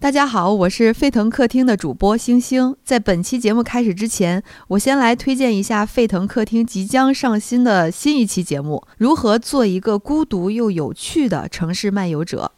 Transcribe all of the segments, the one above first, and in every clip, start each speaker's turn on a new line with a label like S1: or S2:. S1: 大家好，我是沸腾客厅的主播星星。在本期节目开始之前，我先来推荐一下沸腾客厅即将上新的新一期节目《如何做一个孤独又有趣的城市漫游者》。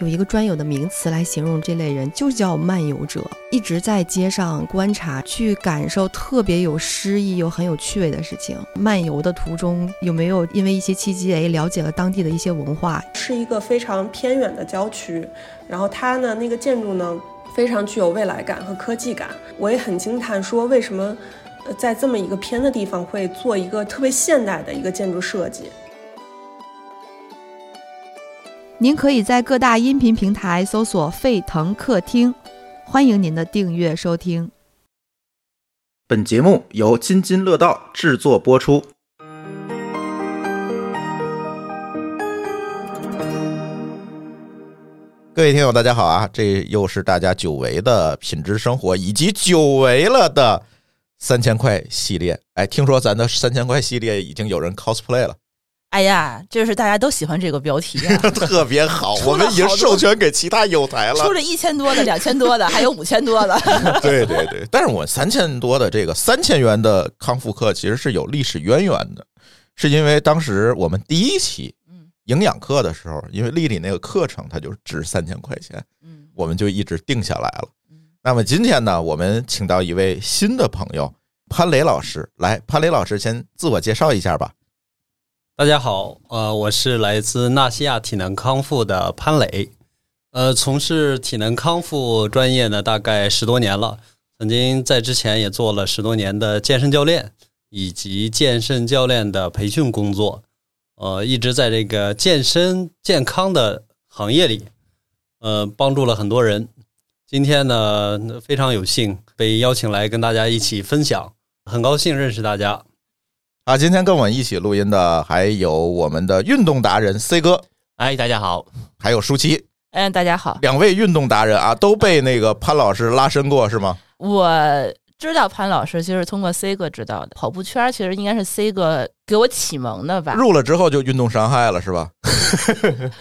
S1: 有一个专有的名词来形容这类人，就叫漫游者，一直在街上观察，去感受特别有诗意又很有趣味的事情。漫游的途中，有没有因为一些契机，哎，了解了当地的一些文化？
S2: 是一个非常偏远的郊区，然后它呢，那个建筑呢，非常具有未来感和科技感。我也很惊叹，说为什么，呃在这么一个偏的地方会做一个特别现代的一个建筑设计。
S1: 您可以在各大音频平台搜索“沸腾客厅”，欢迎您的订阅收听。
S3: 本节目由津津乐道制作播出。
S4: 各位听友，大家好啊！这又是大家久违的品质生活以及久违了的三千块系列。哎，听说咱的三千块系列已经有人 cosplay 了，，
S5: 哎呀，就是大家都喜欢这个标题、 啊
S4: 特别好，
S5: 出了
S4: 我们已经
S5: 好多
S4: 授权给其他友台
S5: 出
S4: 了。
S5: 了一千多的、两千多的，还有五千多的。
S4: 对对对，但是我三千多的这个三千元的康复课其实是有历史渊源的，是因为当时我们第一期
S5: 嗯
S4: 营养课的时候，因为丽丽那个课程它就值三千块钱，
S5: 嗯
S4: 我们就一直定下来了
S5: 嗯。
S4: 那么今天呢，我们请到一位新的朋友潘雷老师来。潘雷老师先自我介绍一下吧。
S6: 大家好，呃，我是来自纳西亚体能康复的潘磊，呃，从事体能康复专业呢大概十多年了，曾经在之前也做了十多年的健身教练，以及健身教练的培训工作，呃，一直在这个健身健康的行业里，呃，帮助了很多人。今天呢，非常有幸被邀请来跟大家一起分享，很高兴认识大家。
S4: 啊，今天跟我们一起录音的还有我们的运动达人 C 哥，
S7: 哎，大家好，
S4: 还有舒淇，
S5: 嗯，大家好，
S4: 两位运动达人啊，都被那个潘老师拉伸过是吗？
S5: 我知道潘老师，其实通过 C 哥知道的。跑步圈其实应该是 C 哥给我启蒙的吧。
S4: 入了之后就运动伤害了是 吧？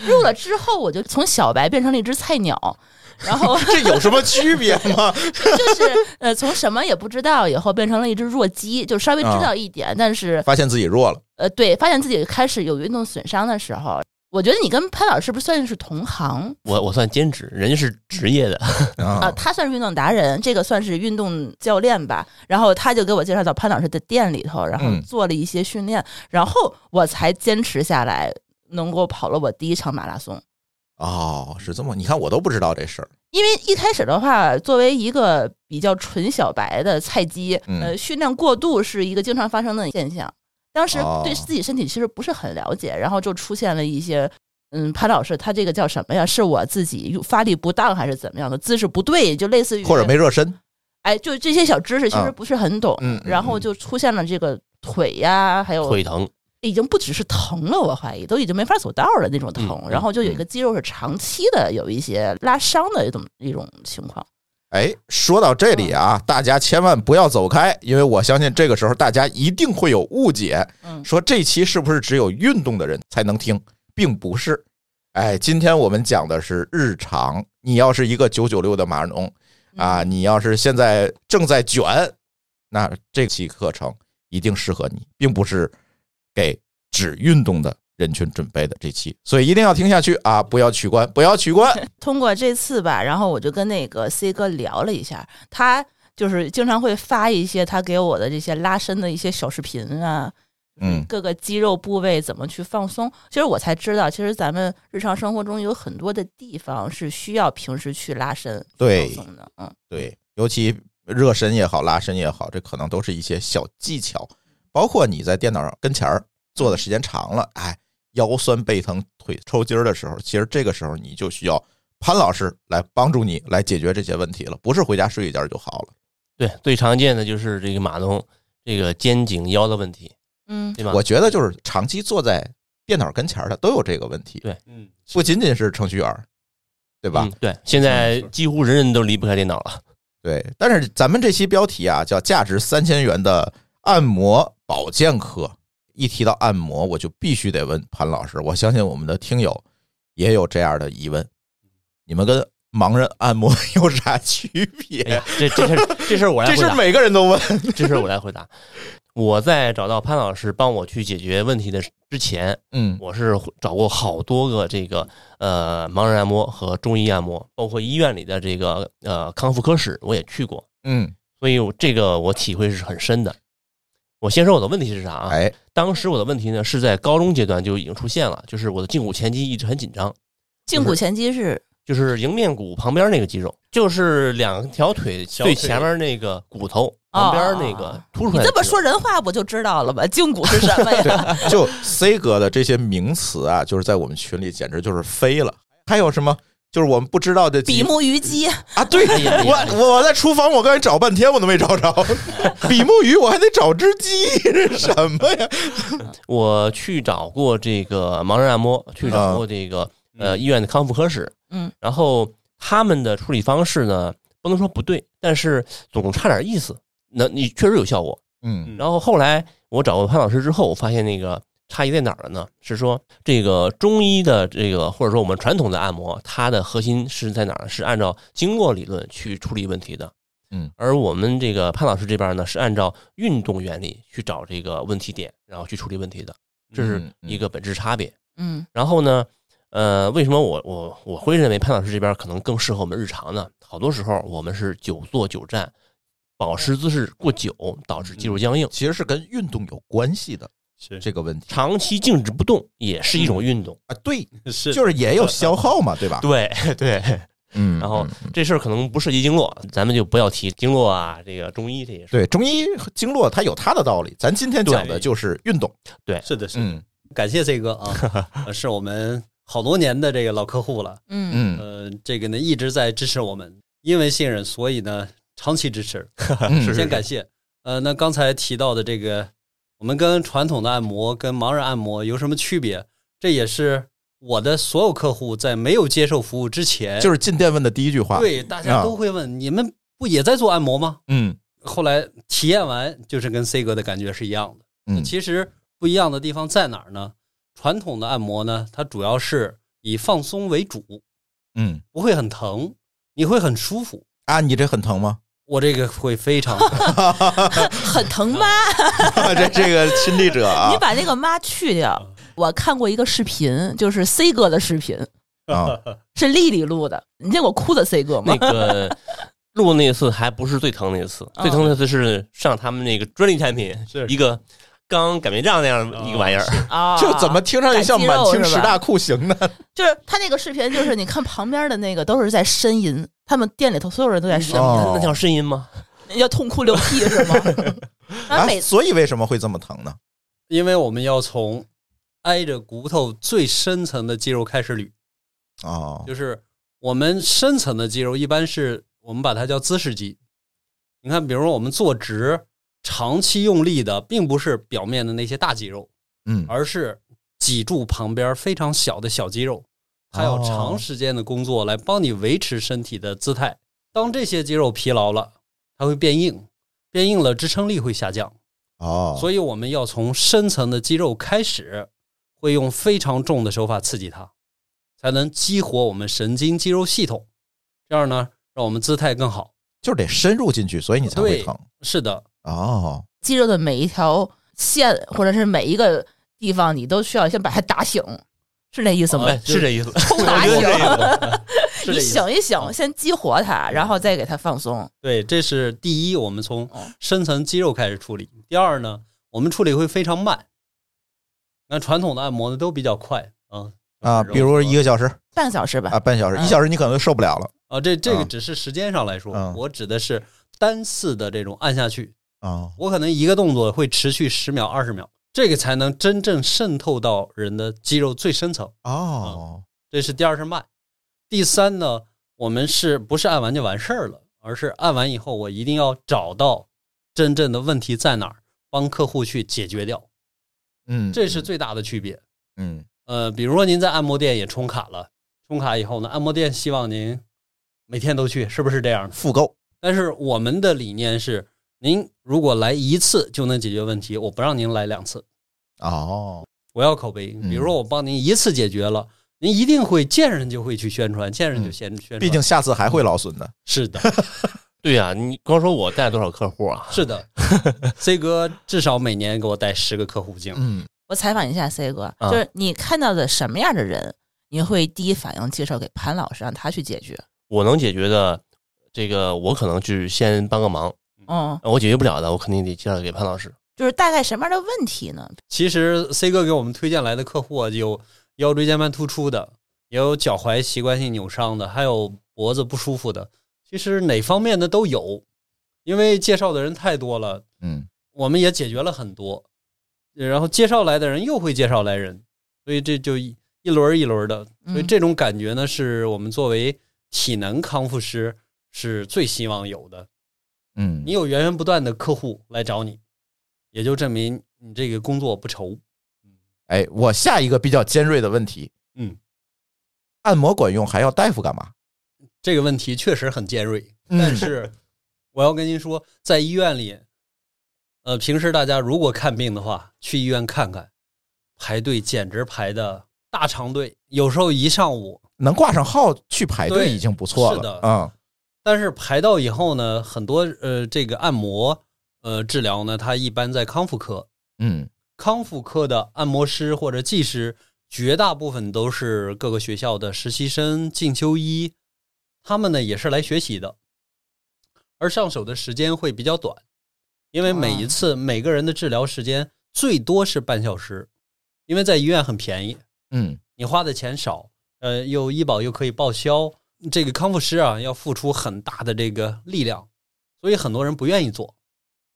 S5: 入了之后，我就从小白变成了一只菜鸟，然 后
S4: 这有什么区别吗？
S5: 就是呃，从什么也不知道以后变成了一只弱鸡，就稍微知道一点，但是
S4: 发现自己弱了，
S5: 呃，对，发现自己开始有运动损伤的时候，我觉得你跟潘老师不算是同行。
S7: 我我算兼职，人家是职业的，
S5: 啊，
S4: 啊，
S5: 他算是运动达人，这个算是运动教练吧。然后他就给我介绍到潘老师的店里头，然后
S4: 嗯
S5: 做了一些训练，然后我才坚持下来，能够跑了我第一场马拉松。
S4: 哦，是这么，你看我都不知道这事儿，
S5: 因为一开始的话，作为一个比较纯小白的菜鸡，
S4: 嗯
S5: 呃，训练过度是一个经常发生的现象。当时
S4: 哦
S5: 对自己身体其实不是很了解，然后就出现了一些，嗯，潘老师他这个叫什么呀？是我自己发力不当还是怎么样的？姿势不对，就类似于
S4: 或者没热身，
S5: 哎，就这些小知识其实
S4: 啊
S5: 不是很懂，
S4: 嗯嗯
S5: 然后
S4: 嗯
S5: 就出现了这个腿呀、还有
S7: 腿疼，
S5: 已经不只是疼了，我怀疑都已经没法走道了那种疼，
S7: 嗯嗯
S5: 然后就有一个肌肉是长期的有一些拉伤的一种一种情况。
S4: 哎，说到这里啊，大家千万不要走开，因为我相信这个时候大家一定会有误解，
S5: 嗯
S4: 说这期是不是只有运动的人才能听，并不是。哎，今天我们讲的是日常，你要是一个九九六的码农啊，你要是现在正在卷，那这期课程一定适合你，并不是给只运动的人群准备的这期，所以一定要听下去啊，不要取关，不要取关。
S5: 通过这次吧，然后我就跟那个 C 哥聊了一下，他就是经常会发一些他给我的这些拉伸的一些小视频啊，
S4: 嗯
S5: 各个肌肉部位怎么去放松。其实我才知道，其实咱们日常生活中有很多的地方是需要平时去拉伸
S4: 对
S5: 放松的，嗯。
S4: 对，尤其热身也好，拉伸也好，这可能都是一些小技巧，包括你在电脑跟前儿坐的时间长了，哎，腰酸背疼、腿抽筋儿的时候，其实这个时候你就需要潘老师来帮助你来解决这些问题了，不是回家睡一觉就好了。
S7: 对，最常见的就是这个马东这个肩颈腰的问题，
S5: 嗯，
S7: 对吧？
S4: 我觉得就是长期坐在电脑跟前儿的都有这个问题，
S7: 对
S6: 嗯，
S4: 不仅仅是程序员儿，对吧？
S7: 嗯，对，现在几乎人人都离不开电脑了，
S4: 对，但是咱们这期标题啊，叫“价值三千元的按摩保健课”。一提到按摩，我就必须得问潘老师，我相信我们的听友也有这样的疑问：你你们跟盲人按摩 有啥区别？
S7: 哎呀，这这事儿这事儿我来
S4: 这
S7: 回
S4: 是
S7: 答，
S4: 每个人都问。
S7: 这事儿我来回答。我在找到潘老师帮我去解决问题的之前，
S4: 嗯
S7: 我是找过好多个这个呃盲人按摩和中医按摩，包括医院里的这个呃康复科室，我也去过，
S4: 嗯，
S7: 所以我这个我体会是很深的。我先说我的问题是啥啊？
S4: 哎，
S7: 当
S5: 嗯
S7: 时我的问题呢是在高中阶段就已经出现了，就是我的胫骨前肌一直很紧张，
S5: 胫骨前肌是
S7: 就是迎面骨旁边那个肌肉，就是两条腿最前面那个骨头
S5: 哦
S7: 旁边那个凸出
S5: 你
S7: 来的肌肉。
S5: 这么说人话不就知道了吗？胫骨是什么呀？
S4: 就 C 哥的这些名词啊，就是在我们群里简直就是飞了。还有什么？就是我们不知道的
S5: 比目鱼肌，
S4: 啊，对
S7: 哎呀哎呀
S4: 我我在厨房，我刚才找半天，我都没找着比目鱼，我还得找只鸡，这是什么呀？
S7: 我去找过这个盲人按摩，去找过这个、呃医院的康复科室，
S5: 嗯，
S7: 然后他们的处理方式呢，不能说不对，但是总差点意思。那你确实有效果。
S4: 嗯
S7: 然后后来我找过潘老师之后，我发现那个差异在哪儿了呢？是说这个中医的这个或者说我们传统的按摩，它的核心是在哪儿？是按照经络理论去处理问题的。
S4: 嗯，
S7: 而我们这个潘老师这边呢，是按照运动原理去找这个问题点，然后去处理问题的，这是一个本质差别。
S5: 嗯
S7: 然后呢，呃，为什么我我我会认为潘老师这边可能更适合我们日常呢？好多时候我们是久坐久站，保持姿势过久导致肌肉僵硬。
S4: 其实是跟运动有关系的
S6: 是嗯
S4: 这个问题
S7: 长期静止不动也是一种运动。
S4: 啊，对，
S6: 是
S4: 就是也有消耗嘛，对吧？
S7: 对 对，
S4: 嗯
S7: 然后
S4: 嗯嗯
S7: 这事儿可能不涉及经络，咱们就不要提经络啊，这个中医这些事儿。
S4: 对中医经络它有它的道理，咱今天讲的
S6: 对
S4: 就是运动。
S6: 是的，是的。
S4: 嗯
S6: 感谢 C 哥 啊，呃是我们好多年的这个老客户了。
S5: 嗯，
S4: 嗯，
S6: 呃，这个呢一直在支持我们，因为信任，所以呢长期支持，
S4: 嗯 是
S6: 先感谢。呃，那刚才提到的这个，我们跟传统的按摩跟盲人按摩有什么区别？这也是我的所有客户在没有接受服务之前，
S4: 就是啊进店问的第一句话。
S6: 对大家都会问、你们不也在做按摩吗？
S4: 嗯
S6: 后来体验完，就是跟 C 哥的感觉是一样的。
S4: 嗯
S6: 其实不一样的地方在哪儿呢？传统的按摩呢，它主要是以放松为主，
S4: 嗯
S6: 不会很疼，你会很舒服。
S4: 啊，你这很疼吗？
S6: 我这个会非常疼
S5: 很疼吗？
S4: 这这个亲历者嗯啊
S5: 你把那个妈去掉。我看过一个视频，就是 C 哥的视频，
S4: 啊，
S5: 是丽丽录的。你见过哭的 C 哥吗
S7: 嗯那？个录那次还不是最疼那次，
S5: 啊
S7: 最疼那次是上他们那个专利产品，
S6: 嗯是哦
S7: 一个刚擀面杖那样的一个玩意儿。
S5: 啊，
S4: 就怎么听上去像满
S5: 改肌
S4: 清
S5: 肉是
S4: 十
S5: 吧
S4: 大酷刑呢？
S5: 就是他那个视频，就是你看旁边的那个都是在呻吟，他们店里头所有人都在呻
S4: 哦
S5: 吟，
S7: 那那叫呻吟 吗？
S5: 要痛哭流涕是吗？然后
S4: 啊，
S5: 每次
S4: 所以为什么会这么疼呢？
S6: 因为我们要从挨着骨头最深层的肌肉开始捋，
S4: 哦，
S6: 就是我们深层的肌肉一般是我们把它叫姿势肌。你看，比如说我们坐直，长期用力的并不是表面的那些大肌肉，
S4: 嗯
S6: 而是脊柱旁边非常小的小肌肉，它要长时间的工作来帮你维持身体的姿态。当这些肌肉疲劳了，它会变硬，变硬了支撑力会下降。
S4: 哦，
S6: 所以我们要从深层的肌肉开始，会用非常重的手法刺激它，才能激活我们神经肌肉系统。这样呢，让我们姿态更好。
S4: 就是得深入进去，所以你才会
S6: 对
S4: 疼。
S6: 是的，
S4: 哦，
S5: 肌肉的每一条线或者是每一个地方，你都需要先把它打醒，是那意思吗？
S6: 哦
S7: 哎，是这意思。
S5: 痛打醒，
S6: 是
S5: 你
S6: 这意思。嗯
S5: 醒一醒，先激活它，然后再给它放松。
S6: 对，这是第一，我们从
S5: 哦
S6: 深层肌肉开始处理。第二呢，我们处理会非常慢。那传统的按摩呢都比较快啊
S4: 啊，比如一
S6: 个
S4: 个小时
S5: 半个小时吧，
S4: 啊，半小时，
S5: 嗯
S4: 一小时你可能就受不了了
S6: 啊，这这个
S4: 啊
S6: 只是时间上来说，
S4: 嗯
S6: 我指的是单次的这种按下去，
S4: 啊。
S6: 我可能一个动作会持续十秒、二十秒，这个才能真正渗透到人的肌肉最深层。
S4: 哦，
S6: 这是第二是慢，第三呢，我们是不是按完就完事儿了，而是按完以后，我一定要找到真正的问题在哪儿，帮客户去解决掉，
S4: 嗯，
S6: 这是最大的区别。
S4: 嗯
S6: 呃，比如说您在按摩店也充卡了，充卡以后呢，按摩店希望您每天都去，是不是这样的？
S4: 复购
S6: 但是我们的理念是，您如果来一次就能解决问题，我不让您来两次，
S4: 哦，嗯
S6: 我要口碑。比如说我帮您一次解决了，人一定会见人就会去宣传，见人就先宣传。
S4: 嗯毕竟下次还会劳损的。
S6: 是的，
S7: 对呀、你光说我带多少客户啊？
S6: 是的，C 哥至少每年给我带十个客户进。
S4: 嗯，
S5: 我采访一下 C 哥，
S7: 啊
S5: 就是你看到的什么样的人，你会第一反应介绍给潘老师，让他去解决？
S7: 我能解决的，这个我可能去先帮个忙，
S5: 嗯，
S7: 我解决不了的，我肯定得介绍给潘老师。
S5: 就是大概什么样的问题呢？
S6: 其实 C 哥给我们推荐来的客户啊，有腰椎间盘突出的，也有脚踝习惯性扭伤的，还有脖子不舒服的。其实哪方面的都有，因为介绍的人太多了，
S4: 嗯，
S6: 我们也解决了很多，然后介绍来的人又会介绍来人，所以这就一一轮儿一轮儿的，
S5: 嗯
S6: 所以这种感觉呢，是我们作为体能康复师是最希望有的。
S4: 嗯
S6: 你，有源源不断的客户来找你，也就证明你这个工作不愁。
S4: 哎，我下一个比较尖锐的问题，
S6: 嗯，
S4: 按摩管用还要大夫干嘛？
S6: 这个问题确实很尖锐，
S4: 嗯
S6: 但是我要跟您说，在医院里，呃，平时大家如果看病的话，去医院看看，排队简直排的大长队，有时候一上午。
S4: 能挂上号去排队
S6: 对
S4: 已经不错
S6: 是
S4: 了
S6: 的
S4: 啊、
S6: 但是排到以后呢，很多呃这个按摩呃治疗呢，它一般在康复科，
S4: 嗯。
S6: 康复科的按摩师或者技师，绝大部分都是各个学校的实习生、进修医，他们呢也是来学习的，而上手的时间会比较短，因为每一次每个人的治疗时间最多是半小时，因为在医院很便宜，
S4: 嗯
S6: 你花的钱少，呃，又医保又可以报销，这个康复师啊要付出很大的这个力量，所以很多人不愿意做。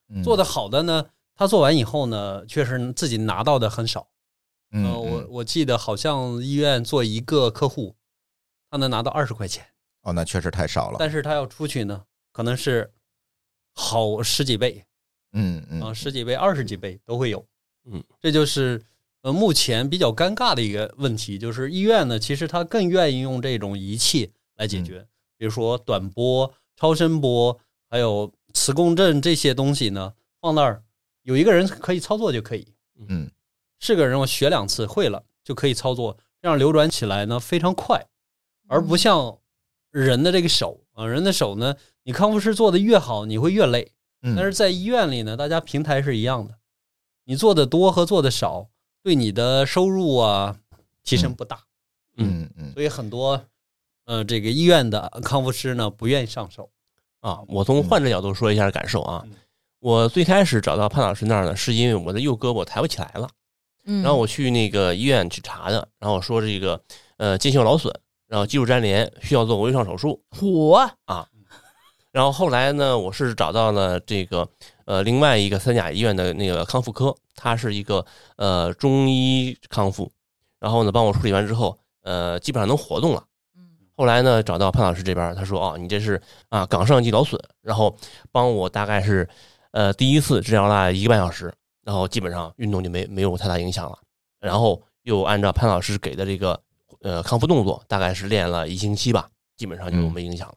S4: 嗯，
S6: 做的好的呢，他做完以后呢，确实自己拿到的很少。
S4: 嗯，
S6: 呃，
S4: 嗯
S6: 我我记得好像医院做一个客户，他能拿到二十块钱，
S4: 哦，那确实太少了。
S6: 但是他要出去呢，可能是好十几倍
S4: 嗯
S6: 啊、
S4: 嗯，
S6: 十几倍、二十几倍都会有。
S7: 嗯，
S6: 这就是呃目前比较尴尬的一个问题，就是医院呢，其实他更愿意用这种仪器来解决，
S4: 嗯
S6: 比如说短波、超声波，还有磁共振这些东西呢，放那儿有一个人可以操作就可以。
S4: 嗯，
S6: 是个人我学两次会了就可以操作，这样流转起来呢非常快，而不像人的这个手啊，人的手呢，你康复师做的越好，你会越累。
S4: 嗯
S6: 但是在医院里呢，大家平台是一样的，你做的多和做的少，对你的收入啊提升不大，
S4: 嗯嗯
S6: 所以很多呃这个医院的康复师呢不愿意上手。
S7: 啊，我从患者角度说一下感受啊
S6: 嗯。
S7: 我最开始找到潘老师那儿呢，是因为我的右胳膊抬不起来了，
S5: 嗯，
S7: 然后我去那个医院去查的，然后说这个呃腱袖劳损，然后肌肉粘连需要做微创手术。啊
S5: 火，啊
S7: 然后后来呢，我是找到了这个呃另外一个三甲医院的那个康复科，它是一个呃中医康复，然后呢帮我处理完之后，呃基本上能活动了。
S5: 嗯
S7: 后来呢，找到潘老师这边，他说：“哦，你这是啊冈上肌劳损。”然后帮我大概是呃第一次治疗了一个半小时，然后基本上运动就没没有太大影响了。然后又按照潘老师给的这个呃康复动作，大概是练了一星期吧，基本上就
S4: 嗯
S7: 没影响了。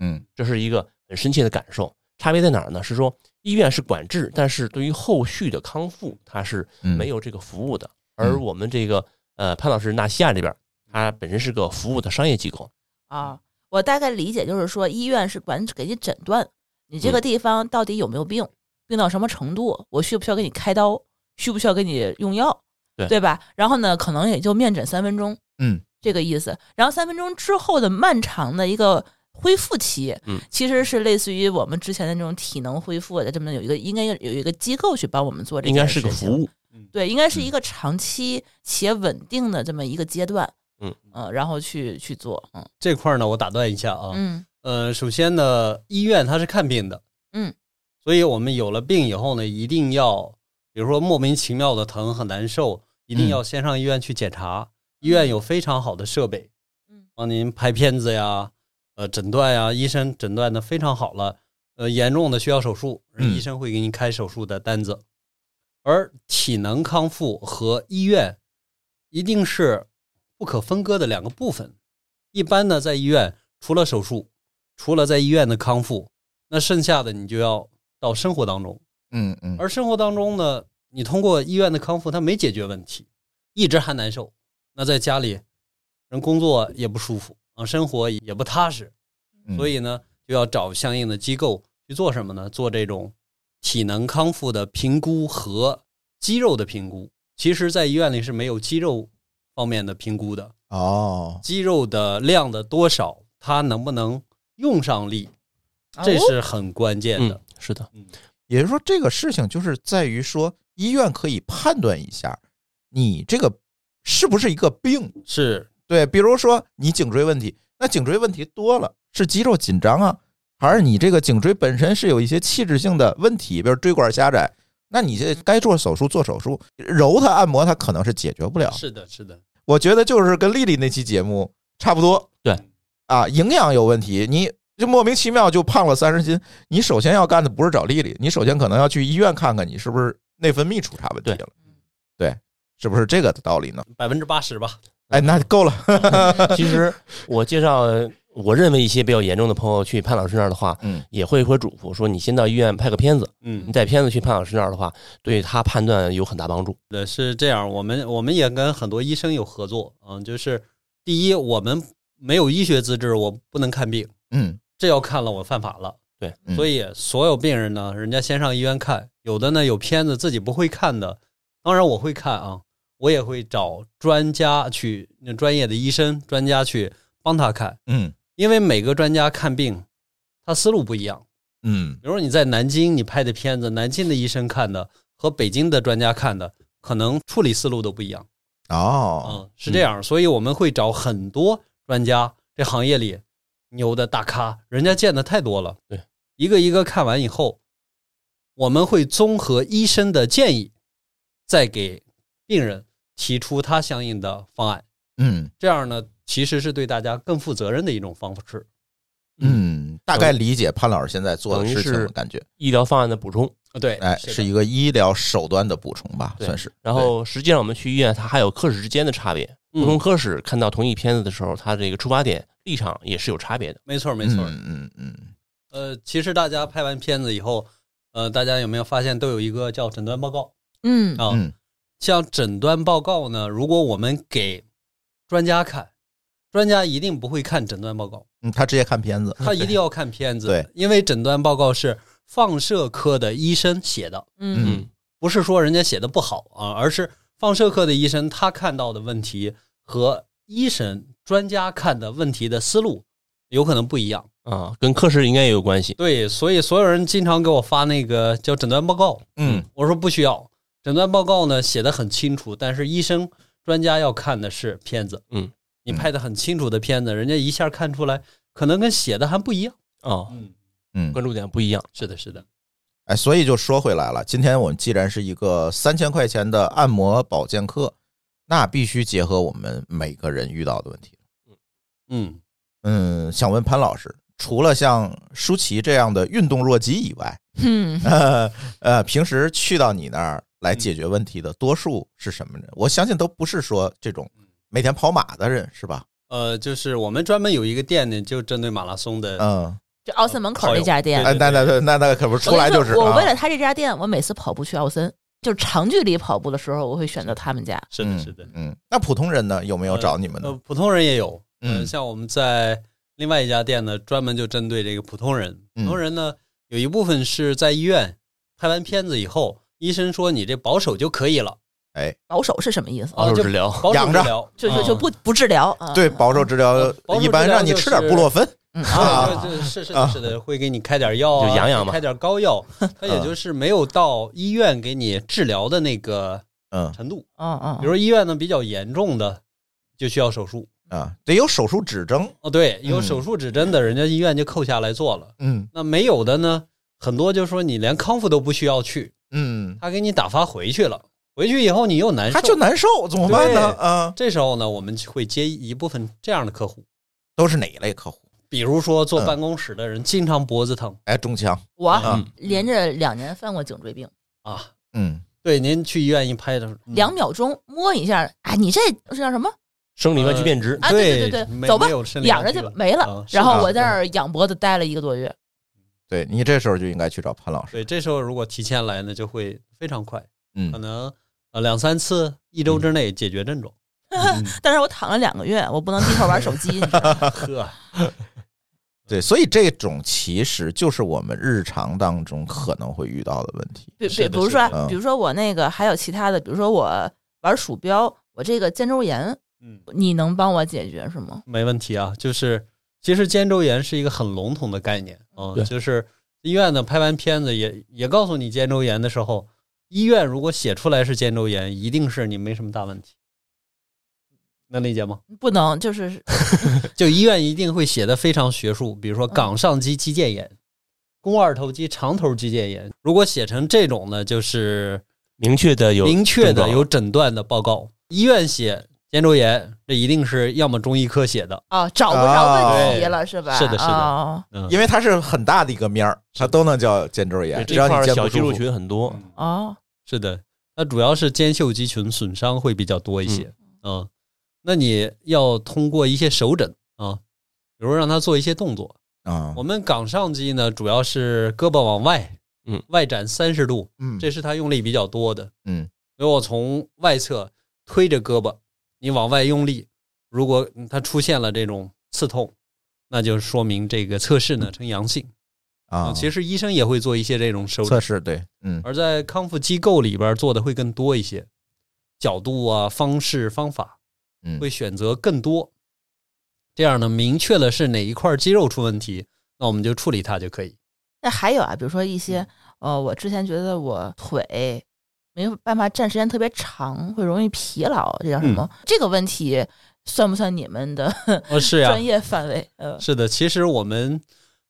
S4: 嗯
S7: 这是一个很深切的感受。差别在哪儿呢？是说医院是管制，但是对于后续的康复，它是
S4: 嗯，
S7: 没
S4: 有，
S7: 有这个服务的。
S4: 嗯
S7: 而我们这个呃潘老师纳西亚这边，它本身是个服务的商业机构。嗯
S5: 啊！我大概理解就是说，医院是管给你诊断，你
S7: 嗯
S5: 这个地方到底有没有病，病到什么程度，我需不需要给你开刀，需不需要给你用药，
S7: 对
S5: 吧？然后呢，可能也就面诊三分钟
S4: 嗯
S5: 这个意思，然后三分钟之后的漫长的一个。恢复期，
S7: 嗯
S5: 其实是类似于我们之前的那种体能恢复的，这么有一个应该有一个机构去帮我们做这
S7: 应该
S5: 件
S7: 是
S5: 事
S7: 个
S5: 情，
S7: 服务。嗯
S5: 对，应该是一个长期且稳定的这么一个阶段，
S7: 嗯
S5: 呃然后去去做，嗯
S6: 这块儿呢，我打断一下啊，
S5: 嗯
S6: 呃，首先呢，医院它是看病的，
S5: 嗯，
S6: 所以我们有了病以后呢，一定要，比如说莫名其妙的疼很难受，一定要先上医院去检查。医院有非常好的设备，
S5: 嗯
S6: 帮您拍片子呀，呃，诊断呀，医生诊断的非常好了。呃，严重的需要手术，
S4: 嗯
S6: 医生会给您开手术的单子。而体能康复和医院一定是不可分割的两个部分。一般呢，在医院除了手术，除了在医院的康复，那剩下的你就要到生活当中。
S4: 嗯嗯，
S6: 而生活当中呢，你通过医院的康复，它没解决问题，一直还难受。那在家里人工作也不舒服啊，生活也不踏实，
S4: 嗯
S6: 所以呢，就要找相应的机构去做什么呢？做这种体能康复的评估和肌肉的评估。其实，在医院里是没有肌肉方面的评估的，
S4: 哦，
S6: 肌肉的量的多少，它能不能用上力，这是很关键的
S7: 嗯。，是的，
S4: 也就是说，这个事情就是在于说，医院可以判断一下你这个是不是一个病。
S6: 嗯是
S4: 对，比如说你颈椎问题，那颈椎问题多了是肌肉紧张啊，还是你这个颈椎本身是有一些器质性的问题，比如椎管狭窄，那你这该做手术做手术，揉它按摩它可能是解决不了。
S6: 是的，是的，
S4: 我觉得就是跟丽丽那期节目差不多。
S7: 对，
S4: 啊，营养有问题，你就莫名其妙就胖了三十斤，你首先要干的不是找丽丽，你首先可能要去医院看看你是不是内分泌出啥问题了。对，是不是这个道理呢？
S6: 百分之八十吧。
S4: 哎，那够了。
S7: 其实我介绍，我认为一些比较严重的朋友去潘老师那儿的话，
S4: 嗯，
S7: 也会会嘱咐说，你先到医院拍个片子，
S6: 嗯
S7: 你，带片子去潘老师那儿的话，对他判断有很大帮助。
S6: 呃，是这样，我们我们也跟很多医生有合作，嗯，就是第一，我们没有医学资质，我不能看病，
S4: 嗯，
S6: 这要看了我犯法了。
S7: 对
S4: 嗯
S6: 所以所有病人呢，人家先上医院看，有的呢有片子自己不会看的，当然我会看啊，我也会找专家去，那专业的医生专家去帮他看，
S4: 嗯
S6: 因为每个专家看病，他思路不一样。
S4: 嗯，
S6: 比如说你在南京你拍的片子，南京的医生看的和北京的专家看的，可能处理思路都不一样
S4: 哦，
S6: 嗯，是这样，所以我们会找很多专家，这行业里牛的大咖，人家见的太多了，
S7: 对，
S6: 一个一个看完以后，我们会综合医生的建议，再给病人提出他相应的方案，
S4: 嗯
S6: 这样呢，其实是对大家更负责任的一种方式。
S4: 嗯，大概理解潘老师现在做的
S7: 等于
S4: 事情的
S7: 是
S4: 感觉。
S7: 医疗方案的补充，
S6: 啊，对，
S4: 哎，
S6: 是的
S4: 是一个医疗手段的补充吧，
S7: 对
S4: 算是。
S7: 然后实际上我们去医院，它还有科室之间的差别，
S6: 嗯
S7: 不同科室看到同一片子的时候，它这个出发点立场也是有差别的。
S6: 没错，
S4: 对，
S6: 没错。
S4: 嗯嗯嗯，
S6: 呃，其实大家拍完片子以后，呃，大家有没有发现都有一个叫诊断报告
S1: 嗯
S6: 啊？
S4: 嗯
S6: 像诊断报告呢，如果我们给专家看，专家一定不会看诊断报告，
S4: 嗯，他直接看片子。
S6: 他 一定要看片子，
S4: 对，
S6: 因为诊断报告是放射科的医生写的，
S1: 嗯
S4: 嗯
S6: 不是说人家写的不好啊，而是放射科的医生他看到的问题和医生专家看的问题的思路有可能不一样。
S7: 啊，跟科室应该也有关系。
S6: 对，所以所有人经常给我发那个叫诊断报告，
S4: 嗯，
S6: 我说不需要。诊断报告呢写的很清楚，但是医生专家要看的是片子，
S7: 嗯，
S6: 你拍的很清楚的片子，人家一下看出来，可能跟写的还不一样。
S7: 啊，
S6: 嗯，
S4: 嗯，
S7: 关注点不一样。
S6: 是的，是的，
S4: 哎，所以就说回来了，今天我们既然是一个三千块钱的按摩保健课，那必须结合我们每个人遇到的问题。
S6: 嗯，
S4: 嗯，想问潘老师，除了像舒淇这样的运动弱鸡以外，
S1: 嗯，
S4: 呃，呃平时去到你那儿来解决问题的多数是什么人？我相信都不是说这种每天跑马的人，是吧？
S6: 呃，就是我们专门有一个店呢，就针对马拉松的，
S4: 嗯，
S5: 就奥森门口那家店。
S6: 对
S4: 哎，那那那那那可不是出来就是
S5: 我跟你说
S4: 啊
S5: 我为了他这家店，我每次跑步去奥森，就长距离跑步的时候，我会选择他们家。
S6: 是的，是的，
S4: 嗯，嗯那普通人呢，有没有找你们
S6: 呃
S4: 呢？，
S6: 普通人也有，
S4: 嗯
S6: 嗯、像我们在另外一家店呢，专门就针对这个普通人。
S4: 嗯
S6: 普通人呢，有一部分是在医院拍完片子以后，医生说你这保守就可以了，
S5: 保守是什么意思？
S6: 啊，
S7: 保守
S6: 就
S7: 治疗
S6: 保守
S4: 养
S6: 治
S4: 着
S6: 疗，
S5: 就就
S6: 啊
S5: 就不不治疗啊？
S4: 对，保守治疗
S6: 呃保守
S4: 一般
S6: 治疗
S4: 让你
S6: 就
S4: 吃点
S6: 是
S4: 布洛芬，
S5: 嗯
S6: 啊，对对是是的，是的，会给你开点药啊，
S7: 就养养嘛
S6: 开点膏药，它也就是没有到医院给你治疗的那个
S4: 嗯
S6: 程度。
S5: 嗯嗯，
S6: 啊比如说医院呢比较严重的，就需要手术。
S4: 啊，得有手术指征。
S6: 哦，对，有
S4: 嗯
S6: 手术指针的，人家医院就扣下来做了。
S4: 嗯
S6: 那没有的呢，很多就说你连康复都不需要去，
S4: 嗯，
S6: 他给你打发回去了，回去以后你又难受，
S4: 他就难受，怎么办呢？啊，
S6: 这时候呢，我们会接一部分这样的客户，
S4: 都是哪一类客户？
S6: 比如说坐办公室的人，经常脖子疼
S4: 哎，中枪。
S5: 我
S4: 嗯
S5: 连着两年犯过颈椎病，
S6: 啊，
S4: 嗯，
S6: 对，您去医院一拍的时候，嗯
S5: 两秒钟摸一下，啊，你这是叫什么？
S7: 生理外区变值，
S5: 啊，对对对，
S6: 没
S5: 走吧
S6: 没，有身体
S5: 养着去
S6: 了
S5: 吧，没了
S6: 啊。是
S5: 然后
S4: 的
S5: 我在那儿养脖子待了一个多月，
S4: 对你这时候就应该去找潘老师。
S6: 对，这时候如果提前来呢，就会非常快，可
S4: 嗯
S6: 能呃两三次，一周之内解决症状。
S5: 但是我躺了两个月，我不能低头玩手机，你知道吗
S7: 呵，
S4: 对，所以这种其实就是我们日常当中可能会遇到的问题。
S5: 比
S7: 是
S5: 比，
S7: 的
S5: 比如
S7: 是
S5: 说
S7: 的
S5: 啊，
S4: 嗯
S5: 比如说我那个还有其他的，比如说我玩鼠标，我这个肩周炎，
S6: 嗯，
S5: 你能帮我解决是吗？
S6: 没问题啊。就是其实肩周炎是一个很笼统的概念啊、
S7: 对
S6: 就是医院呢拍完片子也也告诉你肩周炎的时候，医院如果写出来是肩周炎，一定是你没什么大问题。能理解吗？
S5: 不能， 就是
S6: 就医院一定会写的非常学术，比如说冈上肌肌腱炎、肱二头肌长头肌腱炎。如果写成这种呢，就是
S7: 明确的有
S6: 明确的
S7: 症状
S6: 有诊断的报告。医院写肩周炎，这一定是要么中医科写的，
S5: 啊，找不着问题
S6: 对
S5: 了是吧？
S6: 是的是的
S5: 哦
S6: 嗯，
S4: 因为它是很大的一个面儿，它都能叫肩周炎，
S7: 对
S4: 只
S7: 这
S4: 要
S7: 块
S4: 你
S7: 儿
S4: 肩
S7: 小
S4: 不
S7: 肌肉
S4: 舒服。
S7: 群很多，
S5: 哦，
S6: 是的，它主要是肩袖肌群损伤会比较多一些。嗯那你要通过一些手诊啊，比如让他做一些动作。
S4: 啊
S6: 我，们冈上肌呢，主要是胳膊往外，
S7: 嗯，
S6: 外展三十度，
S4: 嗯
S6: 这是他用力比较多的。
S4: 嗯，
S6: 如果从外侧推着胳膊，你往外用力，如果它出现了这种刺痛，那就说明这个测试呢呈阳性。
S4: 嗯啊，
S6: 其实医生也会做一些这种手
S4: 测
S6: 诊，
S4: 试对，嗯
S6: 而在康复机构里边做的会更多一些，角度啊、方式、方法
S4: 嗯
S6: 会选择更多。这样呢，明确了是哪一块肌肉出问题，那我们就处理它就可以。
S5: 那还有啊，比如说一
S6: 嗯
S5: 些呃，我之前觉得我腿没有办法站时间特别长，会容易疲劳，这叫什
S6: 嗯
S5: 么？这个问题算不算你们的
S6: 哦，是呀
S5: 专，业范围？呃，
S6: 是的，其实我们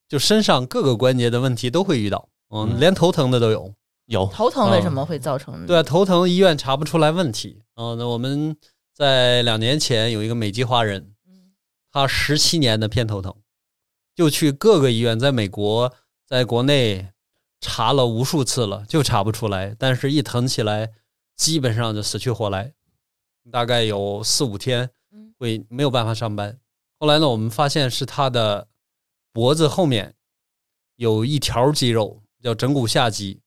S6: 就身上各个关节的问题都会遇到，嗯，连头疼的都有。
S7: 有
S5: 头疼为
S6: 嗯
S5: 什么会造成？
S6: 对啊，头疼医院查不出来问题啊、那我们在两年前有一个美籍华人，他十七年的偏头疼，就去各个医院，在美国，在国内查了无数次了，就查不出来。但是，一疼起来，基本上就死去活来，大概有四五天
S5: 嗯
S6: 会没有办法上班。后来呢，我们发现是他的脖子后面有一条肌肉叫枕骨下肌，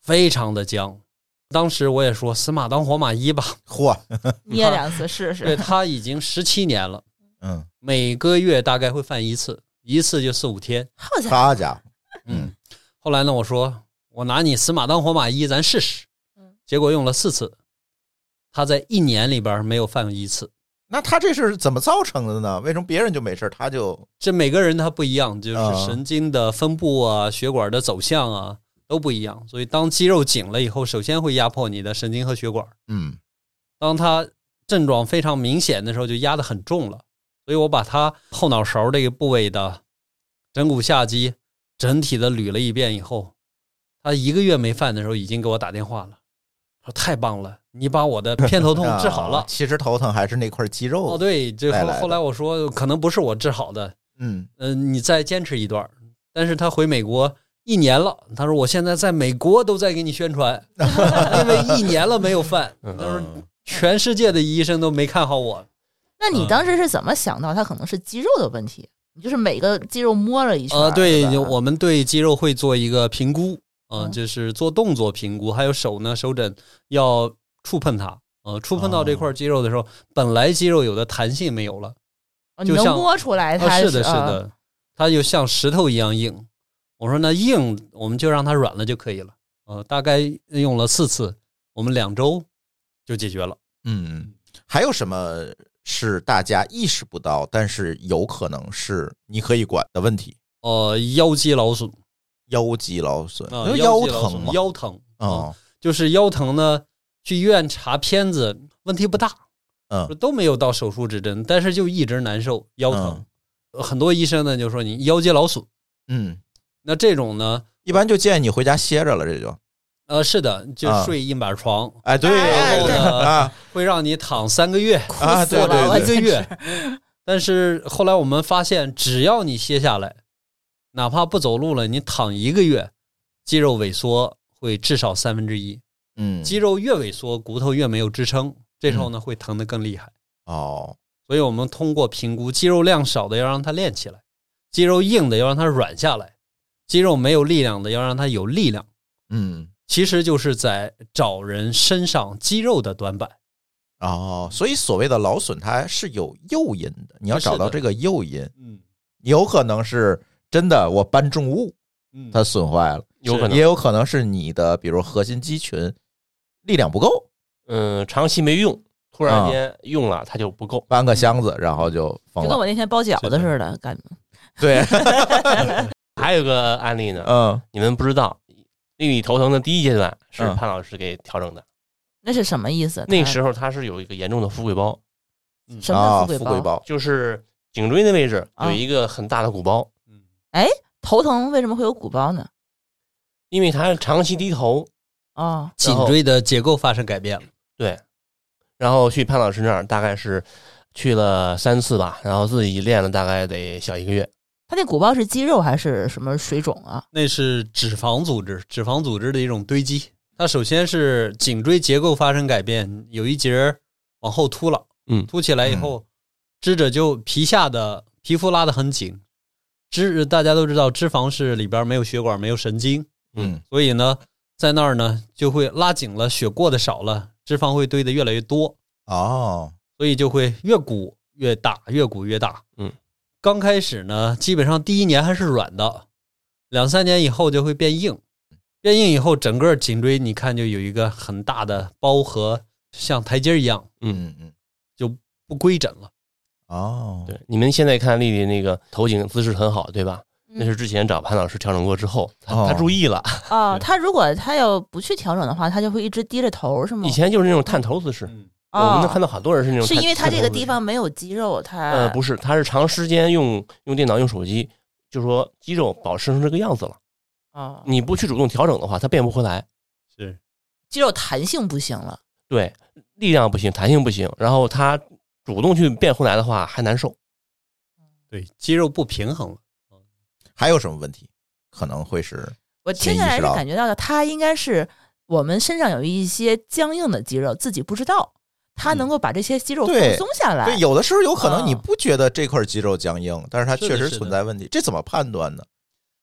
S6: 非常的僵。当时我也说死马当活马医吧，
S4: 嚯，
S5: 捏两次试试。
S6: 对他已经十七年了，
S4: 嗯，
S6: 每个月大概会犯一次，一次就四五天。
S5: 好家伙，
S4: 好家伙，嗯
S6: 嗯，后来呢，我说我拿你死马当活马医，咱试试
S5: 嗯。
S6: 结果用了四次，他在一年里边没有犯一次。
S4: 那他这是怎么造成的呢？为什么别人就没事儿，他就
S6: 这每个人他不一样，就是
S4: 啊
S6: 神经的分布啊、血管的走向啊都不一样。所以当肌肉紧了以后，首先会压迫你的神经和血管。
S4: 嗯
S6: 当他症状非常明显的时候，就压得很重了。所以我把他后脑勺这个部位的枕骨下肌整体的捋了一遍以后，他一个月没犯的时候，已经给我打电话了，说太棒了，你把我的偏头痛治好
S4: 啊
S6: 了。
S4: 其实头疼还是那块肌肉。
S6: 哦，，对，这
S4: 带
S6: 后
S4: 来的
S6: 后来我说可能不是我治好的，
S4: 嗯，
S6: 嗯、你再坚持一段儿。但是他回美国一年了，他说我现在在美国都在给你 宣传，因为一年了没有犯，
S5: 嗯
S6: 他说全世界的医生都没看好我。
S5: 那你当时是怎么想到它可能是肌肉的问题？你就是每个肌肉摸了一圈儿。
S6: 呃，对，
S5: 嗯是吧
S6: 我们对肌肉会做一个评估，嗯、
S5: 嗯
S6: 就是做动作评估，还有手呢，手诊要触碰它，呃，触碰到这块肌肉的时候，本来肌肉有的弹性没有了，
S5: 哦你
S6: 就
S5: 能
S6: 像
S5: 摸出来
S6: 啊，
S5: 它
S6: 是的，是
S5: 啊
S6: 的，它就像石头一样硬。我说那硬，我们就让它软了就可以了。呃，大概用了四次，我们两周就解决了。
S4: 嗯，还有什么是大家意识不到，但是有可能是你可以管的问题？
S6: 呃，腰肌劳损
S4: 腰肌劳损，
S6: 啊、
S4: 因为
S6: 腰肌劳
S4: 疼
S6: 损
S4: 嘛。
S6: 腰疼啊、
S4: 哦，
S6: 就是腰疼呢，去医院查片子问题不大，
S4: 嗯
S6: 都没有到手术指针，但是就一直难受，腰疼。呃很多医生呢就说你腰肌劳损，
S4: 嗯，
S6: 那这种呢，
S4: 一般就建议你回家歇着了，这就。
S6: 呃，是的，就
S4: 啊
S6: 睡硬板床，
S4: 哎，对
S5: 哎
S4: 对
S6: 对
S4: 啊
S6: 会让你躺三个月，
S5: 哭
S4: 啊
S5: 死
S4: 对
S5: 了，
S4: 对
S5: 我
S6: 一个
S5: 简直
S6: 月。 但是后来我们发现，只要你歇下来，哪怕不走路了，你躺一个月，肌肉萎缩会至少三分之一，
S4: 嗯，
S6: 肌肉越萎缩，骨头越没有支撑，这时候呢会疼得更厉害。
S4: 哦，
S6: 所以我们通过评估肌肉量少的要让它练起来，肌肉硬的要让它软下来，肌肉没有力量的要让它有力量，
S4: 嗯
S6: 其实就是在找人身上肌肉的短板。
S4: 哦，所以所谓的劳损，它是有诱因的，你要
S6: 是的
S4: 找到这个诱因，
S8: 嗯
S4: 有可能是真的我搬重物
S8: 嗯，
S4: 它损坏了，
S7: 有可能
S4: 也有可能是你的比如核心肌群力量不够，
S7: 嗯，长期没用，突然
S5: 啊
S7: 间用了它就不够。
S4: 搬个箱子然后就疯
S5: 就跟
S4: 了。
S5: 我那天包饺子似的，感觉
S4: 对，
S7: 还有个案例呢，
S4: 嗯
S7: 你们不知道，另一头疼的第一阶段是
S4: 嗯
S7: 潘老师给调整的，
S5: 那是什么意思？
S7: 那
S5: 他
S7: 时候他是有一个严重的富贵包，
S5: 什
S4: 啊，
S5: 么
S4: 富
S5: 叫富
S4: 贵
S5: 贵包？
S4: 包，
S7: 就是颈椎那位置
S5: 啊
S7: 有一个很大的鼓包，
S8: 嗯
S5: 头疼为什么会有鼓包呢？
S7: 因为他长期低头，
S5: 哦，
S6: 颈椎的结构发生改变了，
S7: 对，然后去潘老师那儿大概是去了三次吧，然后自己练了大概得小一个月，
S5: 他那鼓包是肌肉还是什么水肿啊？
S6: 那是脂肪组织，脂肪组织的一种堆积。它首先是颈椎结构发生改变，有一节儿往后凸了，
S7: 嗯
S6: 凸起来以后，支着就皮下的皮肤拉得很紧。脂大家都知道，脂肪是里边没有血管、没有神经，
S4: 嗯
S6: 所以呢，在那儿呢就会拉紧了，血过得少了，脂肪会堆得越来越多，
S4: 哦，
S6: 所以就会越鼓越大，越鼓越大。
S7: 嗯，
S6: 刚开始呢，基本上第一年还是软的，两三年以后就会变硬，变硬以后整个颈椎你看就有一个很大的包和像台阶一样
S4: 嗯嗯，
S6: 不规整了。
S4: 哦，
S7: 对，你们现在看丽丽那个头颈姿势很好，对吧？
S5: 嗯
S7: 那是之前找潘老师调整过之后，她
S4: 哦
S7: 她注意了，
S5: 哦，他如果他要不去调整的话，他就会一直低着头，是吗？
S7: 以前就是那种探头姿势，
S8: 嗯
S7: 我们能
S5: 哦
S7: 看，到很多人是那种
S5: 是
S7: 探，
S5: 因为他
S7: 探
S5: 这
S7: 头
S5: 个
S7: 姿
S5: 地
S7: 势
S5: 方没有肌肉，他
S7: 呃，不是，他是长时间用用电脑、用手机，就说肌肉保持成这个样子了。
S5: 哦，
S7: 你不去主动调整的话，它变不回来。
S6: 是，
S5: 肌肉弹性不行了。
S7: 对，力量不行，弹性不行，然后它主动去变回来的话还难受。
S6: 对，肌肉不平衡了。
S4: 哦还有什么问题？可能会是
S5: 我听下来是感觉到的，他应该是我们身上有一些僵硬的肌肉，自己不知道，他
S6: 嗯
S5: 能够把这些肌肉放
S4: 对
S5: 松下来。
S4: 对，有的时候有可能你
S5: 嗯
S4: 不觉得这块肌肉僵硬，但是它
S6: 是的
S4: 确实
S6: 是的
S4: 存在问题，这怎么判断呢？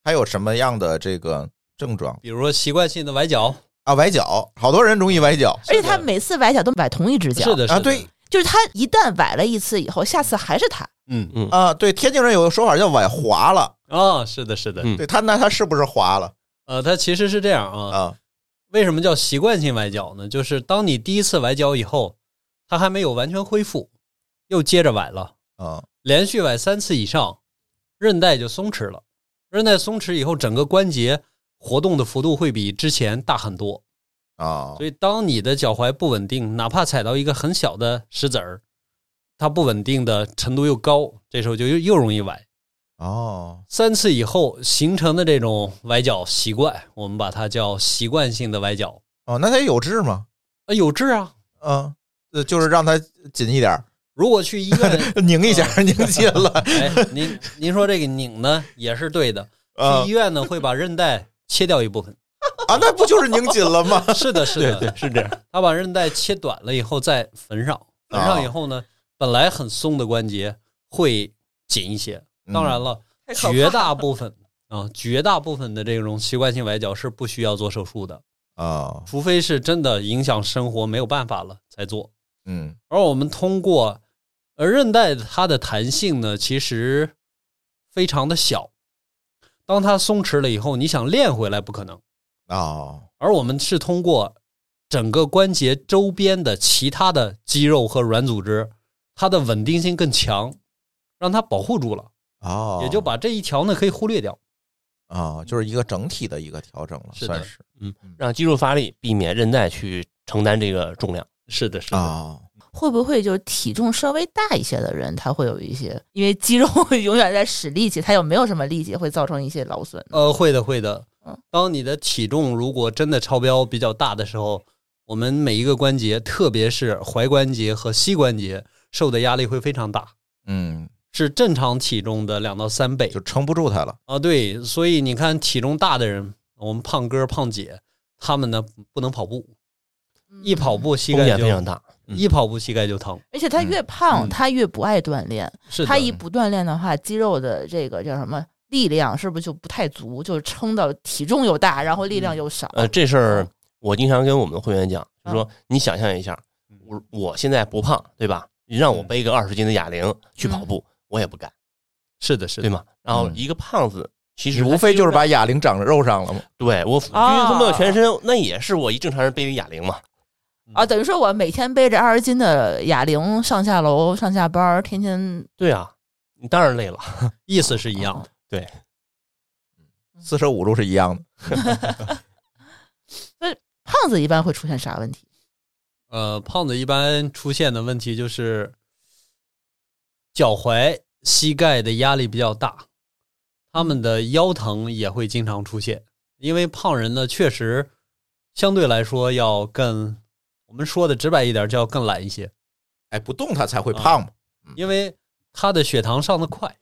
S4: 还有什么样的这个症状
S6: 比如说习惯性的崴脚，
S4: 啊？崴脚，好多人容易崴脚
S5: 而且他
S6: 是的
S5: 每次崴脚都崴同一只脚，
S6: 是的，是
S4: 啊，
S6: 的
S4: 对，
S5: 就是他一旦崴了一次以后，下次还是他。
S8: 嗯
S7: 嗯
S4: 啊，对，天津人有个说法叫崴滑了，
S6: 啊，是的，是的。
S7: 嗯
S4: 对他那他是不是滑了
S6: 呃，它其实是这样啊，
S4: 啊？
S6: 为什么叫习惯性崴脚呢？就是当你第一次崴脚以后，它还没有完全恢复，又接着崴了，
S4: 啊，
S6: 连续崴三次以上，韧带就松弛了。韧带松弛以后，整个关节活动的幅度会比之前大很多。
S4: 啊，
S6: 所以，当你的脚踝不稳定，哪怕踩到一个很小的石子儿，它不稳定的程度又高，这时候就又又容易崴。
S4: 哦，
S6: 三次以后形成的这种崴脚习惯，我们把它叫习惯性的崴脚。
S4: 哦，那他有治吗？
S6: 啊，有治啊！
S4: 嗯，呃就是让他紧一点儿，
S6: 如果去医院 的，
S4: 拧一下，拧紧 了
S6: 哎，您您说这个拧呢也是对的。
S4: 啊
S6: 去医院呢会把韧带切掉一部分。
S4: 啊，那不就是拧紧了吗？
S6: 是的，是的，
S7: 是这样。啊
S6: 他把韧带切短了以后再缝上，缝上以后呢，本来很松的关节会紧一些。
S7: 嗯
S6: 当然了，
S2: 太可怕
S6: 绝大部分 啊，绝大部分的这种习惯性崴脚是不需要做手术的。
S4: 啊，
S6: 除非是真的影响生活没有办法了才做。
S4: 嗯
S6: 而我们通过，而韧带它的弹性呢，其实非常的小，当它松弛了以后，你想练回来不可能。
S4: 哦，
S6: 而我们是通过整个关节周边的其他的肌肉和软组织，它的稳定性更强，让它保护住了，
S4: 哦，
S6: 也就把这一条呢可以忽略掉。
S4: 啊，就是一个整体的一个调整了，
S6: 是的
S4: 算是
S7: 让肌肉发力，避免韧带去承担这个重量。
S6: 是的，是的，
S4: 啊，
S5: 会不会就是体重稍微大一些的人，他会有一些，因为肌肉 永远在使力气，他又没有什么力气，会造成一些劳损呢？
S6: 呃，会的，会的
S5: 嗯。
S6: 当你的体重如果真的超标比较大的时候，我们每一个关节，特别是踝关节和膝关节，受的压力会非常大，
S4: 嗯，
S6: 是正常体重的两到三倍
S4: 就撑不住他了，
S6: 啊。对，所以你看，体重大的人，我们胖哥、胖姐，他们呢不能跑步，一跑步膝
S7: 风
S6: 盖
S7: 险
S6: 就
S7: 非常大。嗯
S6: 一跑步膝盖就疼。
S5: 而且他越胖，
S6: 嗯
S5: 他越不爱锻炼。
S6: 是的
S5: 他一不锻炼的话，肌肉的这个叫什么力量，是不是就不太足？就是撑到体重又
S6: 嗯呃
S5: 大，然后力量又少。
S7: 呃，这事儿我经常跟我们的会员讲，就说
S5: 嗯
S7: 你想象一下，我我现在不胖，对吧？你让我背个二十斤的哑铃去
S5: 嗯
S7: 跑步，我也不敢，
S6: 是的，是
S7: 对
S6: 的，
S7: 吗？然后一个胖子，其
S4: 你
S7: 实嗯
S4: 无非就是
S7: 把
S4: 把哑铃长肉上了嘛。
S7: 对我举他妈全身，那也是我一正常人背个哑铃嘛。
S5: 啊，等于说我每天背着二十斤的哑铃上下楼、上下班儿，天天呃
S7: 对啊，你当然累 了。
S6: 意思是一样
S7: 嗯
S6: 的。
S4: 四舍五入是一样的，
S5: 胖子一般会出现啥问题？
S6: 呃，胖子一般出现的问题就是脚踝、膝盖的压力比较大，他们的腰疼也会经常出现。因为胖人呢，确实相对来说要更，我们说的直白一点，叫更懒一些，
S4: 哎，不动它才会胖嘛。
S7: 嗯
S6: 因为他的血糖上的快，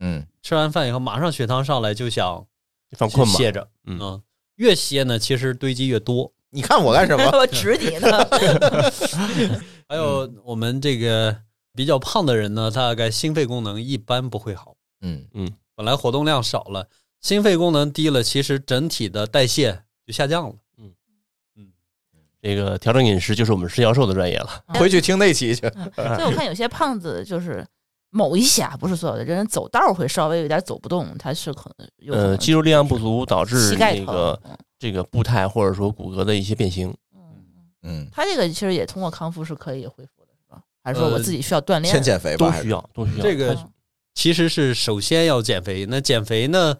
S4: 嗯，
S6: 吃完饭以后马上血糖上来就想
S7: 犯困嘛，
S6: 歇着，
S7: 嗯
S6: 越歇呢，其实堆积越多。
S4: 你看我干什么？
S5: 我指你呢。
S6: 还有
S7: 嗯
S6: 我们这个比较胖的人呢，大概心肺功能一般不会好，
S4: 嗯，
S6: 本来活动量少了，心肺功能低了，其实整体的代谢就下降了。
S7: 这个调整饮食就是我们食教授的专业了。
S4: 回去听那期去。
S5: 所以我看有些胖子就是某一些啊，不是所有的人走道儿会稍微有点走不动，他是可能有可
S7: 呃，
S5: 能
S7: 肌肉力量不足导致
S5: 膝盖
S7: 这
S5: 疼。
S7: 个
S5: 嗯
S7: 这个步态或者说骨骼的一些变形。
S5: 嗯，
S4: 嗯，
S5: 他这个其实也通过康复是可以恢复的，是吧？还是说
S6: 呃
S5: 我自己需要锻炼？
S4: 先减肥吧，
S7: 都
S4: 还
S7: 需
S4: 是
S7: 要，都需要。
S6: 这个
S5: 嗯
S6: 其实是首先要减肥，那减肥呢，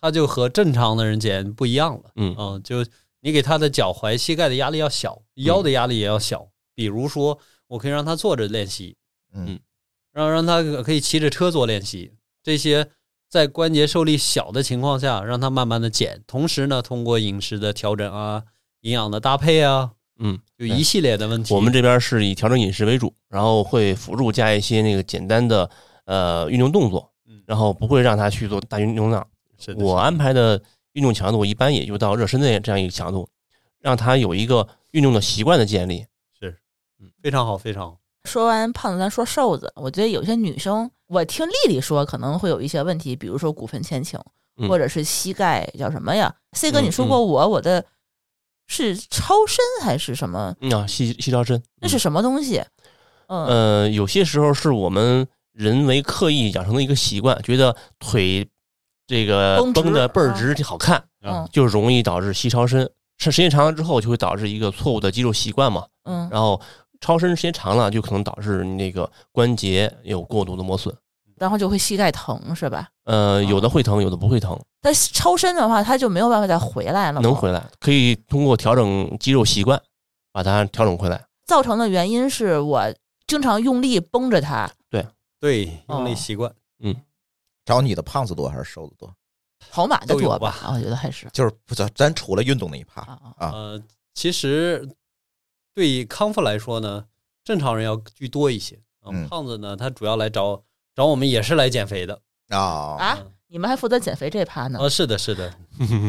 S6: 它就和正常的人减不一样了。
S7: 嗯
S6: 嗯，就你给他的脚踝、膝盖的压力要小，腰
S7: 嗯
S6: 的压力也要小。比如说，我可以让他坐着练习，
S4: 嗯
S6: 然后让他可以骑着车做练习，这些在关节受力小的情况下，让他慢慢的减。同时呢，通过饮食的调整啊，营养的搭配啊，
S7: 嗯，
S6: 就一系列的问题。
S7: 我们这边是以调整饮食为主，然后会辅助加一些那个简单的呃运动动作
S6: 嗯，
S7: 然后不会让他去做大运动量。
S6: 是的
S7: 我啊
S6: 是的
S7: 安排的运动强度一般也就到热身的这样一个强度，让他有一个运动的习惯的建立。嗯
S6: 非常好，非常好。
S5: 说完胖子，咱说瘦子。我觉得有些女生，我听丽丽说可能会有一些问题，比如说骨盆前倾，
S7: 嗯
S5: 或者是膝盖叫什么呀？C 哥，
S7: 嗯
S5: 你说过我、我的是超伸还是什么？
S7: 嗯啊，细细腰伸，
S5: 那是什么东西？嗯，
S7: 呃，有些时候是我们人为刻意养成的一个习惯，觉得腿这个
S5: 绷直啊
S7: 绷得倍儿直好看，
S5: 嗯
S7: 就容易导致膝超伸。是时间长了之后，就会导致一个错误的肌肉习惯嘛。
S5: 嗯，
S7: 然后超伸时间长了，就可能导致你那个关节有过度的磨损。
S5: 然后就会膝盖疼是吧？
S7: 呃，
S5: 哦
S7: 有的会疼，有的不会疼，
S5: 但是超伸的话，它就没有办法再回来了吗。
S7: 能回来，可以通过调整肌肉习惯把它调整回来。
S5: 造成的原因是我经常用力绷着它，
S6: 对，
S5: 哦
S6: 用力习惯。
S4: 找你的胖子多还是瘦子多？
S5: 跑马的
S6: 都有
S5: 多
S6: 吧
S5: 吧？我觉得还是
S4: 就是不咱咱除了运动那一趴
S5: 啊，啊，
S7: 哦
S4: 啊
S6: 呃，其实对于康复来说呢，正常人要居多一些。啊
S4: 嗯
S6: 胖子呢，他主要来找找我们也是来减肥的。
S4: 啊，
S5: 啊，你们还负责减肥这趴呢？
S6: 啊，是的，是的。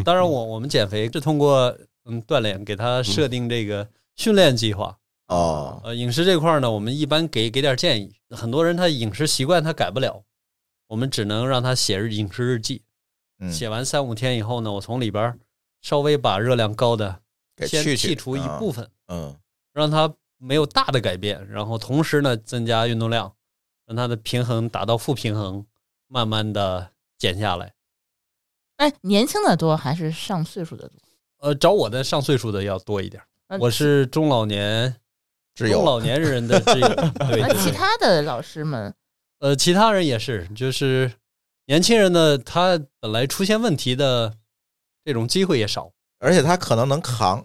S6: 当然我，我们减肥是通过嗯锻炼，给他设定这个训练计划。
S4: 哦，
S6: 呃，饮食这块儿呢，我们一般给给点建议。很多人他饮食习惯他改不了，我们只能让他写日饮食日记。
S4: 嗯，
S6: 写完三五天以后呢，我从里边儿稍微把热量高的
S4: 给
S6: 先
S4: 去去
S6: 剔除一部，分。
S4: 嗯
S6: 让它没有大的改变，然后同时呢增加运动量，让它的平衡达到负平衡，慢慢的减下来。
S5: 哎，年轻的多还是上岁数的多？
S6: 呃，找我的上岁数的要多一点儿，
S5: 那
S6: 我是中老年
S4: 挚友
S6: 中老年人的 挚友，对
S5: 那
S6: 对
S5: 其
S6: 对。
S5: 他的老师们，
S6: 呃，其他人也是，就是年轻人呢，他本来出现问题的这种机会也少。
S4: 而且他可能能扛，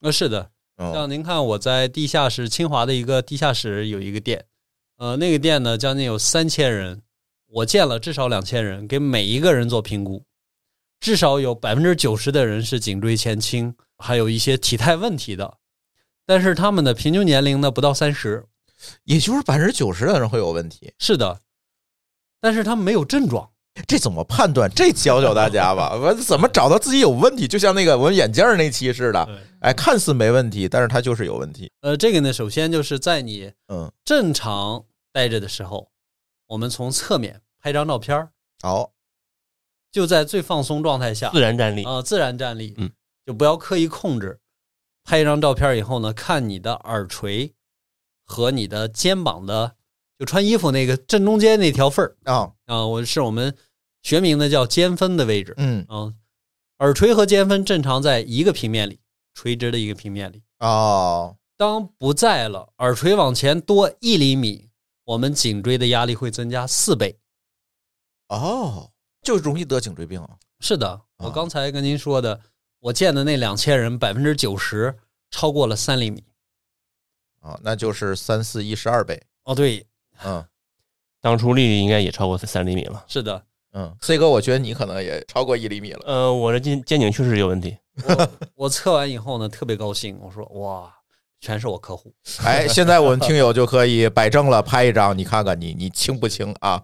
S6: 呃，是的，
S4: 嗯
S6: 像您看，我在地下室清华的一个地下室有一个店，呃，那个店呢将近有三千人，我见了至少两千人，给每一个人做评估，至少有百分之九十的人是颈椎前倾，还有一些体态问题的，但是他们的平均年龄呢不到三十，
S4: 也就是百分之九十的人会有问题，
S6: 是的，但是他们没有症状，
S4: 这怎么判断？这教教大家吧， 我怎么找到自己有问题？就像那个我们眼镜儿那期似的，哎，看似没问题，但是他就是有问题，
S6: 呃，这个呢，首先就是在你
S4: 嗯，
S6: 正常待着的时候，我们从侧面拍张照片儿，
S4: 好，
S6: 就在最放松状态下，
S7: 自然站
S5: 哦
S7: 立，
S6: 啊，自然站立，
S7: 嗯，
S6: 就不要刻意控制。拍一张照片以后呢，看你的耳垂和你的肩膀的就穿衣服那个正中间那条缝儿
S4: 啊，
S6: 啊，我是我们学名的叫肩分的位置
S4: 嗯
S6: 啊。耳垂和肩分正常在一个平面里，垂直的一个平面里。
S4: 哦，
S6: 当不在了，耳垂往前多一厘米，我们颈椎的压力会增加四倍。
S4: 哦，就容易得颈椎病啊。
S6: 是的，我
S4: 啊
S6: 刚才跟您说的，我见的那两千人，百分之九十超过了三厘米。
S4: 啊，那就是三四一十二倍。
S6: 哦，对，
S4: 嗯
S7: 当初丽丽应该也超过三厘米了。
S6: 是的，
S4: 嗯，C 哥，我觉得你可能也超过一厘米了。
S7: 呃，我这肩肩颈确实有问题，
S6: 我我测完以后呢，特别高兴，我说哇，全是我客户。
S4: 哎，现在我们听友就可以摆正了，拍一张，你看看你你轻不轻啊？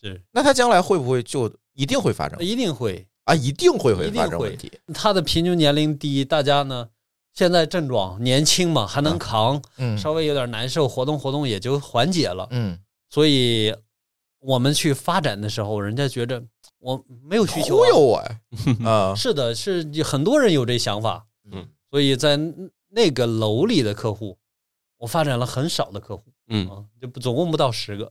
S6: 是，
S4: 那它将来会不会就一定会发生
S6: 一定会。
S4: 啊？一定会会
S6: 呃一定
S4: 发生
S6: 会
S4: 问题。
S6: 他的平均年龄低，大家呢现在症状年轻嘛，还能扛，
S4: 嗯
S6: 稍微有点难受，活动活动也就缓解了。
S4: 嗯，
S6: 所以我们去发展的时候，人家觉着我没有需求、
S4: 忽悠我 呀！啊
S6: 啊。，是的，是很多人有这想法。
S7: 嗯，
S6: 所以在那个楼里的客户，我发展了很少的客户
S7: 嗯，
S6: 啊，就不总共不到十个。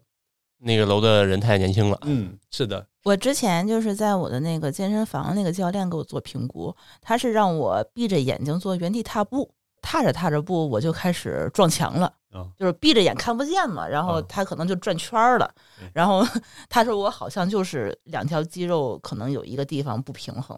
S7: 那个楼的人太年轻了，
S6: 嗯，是的，
S5: 我之前就是在我的那个健身房，那个教练给我做评估，他是让我闭着眼睛做原地踏步，踏着踏着步我就开始撞墙了，
S6: 啊
S5: 就是闭着眼看不见嘛，然后
S6: 啊
S5: 他可能就转圈儿了，
S6: 对
S5: 然后 他说我好像就是两条肌肉可能有一个地方不平衡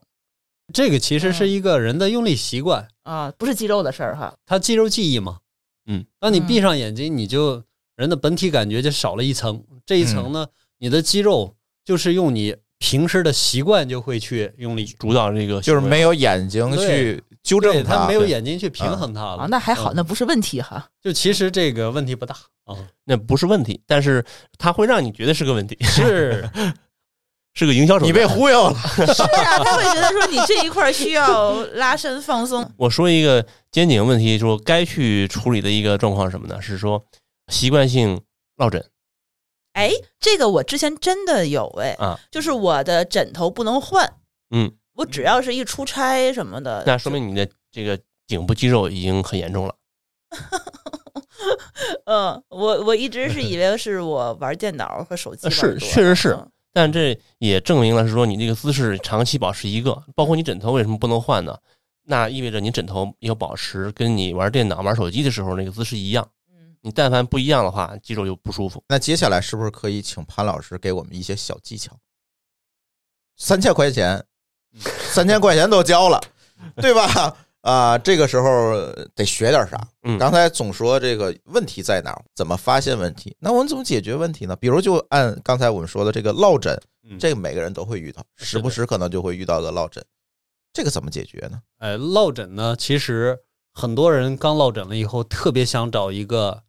S6: 这个其实是一个人的用力习惯，
S5: 啊，不是肌肉的事儿哈，
S6: 它肌肉记忆嘛。
S7: 嗯，
S6: 当你闭上眼睛，你就人的本体感觉就少了一层，这一层呢，你的肌肉就是用你平时的习惯就会去用力，
S7: 主导这个
S4: 就是
S7: 行为
S4: 没有眼睛去纠
S6: 对，
S4: 正
S6: 它没有
S4: 对
S6: 眼睛去平衡它了
S5: 啊，那还好，
S6: 嗯
S5: 那不是问题哈，
S6: 就其实这个问题 不大
S4: 哦
S6: 啊，
S7: 那不是问题，但是它会让你觉得是个问题，
S6: 是
S7: 是个营销手段。
S4: 你被忽悠了。
S5: 是啊，他会觉得说你这一块需要拉伸放松，
S7: 我说一个肩颈问题，说该去处理的一个状况是什么呢？是说习惯性落枕，
S5: 哎， 这个我之前真的有哎，
S7: 啊
S5: 就是我的枕头不能换，
S7: 嗯，
S5: 我只要是一出差什么的，
S7: 那说明你的这个颈部肌肉已经很严重了。
S5: 嗯，我我一直是以为是我玩电脑和手机玩
S7: 是
S5: 多
S7: 确实是
S5: 嗯
S7: 但这也证明了是说你这个姿势长期保持一个，包括你枕头为什么不能换呢？那意味着你枕头要保持跟你玩电脑、玩手机的时候那个姿势一样。
S5: 嗯
S7: 你但凡不一样的话，肌肉就不舒服。
S4: 那接下来是不是可以请潘老师给我们一些小技巧？三千块钱，
S6: 嗯
S4: 三千块钱都交 了，对吧？啊，这个时候得学点啥？
S7: 嗯，
S4: 刚才总说这个问题在哪儿，怎么发现问题？那我们怎么解决问题呢？比如就按刚才我们说的这个落枕，
S6: 嗯
S4: 这个每个人都会遇到，
S6: 是的
S4: 时不时可能就会遇到个落枕，这个怎么解决呢？
S6: 呃，落枕呢，其实很多人刚落枕了以后，特别想找一个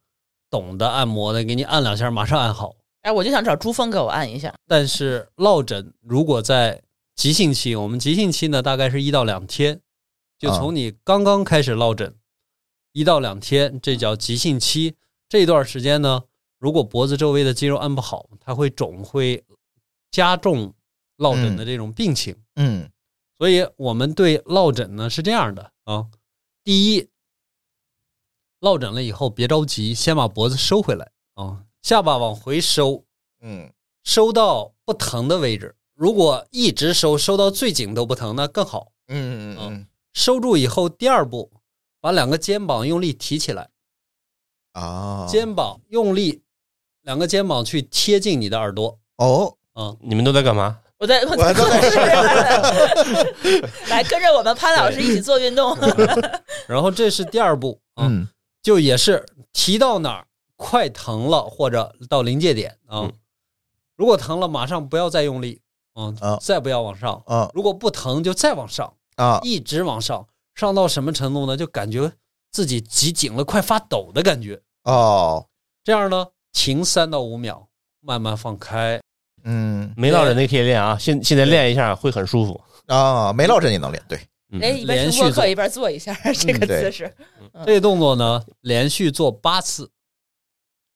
S6: 懂得按摩的，给你按两下，马上按好。
S5: 哎，我就想找珠峰给我按一下，
S6: 但是落枕如果在急性期，我们急性期呢，大概是一到两天，就
S4: 啊
S6: 从你刚刚开始落枕，一到两天，这叫急性期。这段时间呢，如果脖子周围的肌肉按不好，它会肿，会加重落枕的这种病情。
S4: 嗯
S6: 所以我们对落枕呢是这样的啊，第一，落枕了以后别着急，先把脖子收回来啊，下巴往回收，
S4: 嗯
S6: 收到不疼的位置。如果一直收，收到最紧都不疼，那更好。
S4: 嗯
S6: 嗯收住以后，第二步，把两个肩膀用力提起来，
S4: 啊，
S6: 哦肩膀用力，两个肩膀去贴近你的耳朵
S4: 哦，
S6: 啊。
S7: 你们都在干嘛？
S5: 我在我
S4: 我都 在
S5: 来跟着我们潘老师一起做运动，
S7: 嗯
S6: 然后这是第二步啊，
S4: 嗯
S6: 就也是提到哪儿快疼了或者到临界点啊，
S7: 嗯
S6: 如果疼了马上不要再用力，嗯，
S4: 啊
S6: 再不要往上，
S4: 啊
S6: 如果不疼就再往上，
S4: 啊
S6: 一直往上，上到什么程度呢？就感觉自己挤紧了，快发抖的感觉。
S4: 哦，
S6: 这样呢，停三到五秒，慢慢放开。
S4: 嗯
S7: 没落枕那可以练啊，现现在练一下会很舒服。
S4: 啊，没落枕也能练，对，
S7: 嗯
S5: 哎，一边
S6: 连
S5: 听
S6: 续
S5: 播客
S6: 做
S5: 一边做一下这个
S4: 嗯对
S5: 姿势，
S6: 这个动作呢，连续做八次，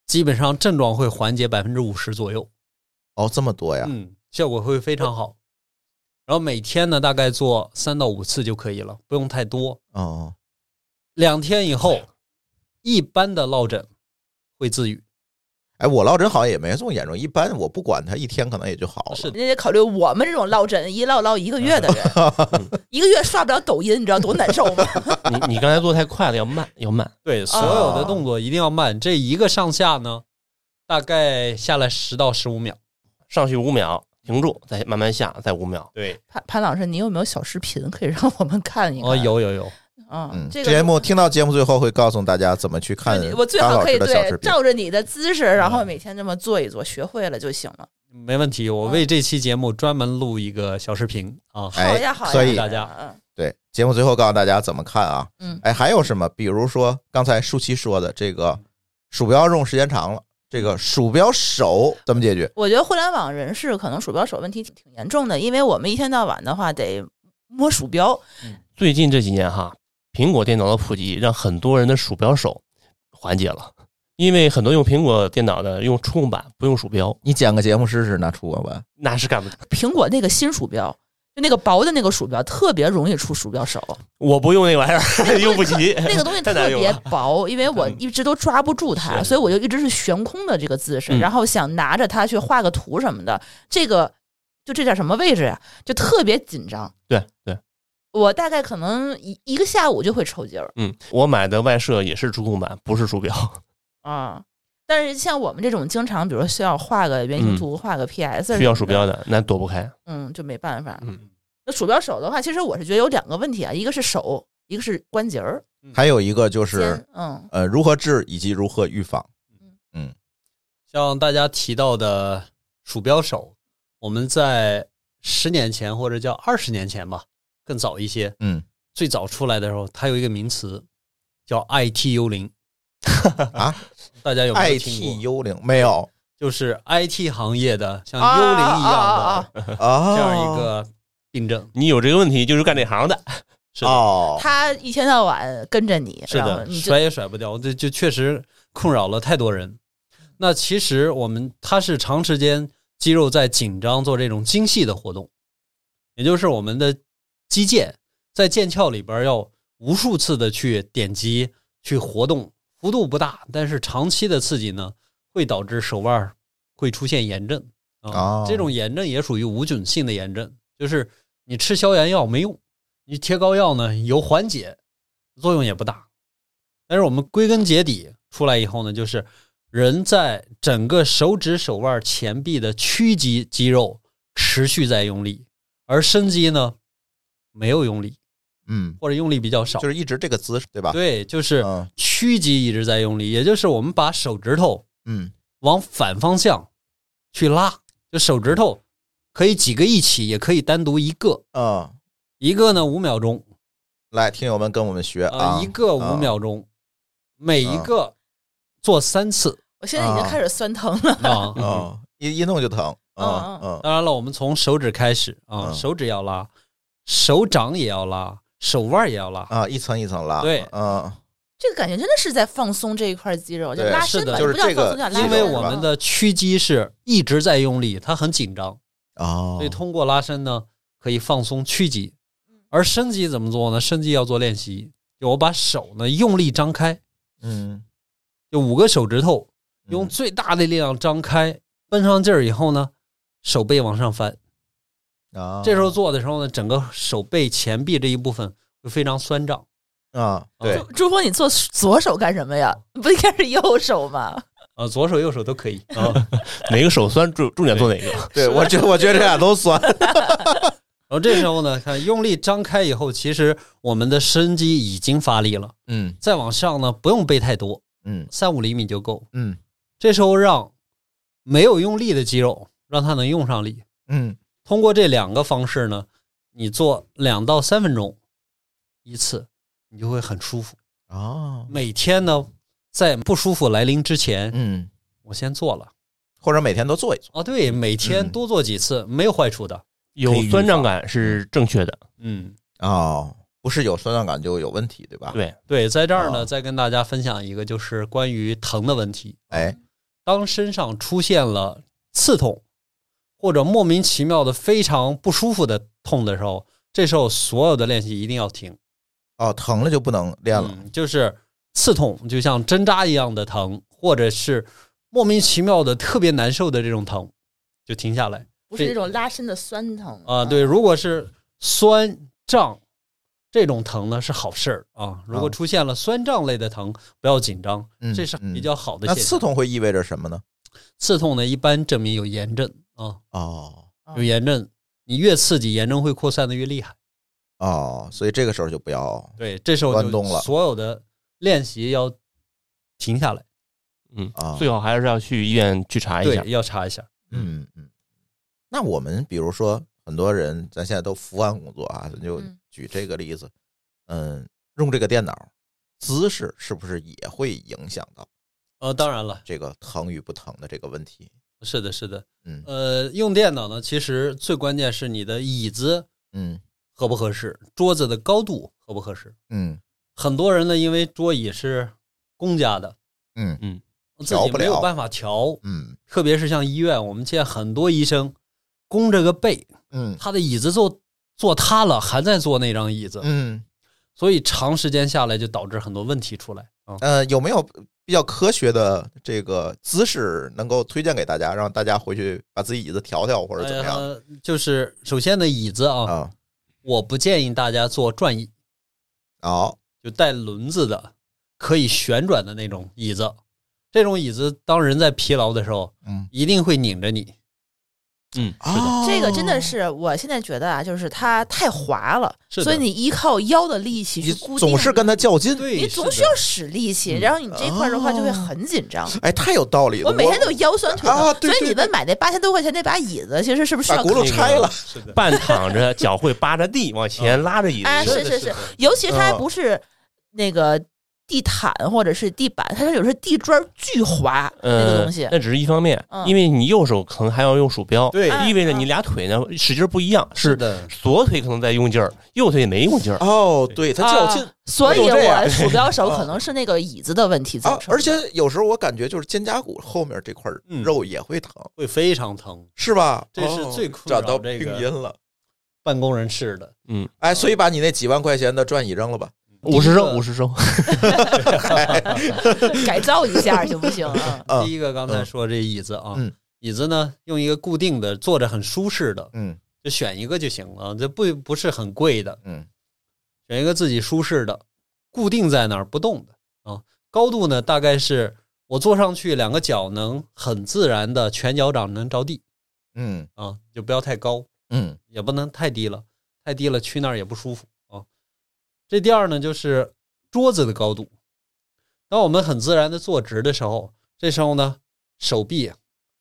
S6: 基本上症状会缓解百分之五十左右。
S4: 哦，这么多呀，
S6: 嗯，效果会非常好。然后每天呢，大概做三到五次就可以了，不用太多。
S4: 哦，哎
S6: 两天以后，一般的落枕会自愈。
S4: 哎，我落枕好像也没这么严重，一般我不管它，一天可能也就好了。
S6: 是的
S5: 人家得考虑我们这种落枕一落落一个月的人， 一个月刷不了抖音，你知道多难受吗？
S7: 你你刚才做太快了，要慢要慢。
S6: 对，所有
S5: 啊
S6: 的动作一定要慢，这一个上下呢，大概下来十到十五秒。
S7: 上去五秒，停住，再慢慢下，再五秒。
S6: 对，
S5: 潘潘老师，你有没有小视频可以让我们看一看？
S6: 哦，有有有，
S5: 啊，
S4: 嗯，
S5: 这个
S4: 节目听到节目最后会告诉大家怎么去看
S5: 对你我最
S4: 张
S5: 好
S4: 老
S5: 可
S4: 师
S5: 以
S4: 的小
S5: 对
S4: 视频。
S5: 照着你的姿势，然后每天这么做一做，学会了就行了。
S6: 没问题。我为这期节目专门录一个小视频啊。
S5: 好呀，
S4: 哎
S5: 好呀，
S4: 所以
S5: 好呀
S6: 大家
S5: 嗯
S4: 对，节目最后告诉大家怎么看啊。
S5: 嗯
S4: 哎，还有什么？比如说刚才舒淇说的这个鼠标用时间长了，这个鼠标手怎么解决？
S5: 我觉得互联网人士可能鼠标手问题挺挺严重的，因为我们一天到晚的话得摸鼠标，
S7: 最近这几年哈，苹果电脑的普及让很多人的鼠标手缓解了，因为很多用苹果电脑的用触控板不用鼠标，
S4: 你剪个节目试试呢，楚文
S5: 嗯
S4: 文。
S7: 那是干不。
S5: 苹果那个新鼠标，就那个薄的那个鼠标，特别容易出鼠标手。
S7: 我不用那玩意儿，用不起。
S5: 那个东西特
S7: 太难用
S5: 别
S7: 了嗯
S5: 薄，因为我一直都抓不住它，
S7: 是
S5: 所以我就一直是悬空的这个姿势，
S7: 嗯
S5: 然后想拿着它去画个图什么的，这个就这叫什么位置呀、就特别紧张。
S7: 对对，
S5: 我大概可能一一个下午就会抽筋儿
S7: 嗯，我买的外设也是触控板，不是鼠标。
S5: 啊。但是像我们这种经常，比如说需要画个原型图、画个 PS，
S7: 嗯需要鼠标
S5: 的，
S7: 的，那躲不开。
S5: 嗯，就没办法。
S7: 嗯
S5: 那鼠标手的话，其实我是觉得有两个问题啊，一个是手，一个是关节儿。
S4: 还有一个就
S5: 肩
S4: 是
S5: 嗯，
S4: 呃，如何治以及如何预防。
S6: 像大家提到的鼠标手，我们在十年前或者叫二十年前吧，更早一些，
S4: 嗯
S6: 最早出来的时候，它有一个名词叫 IT 幽灵，
S4: 啊
S6: 大家有没有听
S4: ，IT
S6: 过？
S4: 幽灵没 有
S6: 就是 IT 行业的像幽灵一样的
S4: 啊？
S6: 这样一个病症。
S7: 你有这个问题，就是干这行的。
S6: 是的
S4: 哦，
S5: 他一天到晚跟着你，
S7: 是的
S5: 然后你就
S6: 甩也甩不掉，这就确实困扰了太多人。那其实我们它是长时间肌肉在紧张做这种精细的活动，也就是我们的肌腱在腱鞘里边要无数次的去点击、去活动，幅度不大，但是长期的刺激呢，会导致手腕会出现炎症啊。
S4: 哦
S6: 这种炎症也属于无菌性的炎症，就是你吃消炎药没用，你贴膏药呢有缓解，作用也不大。但是我们归根结底出来以后呢，就是人在整个手指、手腕前臂的屈肌肌肉持续在用力，而伸肌呢没有用力，
S4: 嗯，
S6: 或者用力比较少。
S4: 就是一直这个姿势对吧？
S6: 对，就是
S4: 啊嗯
S6: 屈肌一直在用力，也就是我们把手指头
S4: 嗯
S6: 往反方向去拉，就手指头可以几个一起，也可以单独一个，
S4: 嗯，
S6: 一个呢五秒钟，
S4: 来，听友们跟我们学
S6: 啊，
S4: 啊，
S6: 一个五秒钟，每一个做三次
S5: 我现在
S7: 啊
S5: 已经开始酸疼了。
S6: 啊。
S4: 啊，一一弄就疼啊
S5: 嗯
S4: 嗯
S6: 当然了，我们从手指开始啊，
S4: 嗯
S6: 手指要拉，手掌也要拉，手腕也要拉。
S4: 啊，一层一层拉，
S6: 对
S4: 嗯
S5: 这个感觉真的是在放松这一块肌肉，就
S4: 对
S5: 拉
S6: 是
S5: 伸
S6: 的
S5: 吧，
S6: 就是
S5: 不叫
S4: 这个
S5: 放松，叫拉伸。
S6: 因为我们的屈肌是一直在用力，它很紧张，
S4: 哦
S6: 所以通过拉伸呢，可以放松屈肌。而伸肌怎么做呢？伸肌要做练习，就我把手呢用力张开，
S4: 嗯，
S6: 就五个手指头
S4: 嗯
S6: 用最大的力量张开，绷上劲儿以后呢，手背往上翻。
S4: 啊，
S6: 这时候做的时候呢，整个手背前臂这一部分会非常酸胀。
S4: 啊，对
S6: 啊，
S5: 朱朱峰，你做左手干什么呀？ 不应该是右手吗？
S6: 呃，左手右手都可以啊。
S7: 哪个手酸，重重点做哪个。
S4: 对我觉我觉得这俩都酸，
S6: 然后这时候呢，看用力张开以后，其实我们的伸肌已经发力了。
S4: 嗯
S6: 再往上呢，不用背太多，
S4: 嗯
S6: 三五厘米就够。
S4: 嗯
S6: 这时候让没有用力的肌肉让它能用上力。
S4: 嗯，
S6: 通过这两个方式呢，你做两到三分钟一次，你就会很舒服。
S4: 哦，
S6: 每天呢，在不舒服来临之前，
S4: 嗯，
S6: 我先做了。
S4: 或者每天都做一做，
S6: 哦，对，每天
S4: 嗯
S6: 多做几次、没有坏处的。
S7: 有酸胀感是正确的，
S6: 嗯，
S4: 哦，不是有酸胀感就有问题，对吧？，
S7: 对，
S6: 对，在这儿呢，
S4: 哦
S6: 再跟大家分享一个，就是关于疼的问题。
S4: 哎，
S6: 当身上出现了刺痛或者莫名其妙的非常不舒服的痛的时候，这时候所有的练习一定要停。嗯
S4: 哦，疼了就不能练了，
S6: 嗯，就是刺痛，就像针扎一样的疼，或者是莫名其妙的特别难受的这种疼，就停下来。
S5: 不是那种拉伸的酸疼
S6: 啊，对，，如果是酸胀这种疼呢，是好事儿啊。如果
S4: 啊
S6: 出现了酸胀类的疼，不要紧张，
S4: 嗯
S6: 这是比
S4: 嗯
S6: 较好的
S4: 那
S6: 现
S4: 刺
S6: 象。
S4: 痛会意味着什么呢？
S6: 刺痛呢，一般证明有炎症啊，
S4: 哦
S6: 有炎症，你越刺激，炎症会扩散的越厉害。
S4: 哦，所以这个时候就不要
S6: 对，这时候
S4: 关
S6: 就
S4: 东了
S6: 所有的练习要停下来，
S7: 嗯
S4: 啊，
S7: 最好还是要去医院去查一
S6: 对
S7: 下，。
S6: 要查一下。
S4: 嗯嗯。那我们比如说，很多人咱现在都伏案工作啊，咱就
S5: 嗯
S4: 举这个例子，嗯，用这个电脑姿势是不是也会影响到
S6: 呃，当然了，
S4: 这个疼与不疼的这个问题？
S6: 是的，是的。
S4: 嗯
S6: 呃，用电脑呢，其实最关键是你的椅子
S4: 嗯
S6: 合不合适，桌子的高度合不合适。
S4: 嗯
S6: 很多人呢，因为桌椅是公家的，
S4: 嗯
S6: 自
S4: 调
S6: 己
S4: 不
S6: 没有
S4: 了
S6: 办法调，
S4: 嗯
S6: 特别是像医院，我们见很多医生弓着个背，
S4: 嗯
S6: 他的椅子坐坐塌了，还在坐那张椅子，
S4: 嗯，
S6: 所以长时间下来就导致很多问题出来啊。
S4: 呃，有没有比较科学的这个姿势能够推荐给大家，让大家回去把自己椅子调调或者怎么样
S6: 呃，就是首先呢，椅子啊，
S4: 啊？
S6: 我不建议大家坐转椅，
S4: 好，
S6: 就带轮子的，可以旋转的那种椅子。这种椅子，当人在疲劳的时候，
S4: 嗯，
S6: 一定会拧着你。
S7: 嗯，
S4: 哦
S5: 这个真的是我现在觉得啊，就是它太滑了，
S6: 是的
S5: 所以你依靠腰的力气
S4: 你
S5: 去固定，
S4: 总是跟他较劲，
S6: 对，
S5: 你
S6: 是
S5: 总
S6: 的
S5: 需要使力气，然后你这块儿的话
S4: 哦
S5: 就会很紧张。
S4: 哎，太有道理了。
S5: 我每天都有腰酸腿
S4: 啊
S5: 疼，
S4: 对
S5: 所以
S4: 对
S5: 你
S4: 对
S5: 们买那八千多块钱那把椅子，其实是不是
S4: 把
S5: 要
S4: 轱辘拆了，
S6: 是的，
S7: 半躺着，脚会扒着地往前拉着椅
S5: 哎，
S7: 子，
S5: 是
S6: 是
S5: 是
S6: 是
S5: 是，尤其它还
S4: 嗯
S5: 不是那个地毯或者是地板，它是有时候地砖巨滑那个
S7: 呃
S5: 东西，。
S7: 那只是一方面，
S5: 嗯
S7: 因为你右手可能还要用鼠标，
S4: 对
S5: 哎
S7: 意味着你
S5: 嗯
S7: 俩腿呢使劲儿不一样，
S6: 是
S7: 是
S6: 的，
S7: 左腿可能在用劲儿，右腿没用劲儿。
S4: 哦，对他较劲
S5: 啊，所以
S4: 就这样
S5: 我鼠标手可能是那个椅子的问题造
S4: 啊，
S5: 成的。
S4: 而且有时候我感觉就是肩胛骨后面这块
S6: 嗯
S4: 肉也会疼，
S6: 会非常疼。
S4: 是吧？
S6: 这是
S4: 哦
S6: 最困
S4: 找
S6: 扰
S4: 到病
S6: 这个
S4: 因了。
S6: 办公人士的，
S4: 哎，所以把你那几万块钱的转椅扔了吧。
S7: 五十
S6: 第一
S7: 升，
S6: 个
S7: 五十升，
S5: 改造一下行 不行啊？
S4: 嗯
S6: 第一个刚才说这椅子啊，
S4: 嗯
S6: 椅子呢用一个固定的，坐着很舒适的，
S4: 嗯
S6: 就选一个就行了，这不不是很贵的，
S4: 嗯，
S6: 选一个自己舒适的，固定在那儿不动的啊。高度呢大概是我坐上去，两个脚能很自然的全脚掌能着地
S4: 嗯
S6: 啊，就不要太高，
S4: 嗯
S6: 也不能太低了，太低了去那儿也不舒服啊。这第二呢，就是桌子的高度。当我们很自然的坐直的时候，这时候呢，手臂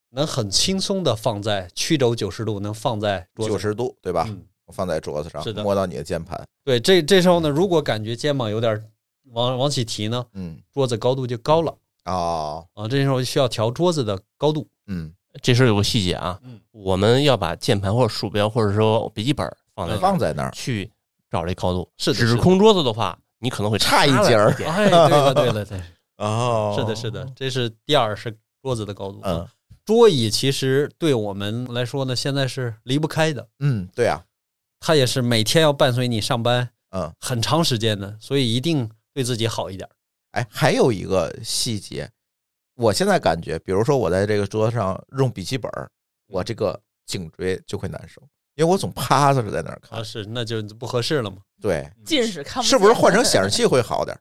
S6: 能很轻松的放在曲肘九十度，能放在桌子
S4: 九十度对吧？
S6: 嗯，
S4: 我放在桌子上
S6: 是，的
S4: 摸到你的键盘。
S6: 对，这这时候呢，如果感觉肩膀有点往往起提呢，
S4: 嗯
S6: 桌子高度就高了
S4: 哦
S6: 啊。这时候需要调桌子的高度。
S4: 嗯，
S7: 这时候有个细节啊，我们要把键盘或者鼠标或者说笔记本放在那
S6: 嗯
S7: 儿
S4: 放在那儿
S7: 去找这高度。
S6: 是的
S7: 只
S6: 是
S7: 是
S6: 的
S7: 空桌子的话，你可能会
S4: 差一
S7: 了
S4: 截儿
S7: 点
S6: 哎，对了对了 对了，
S4: 哦
S6: 是的是的，这是第二是桌子的高度。啊
S4: 嗯
S6: 桌椅其实对我们来说呢，现在是离不开的，
S4: 嗯，对啊，
S6: 它也是每天要伴随你上班
S4: 嗯，
S6: 很长时间的，所以一定对自己好一点。
S4: 哎，还有一个细节，我现在感觉，比如说我在这个桌子上用笔记本儿，
S6: 嗯
S4: 我这个颈椎就会难受，因为我总趴着在那儿看
S6: 啊，。嗯是，那就不合适了嘛。
S4: 对，
S5: 近视看不
S4: 是
S5: 见
S4: 不是换成显 示器会好点儿，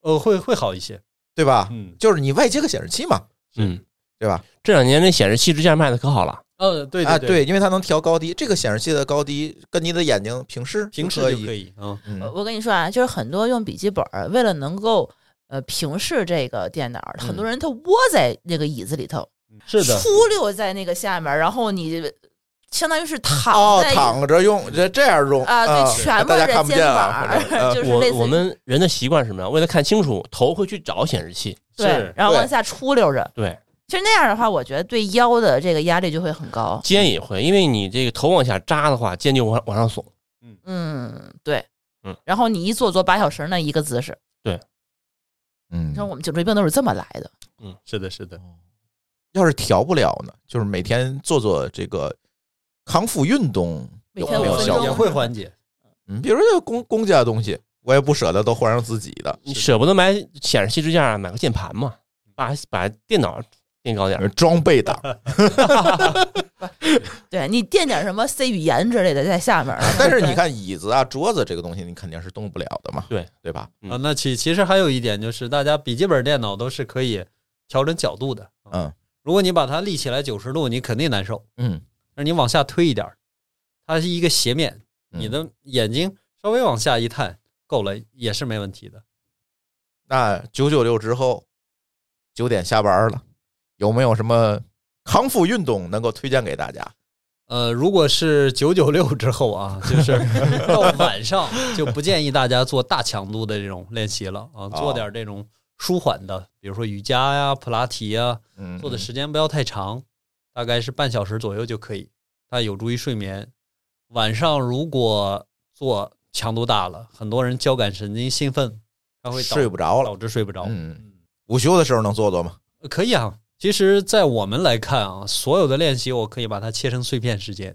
S6: 呃，会会好一些。
S4: 对吧？
S6: 嗯，
S4: 就是你外接个显示器嘛，
S7: 嗯，
S4: 对吧？
S7: 这两年这显示器支架卖的可好了，
S6: 呃，对
S4: 啊，
S6: 对
S4: 对，
S6: 对，
S4: 因为它能调高低，这个显示器的高低跟你的眼睛平视，
S6: 平时
S4: 可
S6: 就可
S4: 以。
S6: 以啊。
S5: 呃
S4: 嗯
S5: 我跟你说啊，就是很多用笔记本儿为了能够呃平视这个电脑，很
S4: 嗯
S5: 多人他窝在那个椅子里头，
S6: 是的，
S5: 出溜在那个下面，然后你相当于是躺
S4: 哦，
S5: 在椅
S4: 躺着用，这这样用
S5: 啊，对，全部
S4: 大家
S5: 在
S4: 看不
S5: 肩
S4: 见
S5: 膀
S4: 啊，
S5: 儿， 就是类似于
S7: 我我们人的习惯是什么呀？为了看清楚，头会去找显示器。
S5: 对
S6: 是，
S5: 然后往
S4: 对
S5: 下出溜着。
S7: 对，
S5: 其实那样的话，我觉得对腰的这个压力就会很高。
S7: 肩也会，因为你这个头往下扎的话，肩就往往上耸。
S5: 嗯，对，
S7: 嗯。
S5: 然后你一坐坐八小时那一个姿势，
S4: 嗯
S5: 你说我们颈椎病都是这么来的。
S6: 是的，是的，
S4: 要是调不了呢，就是每天做做这个康复运动，
S5: 每
S4: 有
S5: 天
S4: 没
S5: 五
S4: 有
S5: 分
S4: 效
S5: 钟
S6: 也
S4: 果？
S6: 会缓解。
S4: 嗯，比如这个公公家的东西，我也不舍得都换成自己的。
S7: 你
S6: 是的
S7: 舍不得买显示器支架，买个键盘嘛。把把电脑垫高点儿，
S4: 装啊备党，
S5: 对你垫点什么 C 语言之类的在下 面儿，
S4: 但是你看椅子啊、桌子这个东西，你肯定是动不了的嘛，
S7: 对
S4: 对吧？
S7: 嗯
S6: 啊，那其其实还有一点就是，大家笔记本电脑都是可以调整角度的。啊
S4: 嗯
S6: 如果你把它立起来九十度，你肯定难受。
S4: 嗯，
S6: 但是你往下推一点儿，它是一个斜面，
S4: 嗯
S6: 你的眼睛稍微往下一探，够了也是没问题的。
S4: 那九九六之后九点下班了，有没有什么康复运动能够推荐给大家？
S6: 呃，如果是九九六之后啊，就是 到晚上就不建议大家做大强度的这种练习了啊，
S4: 哦
S6: 做点这种舒缓的，比如说瑜伽呀、普拉提呀，
S4: 嗯，
S6: 做的时间不要太长，大概是半小时左右就可以，它有助于睡眠。晚上如果做强度大了，很多人交感神经兴奋，它会导
S4: 睡不着了
S6: 导致睡不着。
S4: 嗯，午休的时候能做做吗？
S6: 呃可以啊。其实，在我们来看啊，所有的练习我可以把它切成碎片时间，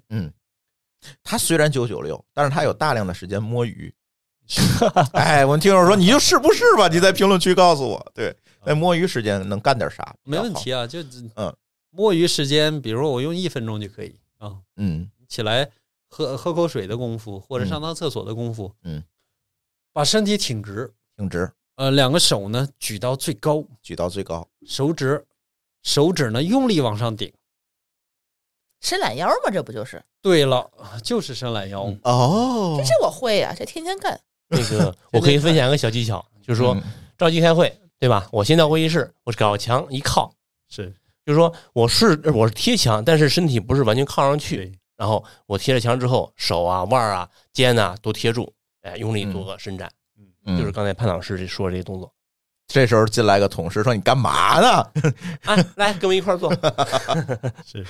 S4: 他虽然九九六，但是他有大量的时间摸 鱼。哎，我们听友说，你就是不是吧？你在评论区告诉我，对，在摸鱼时间能干点啥？
S6: 啊没问题啊。就
S4: 嗯，
S6: 摸鱼时间，比如说我用一分钟就可以啊，
S4: 嗯，
S6: 起来喝喝口水的功夫，或者上趟厕所的功夫，
S4: 嗯，
S6: 把身体挺直，
S4: 挺直，
S6: 呃，两个手呢举到最高，
S4: 举到最高。
S6: 手指，手指呢用力往上顶。
S5: 伸懒腰嘛，这不就是？
S6: 对了，就是伸懒腰。
S4: 哦
S5: 这这我会呀、这天天干。
S7: 那个我可以分享一个小技巧，就是说着急开会，对吧？我先到会议室，我搞墙一靠，
S6: 是，
S7: 就是说我是呃我是贴墙，但是身体不是完全靠上去，
S6: 对，
S7: 然后我贴着墙之后，手啊、腕儿啊、肩呐、都贴住，哎，用力做个伸展，
S4: 嗯
S7: 就是刚才潘老师这说这个动作。
S4: 这时候进来个同事说：“你干嘛呢
S7: 哎，来跟我一块儿做，
S6: 是，？”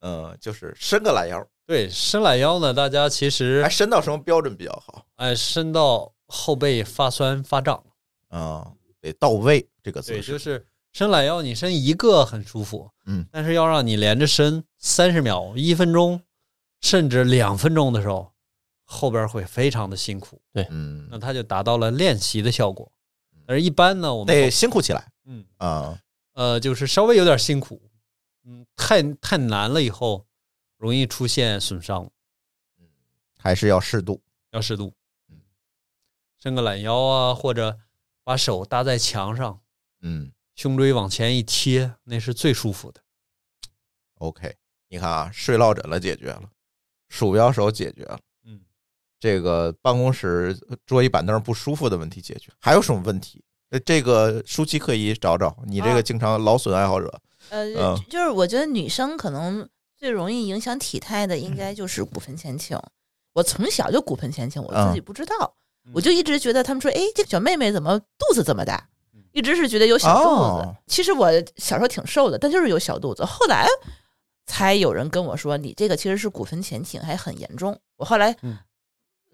S4: 嗯，就是伸个懒腰，
S6: 对，伸懒腰呢，大家其实
S4: 哎，伸到什么标准比较好？
S6: 哎伸到后背发酸发胀，
S4: 啊，得到位这个
S6: 对，
S4: 姿势。
S6: 就是伸懒腰，你伸一个很舒服，
S4: 嗯，
S6: 但是要让你连着伸三十秒、一分钟，甚至两分钟的时候，后边会非常的辛苦，
S4: 嗯
S6: 那，它就达到了练习的效果。嗯但是，一般呢，我们
S4: 得辛苦起来
S6: 嗯
S4: 啊。
S6: 呃，就是稍微有点辛苦，嗯，太太难了以后，容易出现损伤，
S4: 还是要适度。
S6: 要适度
S4: 嗯。
S6: 伸个懒腰啊，或者把手搭在墙上，
S4: 嗯
S6: 胸椎往前一贴，那是最舒服的。
S4: ，OK，你看啊，睡落枕了解决了，鼠标手解决了，
S6: 嗯，
S4: 这个办公室桌椅板凳不舒服的问题解决，还有什么问题？呃这个舒淇可以找找，你这个
S5: 啊
S4: 经常劳损爱好者，
S5: 呃，
S4: 嗯
S5: 就是我觉得女生可能最容易影响体态的，应
S4: 嗯
S5: 该就是骨盆前倾。我从小就骨盆前倾，我
S4: 嗯
S5: 自己不知道，我就一直觉得他们说，哎，这小妹妹怎么肚子这么大？一直是觉得有小肚子。
S4: 嗯哦
S5: 其实我小时候挺瘦的，但就是有小肚子。后来才有人跟我说，你这个其实是骨盆前倾，还很严重。我后来
S6: 嗯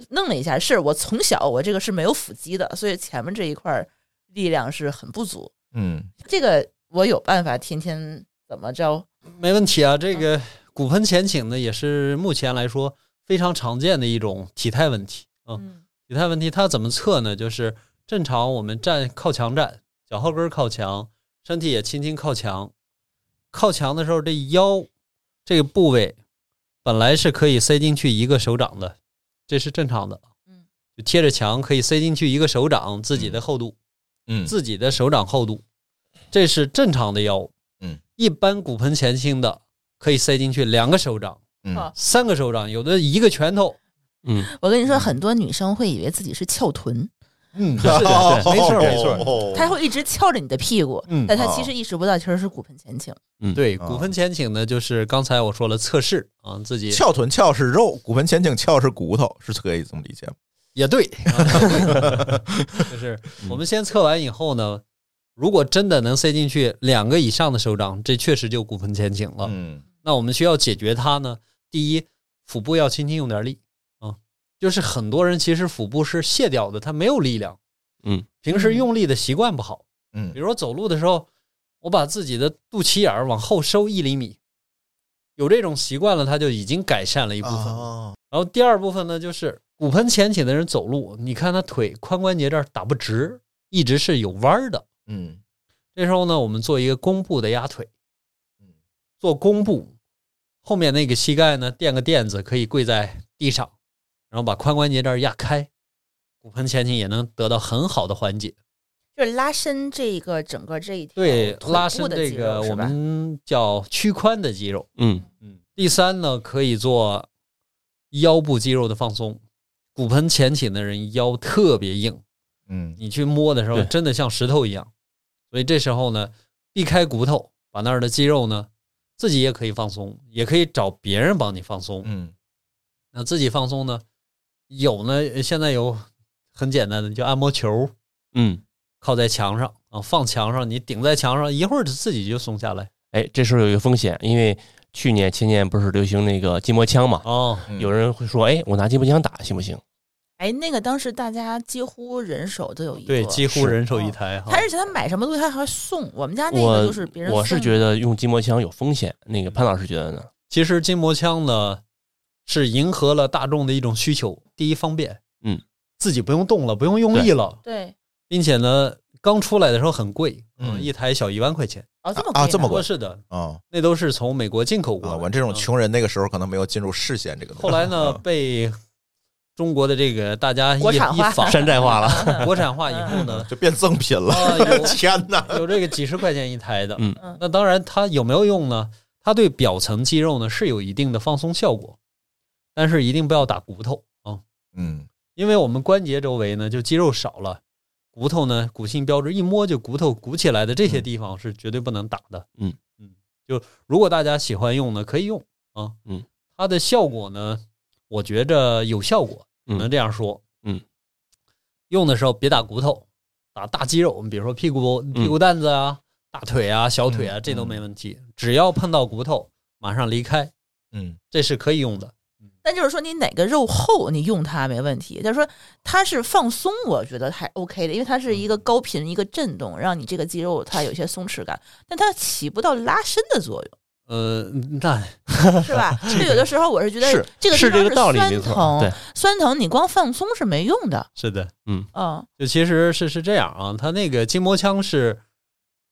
S5: 弄了一下，是我从小我这个是没有腹肌的，所以前面这一块儿力量是很不足。
S4: 嗯，
S5: 这个我有办法，天天怎么着？
S6: 没问题啊。这个骨盆前倾呢，也是目前来说非常常见的一种体态问题啊。
S5: 嗯
S6: 体态问题它怎么测呢？就是正常我们站靠墙站，脚后跟靠墙，身体也轻轻靠墙。靠墙的时候，这腰这个部位本来是可以塞进去一个手掌的，这是正常的。
S5: 嗯，
S6: 就贴着墙可以塞进去一个手掌自己的厚度，
S4: 嗯
S6: 自己的手掌厚度，这是正常的腰。
S4: 嗯，
S6: 一般骨盆前倾的可以塞进去两个手掌、
S4: 嗯
S5: 好
S6: 三个手掌，有的一个拳头。
S7: 嗯，
S5: 我跟你说，很多女生会以为自己是翘臀，
S6: 嗯，
S4: 没
S7: 对
S6: 没事儿没事儿
S4: 错
S5: 她会一直翘着你的屁股，
S6: 嗯
S5: 但她其实意识不到，其实是骨盆前倾。
S6: 对，
S4: 啊
S6: 骨盆前倾呢，就是刚才我说了测试啊，自己
S4: 翘臀翘是肉，骨盆前倾翘是骨头，是可以这么理解吗？
S6: 也对， 啊就是
S4: 嗯
S6: 我们先测完以后呢，如果真的能塞进去两个以上的手掌，这确实就骨盆前倾了。
S4: 嗯
S6: 那我们需要解决它呢，第一，腹部要轻轻用点力啊，就是很多人其实腹部是卸掉的，它没有力量，
S7: 嗯，
S6: 平时用力的习惯不好。比
S4: 嗯
S6: 如我走路的时候，我把自己的肚脐眼儿往后收一厘米，有这种习惯了，他就已经改善了一部分了。
S4: 哦
S6: 然后第二部分呢，就是骨盆前倾的人走路，你看他腿髋关节这儿打不直，一直是有弯儿的。
S4: 嗯
S6: 这时候呢，我们做一个弓步的压腿，
S4: 嗯，
S6: 做弓步，后面那个膝盖呢垫个垫子，可以跪在地上，然后把髋关节这儿压开，骨盆前倾也能得到很好的缓解。
S5: 就是拉伸这个整个这一条
S6: 对，
S5: 腿
S6: 拉
S5: 部
S6: 伸
S5: 哦的
S6: 这
S5: 肌
S6: 个
S5: 肉是
S6: 我
S5: 吧
S6: 们叫屈髋的肌肉。
S7: 嗯
S6: 嗯，第三呢，可以做腰部肌肉的放松。骨盆前倾的人腰特别硬，
S4: 嗯
S6: 你去摸的时候
S7: 对
S6: 真的像石头一样，所以这时候呢，避开骨头，把那儿的肌肉呢自己也可以放松，也可以找别人帮你放松。
S4: 嗯
S6: 那自己放松呢，有呢，现在有很简单的，你就按摩球
S7: 嗯，
S6: 靠在墙上啊，放墙上，你顶在墙上，一会儿自己就松下来。
S7: 哎，这时候有一个风险，因为去年前年不是流行那个筋膜枪嘛，
S6: 哦，
S4: 嗯
S7: 有人会说，哎，我拿筋膜枪打行不行？
S5: 哎，那个当时大家几乎人手都有一个，
S6: 对，几乎
S7: 是
S6: 人手一台哈
S5: 他。而且他买什么东西他还送，我们家那个
S7: 我
S5: 就是别人
S7: 我是
S5: 送
S7: 觉得用筋膜枪有风险，那个潘老师觉得呢？
S6: 其实筋膜枪呢，是迎合了大众的一种需求，第一方便，
S7: 嗯，
S6: 自己不用动了，不用用力了，
S5: 对
S6: 并且呢，刚出来的时候很贵，呃
S4: 嗯
S6: 一台小一万块钱，
S5: 哦这么
S4: 啊
S5: 贵
S4: 这
S5: 呢
S4: 么贵
S6: 过是的，
S4: 哦
S6: 那都是从美国进口过
S4: 啊，
S6: 来的。
S4: 我这种
S6: 嗯
S4: 穷人那个时候可能没有进入视线这个东西。
S6: 后 来呢，
S4: 嗯
S6: 被中国的这个大家一
S5: 国产
S6: 一
S5: 化
S6: 仿
S7: 山寨化了，
S6: 国产化以后呢，
S4: 就变赠品了，
S6: 啊，有
S4: 天哪！
S6: 有这个几十块钱一台的，
S7: 嗯
S5: 嗯
S6: 那当然它有没有用呢？它对表层肌肉呢是有一定的放松效果，但是一定不要打骨头啊，
S4: 嗯
S6: 因为我们关节周围呢就肌肉少了，骨头呢骨性标志一摸就骨头鼓起来的这些地方是绝对不能打的。
S7: 嗯
S6: 嗯，就如果大家喜欢用呢，可以用啊。
S7: 嗯，
S6: 它的效果呢，我觉着有效果，只
S7: 嗯
S6: 能这样说。
S7: 嗯，
S6: 用的时候别打骨头，打大肌肉，比如说屁股屁股蛋子啊、大腿啊、小腿啊，
S4: 嗯
S6: 这都没问题。只要碰到骨头，马上离开，
S4: 嗯，
S6: 这是可以用的。
S5: 但就是说你哪个肉厚，你用它没问题。就是说它是放松，我觉得还 OK 的，因为它是一
S7: 嗯
S5: 个高频一个震动，让你这个肌肉它有一些松弛感，但它起不到拉伸的作用，
S6: 呃，那
S5: 是 吧？就有的时候我是觉得
S7: 是
S5: 这个地
S7: 是
S5: 方
S7: 这个道理，没
S5: 酸
S7: 错，对
S5: 疼，，酸疼你光放松是没用的，
S6: 是的。
S5: 嗯
S6: 就其实是是这样啊，它那个筋膜枪是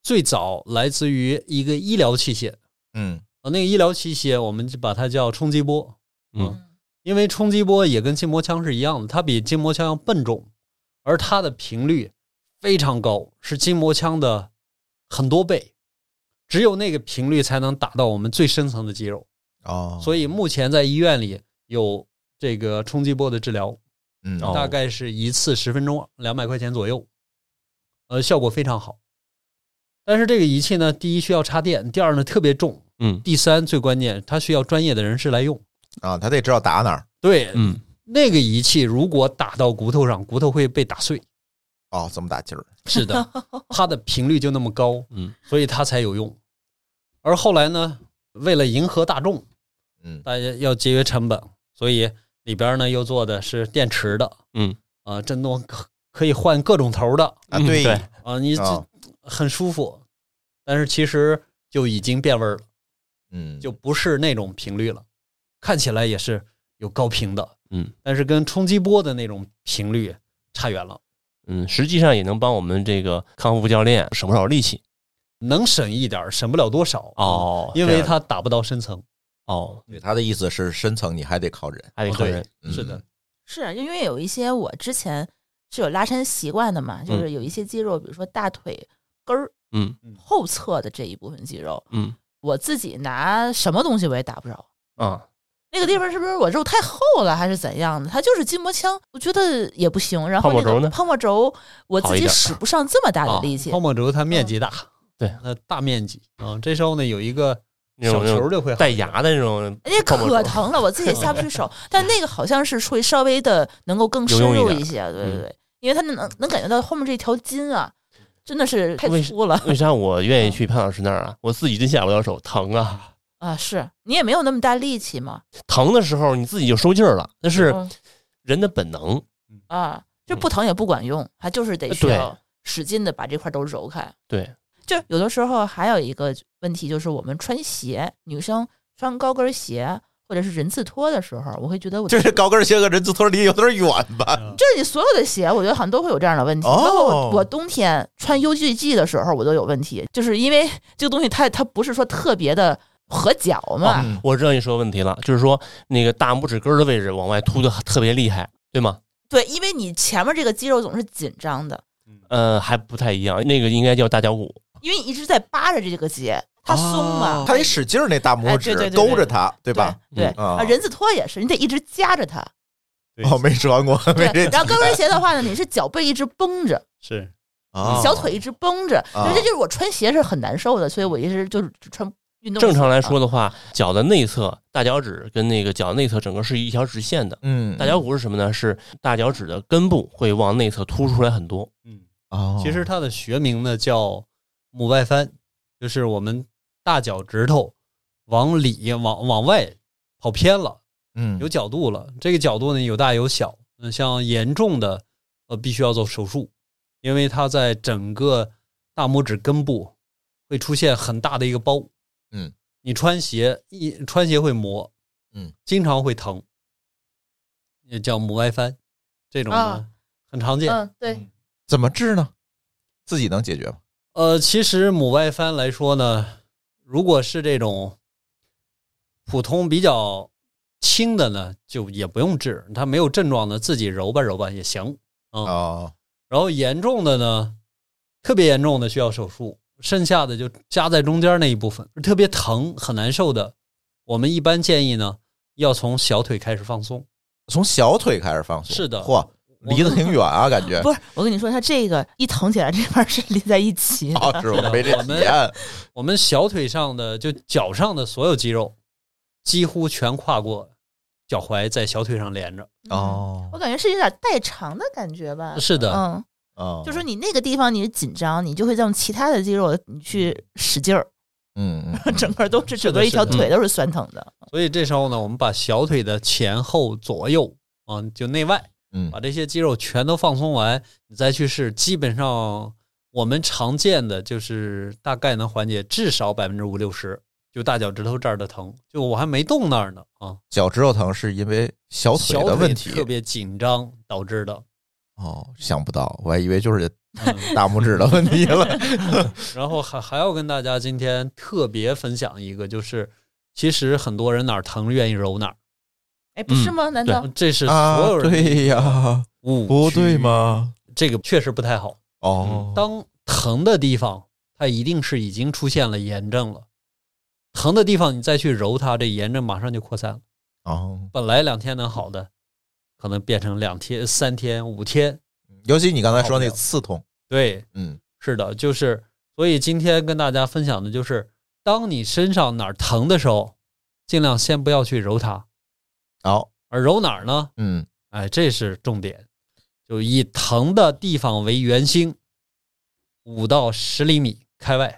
S6: 最早来自于一个医疗器械，
S4: 嗯
S6: 呃，那个医疗器械我们就把它叫冲击波，
S7: 嗯，
S6: 因为冲击波也跟筋膜枪是一样的，它比筋膜枪要笨重，而它的频率非常高，是筋膜枪的很多倍，只有那个频率才能打到我们最深层的肌肉，
S4: 哦，
S6: 所以目前在医院里有这个冲击波的治疗，
S4: 嗯
S7: 哦
S6: 大概是一次十分钟，两百块钱左右，呃，效果非常好。但是这个仪器呢，第一需要插电，第二呢特别重，
S7: 嗯
S6: 第三最关键，它需要专业的人士来用。
S4: 啊，他得知道打哪儿
S6: 对，
S7: 嗯，
S6: 那个仪器如果打到骨头上，骨头会被打碎。
S4: 哦，怎么打劲儿？
S6: 是的， 它的频率就那么高，
S7: 嗯，
S6: 所以它才有用。而后来呢，为了迎合大众，
S4: 嗯
S6: 大家要节约成本，所以里边呢又做的是电池的，
S7: 嗯，
S6: 呃，震动可可以换各种头的，
S4: 啊，
S7: 嗯
S4: 对
S7: 对
S6: 啊，你
S4: 啊
S6: 这很舒服，但是其实就已经变味儿了，
S4: 嗯，
S6: 就不是那种频率了，看起来也是有高频的，
S7: 嗯，
S6: 但是跟冲击波的那种频率差远了，
S7: 嗯，实际上也能帮我们这个康复教练省不少力气
S6: 能省一点儿，省不了多少，嗯
S7: 哦
S6: 因
S7: 这
S6: 为
S7: 样
S6: 它打不到深层，
S7: 哦，
S4: 对他的意思是深层你还得靠人，
S7: 还得
S6: 哦
S7: 靠
S6: 对
S7: 人，
S4: 嗯
S6: 是的，
S5: 是啊因为有一些我之前是有拉伸习惯的嘛，就是有一些肌肉，比如说大腿根儿
S7: 嗯
S5: 后侧的这一部分肌肉，
S7: 嗯
S5: 我自己拿什么东西我也打不着。
S7: 啊，
S5: 那个地方是不是我肉太厚了，还是怎样的？它就是筋膜枪，我觉得也不行。然后
S7: 泡沫
S5: 那
S7: 轴
S5: 个
S7: 呢
S5: 泡沫轴，我
S7: 好
S5: 自
S7: 一
S5: 己
S7: 点
S5: 使不上这么大
S7: 啊
S5: 的力气嗯
S6: 泡。沫轴它面积大，
S7: 对，
S6: 那大面积啊，这时候呢有一个
S7: 那
S6: 小
S7: 种那
S6: 球
S7: 种
S6: 就会好
S7: 带
S6: 一点，
S7: 牙的那种
S5: 人家
S7: 泡沫轴，
S5: 可疼了，我自己也下不去 手。但那个好像是会稍微的能够更深
S7: 有用
S5: 入
S7: 一点
S5: 一些，对对
S7: 嗯
S5: 对，因为它能能感觉到后面这条筋啊，真的是太
S7: 为
S5: 粗了
S7: 为啥我愿
S5: 嗯
S7: 意去潘老师那儿啊？我自己真下不了手，疼啊！
S5: 啊！是你也没有那么大力气嘛，
S7: 疼的时候你自己就收劲儿了，那是
S5: 嗯
S7: 人的本能。
S5: 啊，就
S4: 嗯
S5: 不疼也不管用，它就是
S4: 呃
S5: 得需
S7: 对
S5: 要使劲的把这块都揉开。
S7: 对，
S5: 就有的时候还有一个问题，就是我们穿鞋，女生穿高跟鞋或者是人字拖的时候，我会觉得我
S4: 就是高跟鞋和人字拖离有点远吧？
S6: 嗯
S5: 就是你所有的鞋，我觉得好像都会有这样的问题。
S4: 哦
S5: 包括我，我冬天穿 UGG 的时候，我都有问题，就是因为 这个东西它它不是说特别的合脚嘛。
S4: 嗯
S7: 我知道你说的问题了，就是说那个大拇指根儿的位置往外凸的特别厉害，对吗？
S5: 对，因为你前面这个肌肉总是紧张的，
S7: 呃，还不太一样，那个应该叫大脚骨。
S5: 因为你一直在扒着这个节，它松嘛。
S4: 哦他得使劲儿，那大拇指
S5: 哎对对对对
S4: 勾着它，对
S5: 对
S4: 吧？？
S5: 对
S4: 嗯啊
S5: 啊，人字拖也是，你得一直夹着它。
S6: 对
S4: 哦，没穿过，没
S5: 对
S4: 这，
S5: 啊然后高跟鞋的话呢，你是脚背一直绷着，
S6: 是
S4: 哦
S5: 小腿一直绷着，
S4: 哦
S5: 所以这就是我穿鞋是很难受的，所以我一直就是只穿运动。
S7: 正常来，说的话，脚的内侧大脚趾跟那个脚内侧整个是一条直线的。
S4: 嗯，
S7: 大脚骨是什么呢？是大脚趾的根部会往内侧突出来很多。
S6: 嗯，
S4: 哦，
S6: 其实它的学名呢叫母外翻，就是我们大脚趾头往里往往外跑偏了。
S4: 嗯
S6: 有角度了。这个角度呢有大有小，嗯，像严重的，呃，必须要做手术，因为它在整个大拇指根部会出现很大的一个包。
S4: 嗯，
S6: 你穿鞋一穿鞋会磨，
S4: 嗯，
S6: 经常会疼，也叫母外翻，这种呢、
S5: 啊
S6: 很常见。
S5: 嗯，对，
S4: 怎么治呢？自己能解决吗？
S6: 呃，其实母外翻来说呢，如果是这种普通比较轻的呢，就也不用治，它没有症状的自己揉吧揉吧也行。嗯
S4: 哦，
S6: 然后严重的呢，特别严重的需要手术，剩下的就夹在中间那一部分，特别疼很难受的，我们一般建议呢要从小腿开始放松。
S4: 从小腿开始放松。
S6: 是的
S4: 嚯，离得挺远啊，感 觉。
S5: 不是，我跟你说，它这个一疼起来，这边是连在一起的。
S4: 哦，是我没这
S6: 我
S4: 体
S6: 们
S4: 验。
S6: 我们小腿上的就脚上的所有肌肉，几乎全跨过脚踝，在小腿上连着。
S5: 嗯，
S4: 哦
S5: 我感觉是有点代偿的感觉吧。
S6: 是的
S5: 嗯，
S4: 哦，
S5: 就说你那个地方你紧张，你就会用其他的肌肉你去使劲儿，
S4: 嗯，嗯
S5: 整个都是
S6: 是
S5: 整
S6: 的
S5: 个一条
S6: 是的
S5: 腿都是酸疼的。
S6: 所以这时候呢，我们把小腿的前后左右，啊，就内外，
S4: 嗯
S6: 把 这些肌肉全都放松完，你再去试，基本上我们常见的就是大概能缓解至少百分之五六十，就大脚趾头这儿的疼，就我还没动那儿呢啊，
S4: 脚趾头疼是因为小腿
S6: 小
S4: 的
S6: 腿
S4: 问题。
S6: 特别紧张导致的。
S4: 哦，想不到，我还以为就是
S6: 嗯
S4: 大拇指的问题了。
S6: 然后还还要跟大家今天特别分享一个，就是其实很多人哪儿疼愿意揉哪儿，
S5: 哎，不是吗？难道
S6: 这 是所有
S4: 啊，
S6: 人
S4: 对 呀，
S6: 误区
S4: 不对？吗？
S6: 这个确实不太好。
S4: 哦，
S6: 当疼的地方，它一定是已经出现了炎症了。疼的地方你再去揉它，这炎症马上就扩散了。
S4: 哦，
S6: 本来两天能好的，可能变成两天、三天、五天。
S4: 尤其你刚才说那刺痛，
S6: 对，
S4: 嗯
S6: 是的，就是所以今天跟大家分享的就是，当你身上哪儿疼的时候，尽量先不要去揉它，
S4: 好，
S6: 而揉哪儿呢？
S4: 嗯，
S6: 哎，这是重点，就以疼的地方为圆心，五到十厘米开外。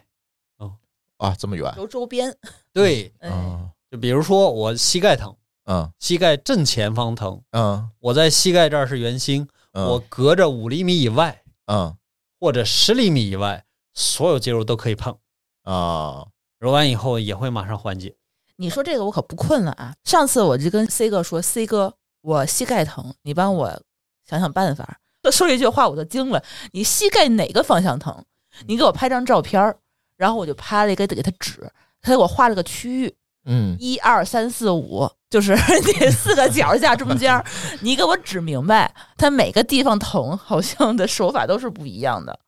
S4: 啊，这么远
S5: 揉周
S6: 哦
S5: 边？
S6: 对，
S5: 哎，
S4: 啊，
S6: 就比如说我膝盖疼，
S4: 嗯
S6: 膝盖正前方疼，
S4: 嗯
S6: 我在膝盖这儿是圆心，
S4: 嗯，
S6: 我隔着五厘米以外
S4: 嗯
S6: 或者十厘米以外，所有肌肉都可以碰，
S4: 啊，
S6: 揉完以后也会马上缓解。
S5: 你说这个我可不困了啊！上次我就跟 C 哥说，C 哥，我膝盖疼，你帮我想想办法。 说了一句话我就惊了，你膝盖哪个方向疼？你给我拍张照片儿，然后我就拍了一个给他指，他给我画了个区域，
S4: 嗯
S5: 一二三四五，就是 那四个角儿架中间 儿，你给我指明白，它每个地方疼，好像的手法都是不一样的。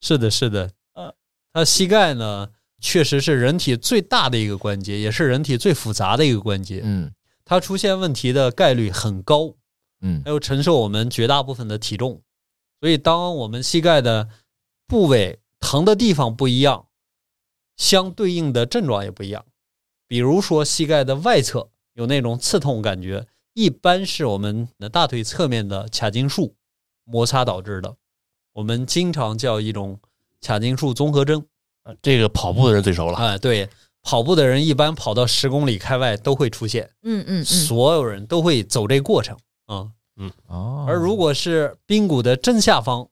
S6: 是的，是的，
S5: 嗯，
S6: 呃它膝盖呢，确实是人体最大的一个关节，也是人体最复杂的一个关节，
S4: 嗯
S6: 它出现问题的概率很高。
S4: 嗯
S6: 还有承受我们绝大部分的体重。所以，当我们膝盖的部位疼的地方不一样，相对应的症状也不一样。比如说，膝盖的外侧有那种刺痛感觉，一般是我们的大腿侧面的髂胫束摩擦导致的。我们经常叫一种髂胫束综合征。
S7: 呃这个跑步的人最熟了。
S6: 啊、对，跑步的人一般跑到十公里开外都会出现，
S5: 嗯嗯嗯，
S6: 所有人都会走这过程啊。
S4: 哦，
S6: 而如果是髌骨的正下方，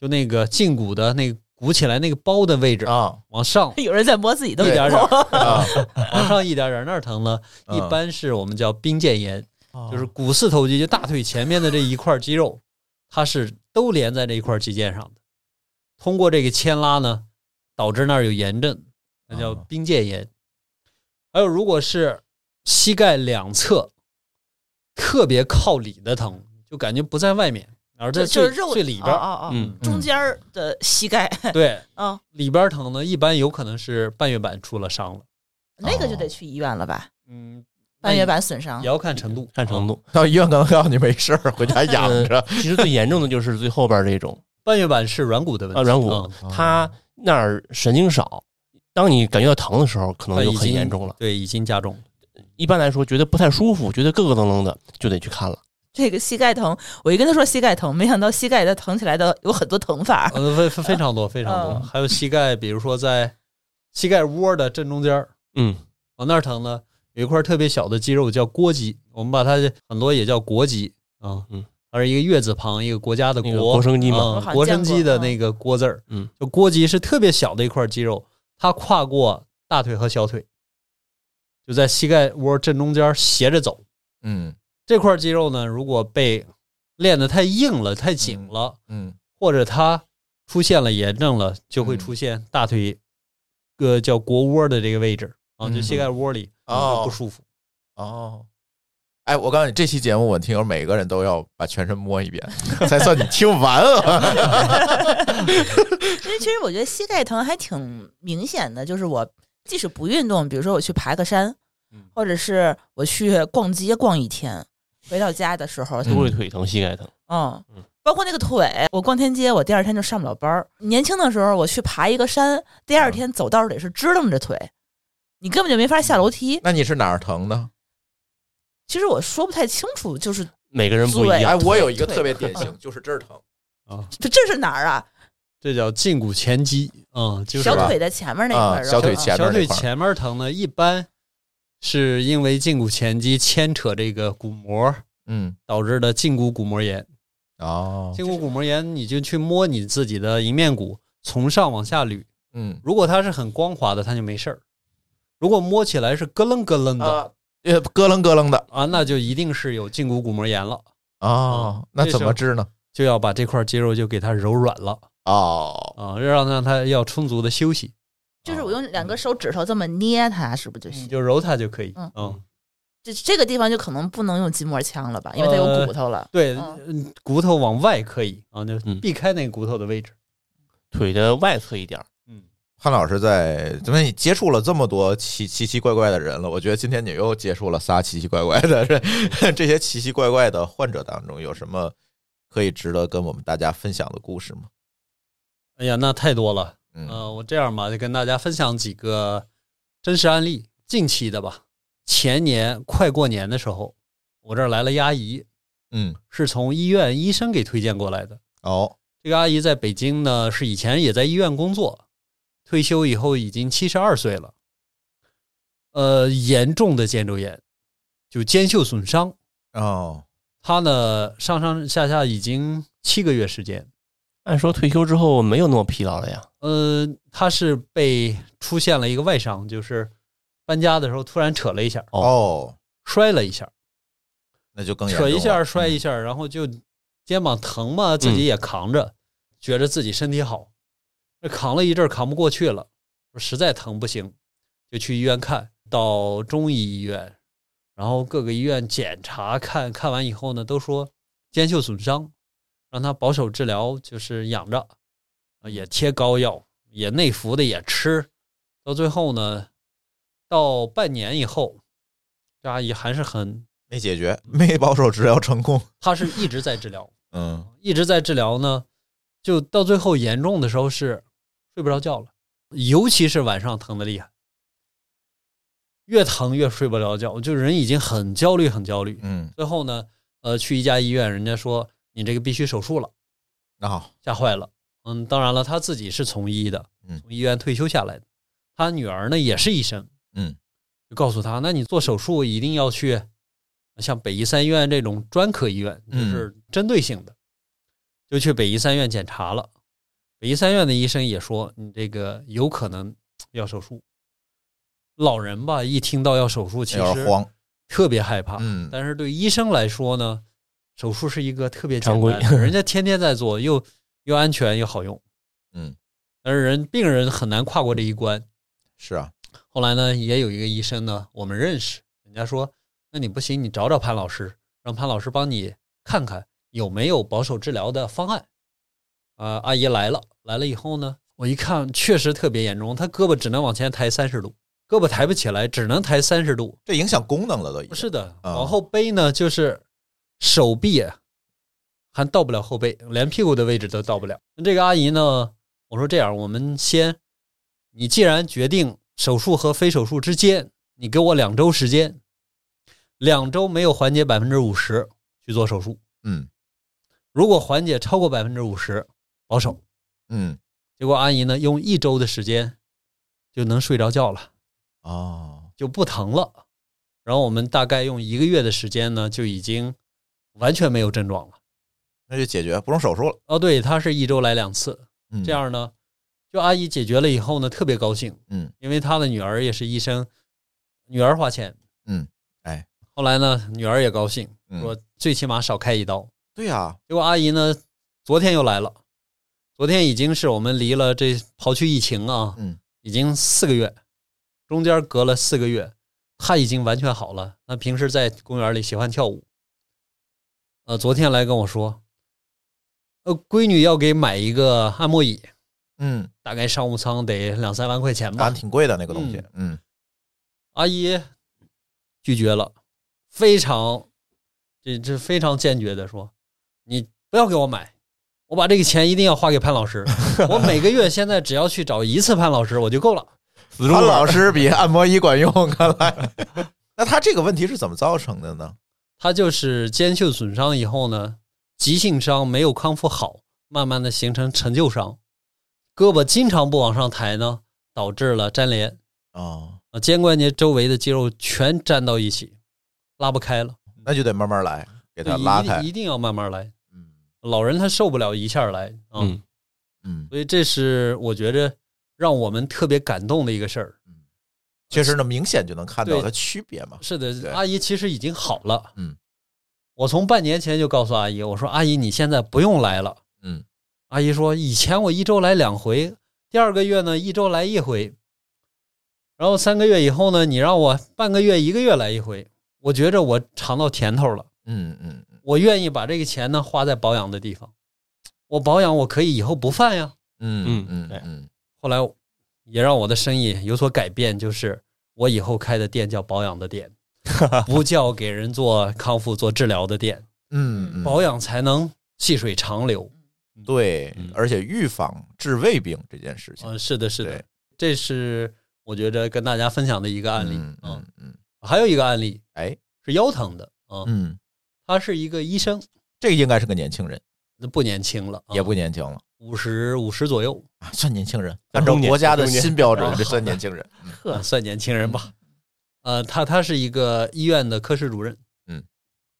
S6: 就那个胫骨的那鼓起来那个包的位置
S4: 啊
S6: 往上
S5: 有人在摸自己的
S6: 一点
S5: 头
S6: 儿点儿，
S4: 啊，
S6: 往上一点点儿那儿疼了，
S4: 嗯
S6: 一般是我们叫髌腱炎，
S7: 哦
S6: 就是股四头肌，就大腿前面的这一块肌肉，它是都连在这一块肌腱上的。通过这个牵拉呢，导致那儿有炎症，那叫
S7: 哦
S4: 啊
S6: 髌腱炎。还有，如果是膝盖两侧特别靠里的疼，就感觉不在外面，而在
S5: 就
S6: 最
S5: 是肉
S6: 最里边
S5: 哦
S6: 儿。
S5: 哦哦，
S6: 嗯，
S5: 中间儿的膝 盖，
S6: 对，
S5: 嗯，
S6: 里边儿疼呢，一般有可能是半月板出了伤了。
S5: 那个就得去医院了吧？
S6: 嗯，
S5: 半月板损伤
S6: 也，要看程度，
S7: 看程度。呃
S4: 到医院可能告诉你没事儿，回家养着。
S7: 其实最严重的就是最后边这种，
S6: 半月板是软骨的问题，
S7: 啊软骨
S6: 嗯
S7: 他那儿神经少，当你感觉到疼的时候，可能
S6: 它
S7: 就
S6: 已
S7: 很
S6: 经
S7: 严重了。
S6: 对，已经加重了。
S7: 一般来说，觉得不太舒服，觉得咯咯噔噔的，就得去看了。
S5: 这个膝盖疼，我一跟他说膝盖疼，没想到膝盖的疼起来的有很多疼法。
S6: 呃，非非非常多，非常多，
S5: 嗯
S6: 还有膝盖，比如说在膝盖窝的正中间儿，
S7: 嗯，
S6: 往那儿疼呢，有一块特别小的肌肉叫腘肌，我们把它很多也叫腘肌啊，
S7: 嗯，
S6: 它是一个月字旁，一个国家的
S7: 那个
S6: 国，
S7: 腘绳肌嘛
S6: 嗯
S5: 我好像
S6: 腘绳肌
S5: 见过
S6: 的那个腘字儿，
S7: 嗯，
S6: 就腘肌是特别小的一块肌肉，它跨过大腿和小腿，就在膝盖窝正中间儿斜着走，
S4: 嗯
S6: 这块肌肉呢，如果被练得太硬了、太紧了，
S4: 嗯
S6: 或者它出现了炎症了，就会
S4: 嗯
S6: 出现大腿，呃，叫腘窝的这个位置啊，
S4: 嗯
S6: 就膝盖窝里
S4: 哦
S6: 会不舒服。
S4: 哦。哎，我告诉你，这期节目我听友每个人都要把全身摸一遍， 才算你听完啊。
S5: 因为其实我觉得膝盖疼还挺明显的，就是我即使不运动，比如说我去爬个山，或者是我去逛街逛一天，回到家的时候，
S7: 都会腿疼、膝盖疼。
S5: 嗯，包括那个腿，我逛天街，我第二天就上不了班儿。年轻的时候，我去爬一个山，第二天走道儿得是支棱着腿，你根本就没法下楼梯。
S4: 那你是哪儿疼呢？
S5: 其实我说不太清楚，就是
S7: 每个人不一
S5: 对
S7: 样
S4: 哎，，我有一个
S5: 腿
S4: 特别典型，就是这儿疼。
S5: 这这是哪儿啊？
S6: 这叫胫骨前肌啊，就是
S5: 小
S4: 吧
S5: 腿的前面那
S4: 啊
S5: 块儿肉，
S4: 小腿前面
S6: 小
S4: 那
S6: 腿
S4: 块儿
S6: 前面疼呢，一般是因为胫骨前肌牵扯这个骨膜
S4: 嗯，
S6: 导致的胫骨骨膜炎。
S4: 哦，
S6: 胫骨骨膜炎，你就去摸你自己的颞面骨，从上往下捋。
S4: 嗯
S6: 如果它是很光滑的，它就没事儿；如果摸起来是咯楞咯楞的啊
S4: 啊，呃，咯楞咯楞的
S6: 那就一定是有胫骨骨膜炎了，
S4: 哦，那怎么治呢？
S6: 就要把这块肌肉就给它柔软了
S4: 哦，
S6: 啊，让让它要充足的休息，
S5: 就是我用
S4: 嗯
S5: 两个手指头这么捏它，是不是就
S6: 你
S5: 行？
S6: 就揉它就可以。
S5: 嗯
S6: 嗯，
S5: 这这个地方就可能不能用筋膜枪了吧，因为它
S4: 呃
S5: 有骨头了。
S6: 对，
S5: 嗯
S6: 嗯骨头往外可以啊，就
S7: 嗯
S6: 避开那个骨头的位置。
S7: 腿的外侧一点儿。
S4: 潘老师在，怎么你接触了这么多奇奇奇怪怪的人了？我觉得今天你又接触了仨奇奇怪怪的 人，这些奇奇怪怪的患者当中，有什么可以值得跟我们大家分享的故事吗？
S6: 哎呀，那太多了。
S4: 嗯
S6: 呃，我这样吧，就跟大家分享几个真实案例，近期的吧。前年快过年的时候，我这儿来了丫姨，
S4: 嗯，
S6: 是从医院医生给推荐过来的。
S4: 哦，
S6: 这个阿姨在北京呢，是以前也在医院工作，退休以后已经七十二岁了。呃，严重的肩周炎，就肩袖损伤。
S4: 哦，
S6: 她呢，上上下下已经七个月时间。
S7: 按说退休之后没有那么疲劳了呀，
S6: 呃，她是被出现了一个外伤，就是搬家的时候突然扯了一下，
S4: 哦，
S6: 摔了一下，
S4: 那就更严重
S6: 扯
S4: 了嗯
S6: 一下摔一下，然后就肩膀疼嘛，自己也扛着，觉着自己身体好，这扛了一阵儿扛不过去了，说实在疼不行，就去医院看，到中医医院，然后各个医院检查看看完以后呢，都说肩袖损伤，让他保守治疗，就是养着，啊也贴膏药，也内服的也吃，到最后呢，到半年以后，这阿姨还是很
S4: 没解决，没保守治疗成功。
S6: 他是一直在治疗，
S4: 嗯，
S6: 一直在治疗呢，就到最后严重的时候是睡不着觉了，尤其是晚上疼的厉害，越疼越睡不着觉，就人已经很焦虑，很焦虑。
S4: 嗯，
S6: 最后呢，呃，去一家医院，人家说你这个必须手术了，
S4: 那好，
S6: 吓坏了。嗯，当然了，他自己是从医的，
S4: 嗯
S6: 从医院退休下来的，他女儿呢也是医生，
S4: 嗯，
S6: 就告诉他，那你做手术一定要去像北医三院这种专科医院，就
S4: 嗯
S6: 是针对性的，就去北医三院检查了。北医三院的医生也说，你这个有可能要手术。老人吧，一听到要手术，其
S4: 有点
S6: 实
S4: 慌，
S6: 特别害怕。
S4: 嗯，
S6: 但是对医生来说呢，手术是一个特别
S7: 常
S6: 简
S7: 规
S6: 单的，人家天天在做，又又安全又 好用。
S4: 嗯，
S6: 但是人病人很难跨过这一关。
S4: 是啊，
S6: 后来呢，也有一个医生呢，我们认识，人家说，那你不行，你找找潘老师，让潘老师帮你看看有没有保守治疗的方案。啊、阿姨来了，来了以后呢，我一看确实特别严重，她胳膊只能往前抬三十度，胳膊抬不起来，只能抬三十度。
S4: 这影响功能了都已经。
S6: 不是的，
S4: 啊
S6: 往后背呢，就是手臂还到不了后背，连屁股的位置都到不了。那这个阿姨呢，我说这样，我们先，你既然决定手术和非手术之间，你给我两周时间，两周没有缓解百分之五十去做手术，
S4: 嗯
S6: 如果缓解超过百分之五十，保守。
S4: 嗯
S6: 结果阿姨呢，用一周的时间就能睡着觉了。
S4: 哦，
S6: 就不疼了。然后我们大概用一个月的时间呢，就已经完全没有症状了。
S4: 那就解决，不用手术了。
S6: 哦，对，他是一周来两次，
S4: 嗯，
S6: 这样呢，就阿姨解决了以后呢，特别高兴，
S4: 嗯，
S6: 因为她的女儿也是医生，女儿花钱，
S4: 嗯，哎，
S6: 后来呢，女儿也高兴，
S4: 嗯
S6: 说最起码少开一刀。
S4: 对呀，
S6: 结果阿姨呢，昨天又来了，昨天已经是我们离了这刨去疫情啊，
S4: 嗯，
S6: 已经四个月，中间隔了四个月，她已经完全好了。她平时在公园里喜欢跳舞，呃，昨天来跟我说，呃，闺女要给买一个按摩椅，
S4: 嗯，
S6: 大概商务舱得两三万块钱吧
S4: 啊，，挺贵的那个东西，嗯
S6: 阿姨拒绝了，非常这这非常坚决的说：“你不要给我买，我把这个钱一定要花给潘 老师。我每个月现在只要去找一次潘老师，我就够了。
S7: 潘
S4: 潘老师比按摩仪管用，看来。 那他这个问题是怎么造成的呢？”
S6: 他就是肩袖损伤以后呢，急性伤没有康复好，慢慢的形成陈旧伤，胳膊经常不往上抬呢，导致了粘连，
S4: 哦，
S6: 啊，肩关节周围的肌肉全粘到一起，拉不开了，
S4: 那就得慢慢来，给他
S6: 就一
S4: 拉
S6: 定
S4: 开。
S6: 一定要慢慢来。
S4: 嗯
S6: 老人他受不了一下儿来啊，
S7: 嗯，
S4: 嗯，
S6: 所以这是我觉着让我们特别感动的一个事儿。
S4: 确实呢，明显就能看到
S6: 对
S4: 它区别嘛。
S6: 是
S4: 啊对
S6: 的，阿姨其实已经好了。
S4: 嗯，
S6: 我从半年前就告诉阿姨，我说阿姨你现在不用来了。
S4: 嗯，
S6: 阿姨说以前我一周来两回，第二个月呢一周来一回，然后三个月以后呢，你让我半个月一个月来一回，我觉着我尝到甜头了。
S4: 嗯嗯嗯
S6: 我愿意把这个钱呢花在保养的地方，我保养我可以以后不犯呀。
S4: 嗯
S7: 嗯
S4: 嗯嗯，
S6: 后来也让我的生意有所改变，就是我以后开的店叫保养 的店，不叫给人做康复做治疗的店，
S4: 嗯嗯，
S6: 保养才能细水长流。
S4: 对
S7: 嗯，
S4: 而且预防治胃病这件事情
S6: 嗯、，是的，是的
S4: 对，
S6: 这是我觉着跟大家分享的一个案例。
S4: 嗯
S6: 嗯
S4: 嗯，嗯，
S6: 还有一个案例
S4: 哎，
S6: 是腰疼的啊，
S4: 嗯，
S6: 他是一个医生，
S4: 这个应该是个年轻人，
S6: 不年轻了，嗯
S4: 也不年轻了，
S6: 五十五十左右，
S4: 啊算年轻人。按
S7: 算
S4: 照
S7: 中年
S4: 国家的
S7: 算中年
S4: 新标准
S6: 啊，
S4: 这算年轻人。嗯
S5: 呵，
S6: 算年轻人吧。呃，他他是一个医院的科室主任，
S4: 嗯，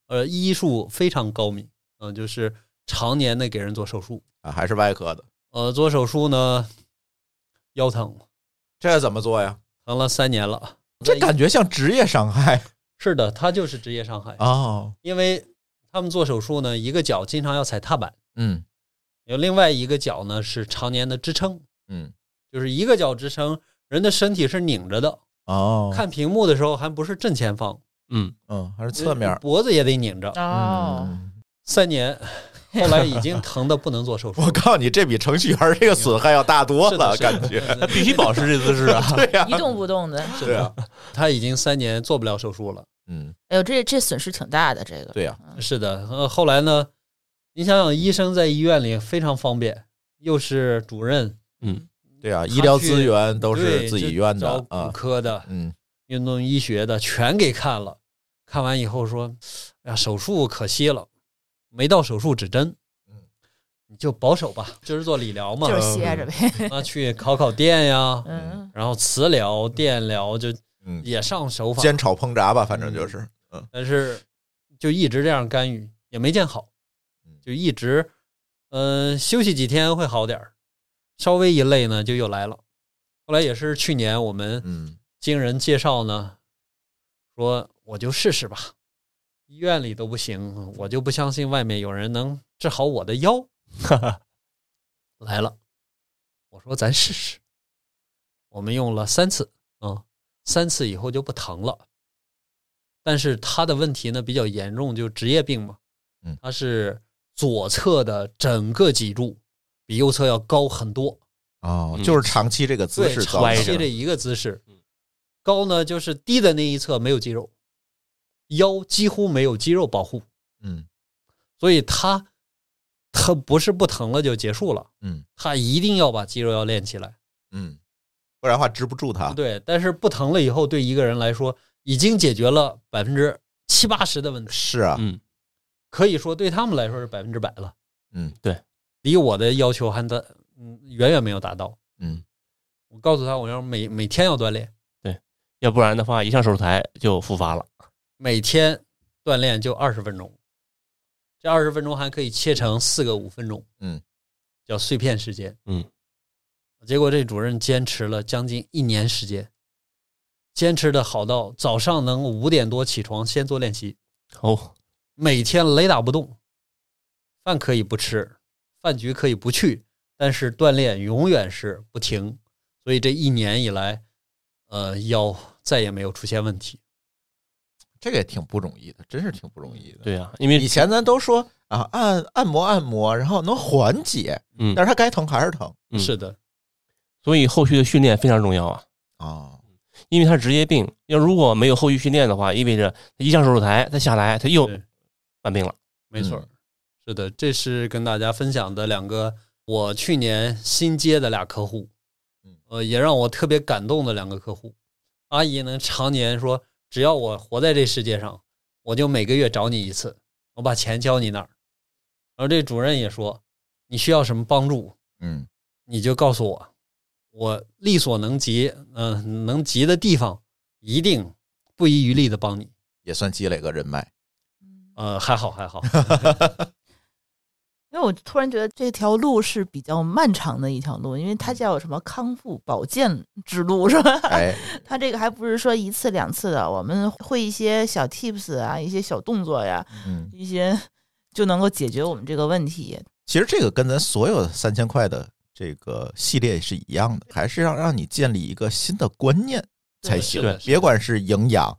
S6: 呃，医术非常高明，嗯、就是常年的给人做手术，
S4: 啊，还是外科的，
S6: 呃，做手术呢腰疼，
S4: 这怎么做呀？
S6: 疼了三年了，
S4: 这感觉像职业伤害
S6: 是的，他就是职业伤害，
S4: 哦。
S6: 因为他们做手术呢，一个脚经常要踩踏板，
S4: 嗯
S6: 有另外一个脚呢是常年的支撑，
S4: 嗯
S6: 就是一个脚支撑，人的身体是拧着的，
S4: 哦，
S6: 看呃屏幕的时候还不是正前方，
S7: 嗯，
S4: 嗯，还是侧面儿。
S6: 脖子也得拧着，
S5: 哦，
S4: 嗯，
S6: 三年，后来已经疼的不能做手 术。
S4: 我告诉你，这比程序员这个损害要大多
S6: 是
S4: 了，
S6: 的是
S4: 感
S6: 的
S4: 觉。
S6: 是的
S7: 必须保持这姿势 啊。
S4: 对呀
S5: 一，动不 动的，
S4: 对呀，
S6: 他已经三年做不了手术了。
S4: 嗯，
S5: 哎呦，这这损失挺大的，这个
S4: 对啊呀，
S5: 嗯
S6: 是的，呃，后来呢，你想想，医生在医院里非常方便，又是主任，
S7: 嗯
S4: 对呀，
S6: 去
S4: 医疗资源都是
S6: 对
S4: 自己
S6: 就
S4: 院的
S6: 找骨
S4: 啊。
S6: 科的、
S4: 嗯
S6: 运动医学的全给看了。看完以后说，哎呀，手术可惜了，没到手术指针，
S4: 嗯
S6: 你就保守吧，就是做理疗嘛，
S5: 就是歇着呗，
S4: 嗯
S6: 那去烤烤电呀，
S5: 嗯，
S6: 然后磁疗、电疗就
S4: 嗯，
S6: 也上手法，嗯
S4: 煎炒烹炸吧，反正就是。
S6: 但是就一直这样干预，也没见好
S4: 嗯，
S6: 呃就一直，嗯、休息几天会好点儿，稍微一累呢，就又来了。后来也是去年我们
S4: 嗯
S6: 经人介绍呢，说我就试试吧，医院里都不行，我就不相信外面有人能治好我的腰。来了，我说咱试试。我们用了三次啊、嗯三次以后就不疼了。但是他的问题呢比较严重，就职业病嘛，
S4: 嗯
S6: 他是左侧的整个脊柱比右侧要高很多，
S4: 哦，
S7: 嗯
S4: 就是长期这个姿
S6: 对，
S4: 势造
S6: 长
S7: 歪
S4: 成
S7: 着
S6: 期
S4: 的
S6: 这一个姿势
S7: 嗯。
S6: 高呢，就是低的那一侧没有肌肉，腰几乎没有肌肉保护，
S4: 嗯
S6: 所以它它不是不疼了就结束了，
S4: 嗯
S6: 它一定要把肌肉要练起来。
S4: 嗯，不然的话支不住它。
S6: 对，但是不疼了以后，对一个人来说已经解决了百分之七八十的问题，
S4: 是啊，
S7: 嗯，
S6: 可以说对他们来说是百分之百了，
S4: 嗯
S6: 离我的要求还的嗯远远没有达到。
S4: 嗯
S6: 我告诉他，我要每每天要锻炼，
S7: 要不然的话，一上手术台就复发了。
S6: 每天锻炼就二十分钟，这二十分钟还可以切成四个五分钟，
S4: 嗯，
S6: 叫碎片时间，
S7: 嗯。
S6: 结果这主任坚持了将近一年时间，坚持的好到早上能五点多起床先做练习，
S7: 哦，
S6: 每天雷打不动，饭可以不吃，饭局可以不去，但是锻炼永远是不停。所以这一年以来，呃，腰再也没有出现问题。
S4: 这个也挺不容易的，真是挺不容易的。
S7: 对呀、因为
S4: 以前咱都说啊，按按摩按摩，然后能缓解，
S7: 嗯
S4: 但，是它该疼还是疼
S7: 嗯
S6: 是的，
S7: 所以后续的训练非常重要啊，
S4: 啊。
S7: 因为他是职业病，要如果没有后续训练的话，意味着他一上手术台，他下来他又
S6: 对
S7: 犯病了。
S6: 没错儿，
S4: 嗯
S6: 是的，这是跟大家分享的两个我去年新接的俩客户
S4: 嗯，
S6: 呃，也让我特别感动的两个客户。阿姨能常年说，只要我活在这世界上，我就每个月找你一次，我把钱交你那儿。而这主任也说，你需要什么帮助，
S4: 嗯
S6: 你就告诉我，我力所能及，嗯、能及的地方，一定不遗余力的帮你。
S4: 也算积累个人 脉。
S6: 呃，还好还好，
S5: 因为我突然觉得这条路是比较漫长的一条路，因为它叫什么康复保健之路是 吧？
S4: 哎，
S5: 它这个还不是说一次两次的，我们会一些小 tips 啊，一些小动作呀，
S4: 嗯，
S5: 一些就能够解决我们这个问题。
S4: 其实这个跟咱所有三千块的这个系列是一样的，还是要让你建立一个新的观念才行
S6: 是的。是的
S4: 别管是营养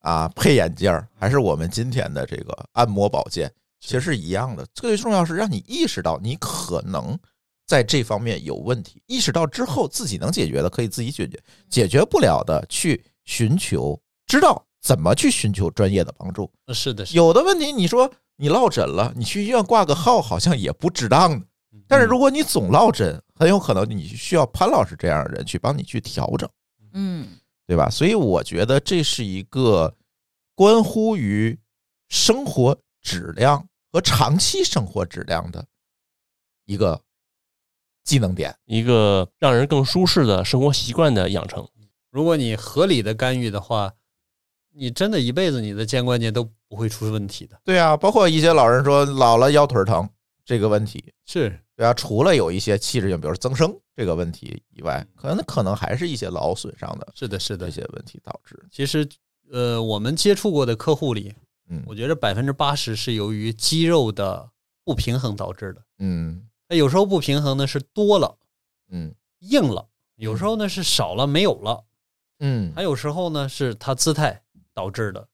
S4: 啊、配眼镜儿，还是我们今天的这个按摩保健，其实是一样的。最重要是让你意识到你可能在这方面有问题，意识到之后自己能解决的可以自己解决，解决不了的去寻求，知道怎么去寻求专业的帮助。
S6: 是的，是的
S4: 有的问题，你说你落枕了，你去医院挂个号好像也不值当的。但是如果你总落枕，很有可能你需要潘老师这样的人去帮你去调整，
S5: 嗯，
S4: 对吧？所以我觉得这是一个关乎于生活质量和长期生活质量的一个技能点。
S7: 一个让人更舒适的生活习惯的养成，
S6: 如果你合理的干预的话，你真的一辈子你的肩关节都不会出问题的。
S4: 对啊，包括一些老人说老了腰腿疼这个问题，
S6: 是，
S4: 对啊，除了有一些器质性，比如增生这个问题以外，可能可能还是一些劳损上的
S6: 嗯是的，是
S4: 这
S6: 的。
S4: 些问题导致。
S6: 其实，呃，我们接触过的客户里，
S4: 嗯
S6: 我觉得百分之八十是由于肌肉的不平衡导致的。
S4: 嗯
S6: 那有时候不平衡呢是多了、
S4: 嗯
S6: 硬了，有时候呢是少了、没有了，
S4: 嗯
S6: 还有时候呢是他姿态导致的。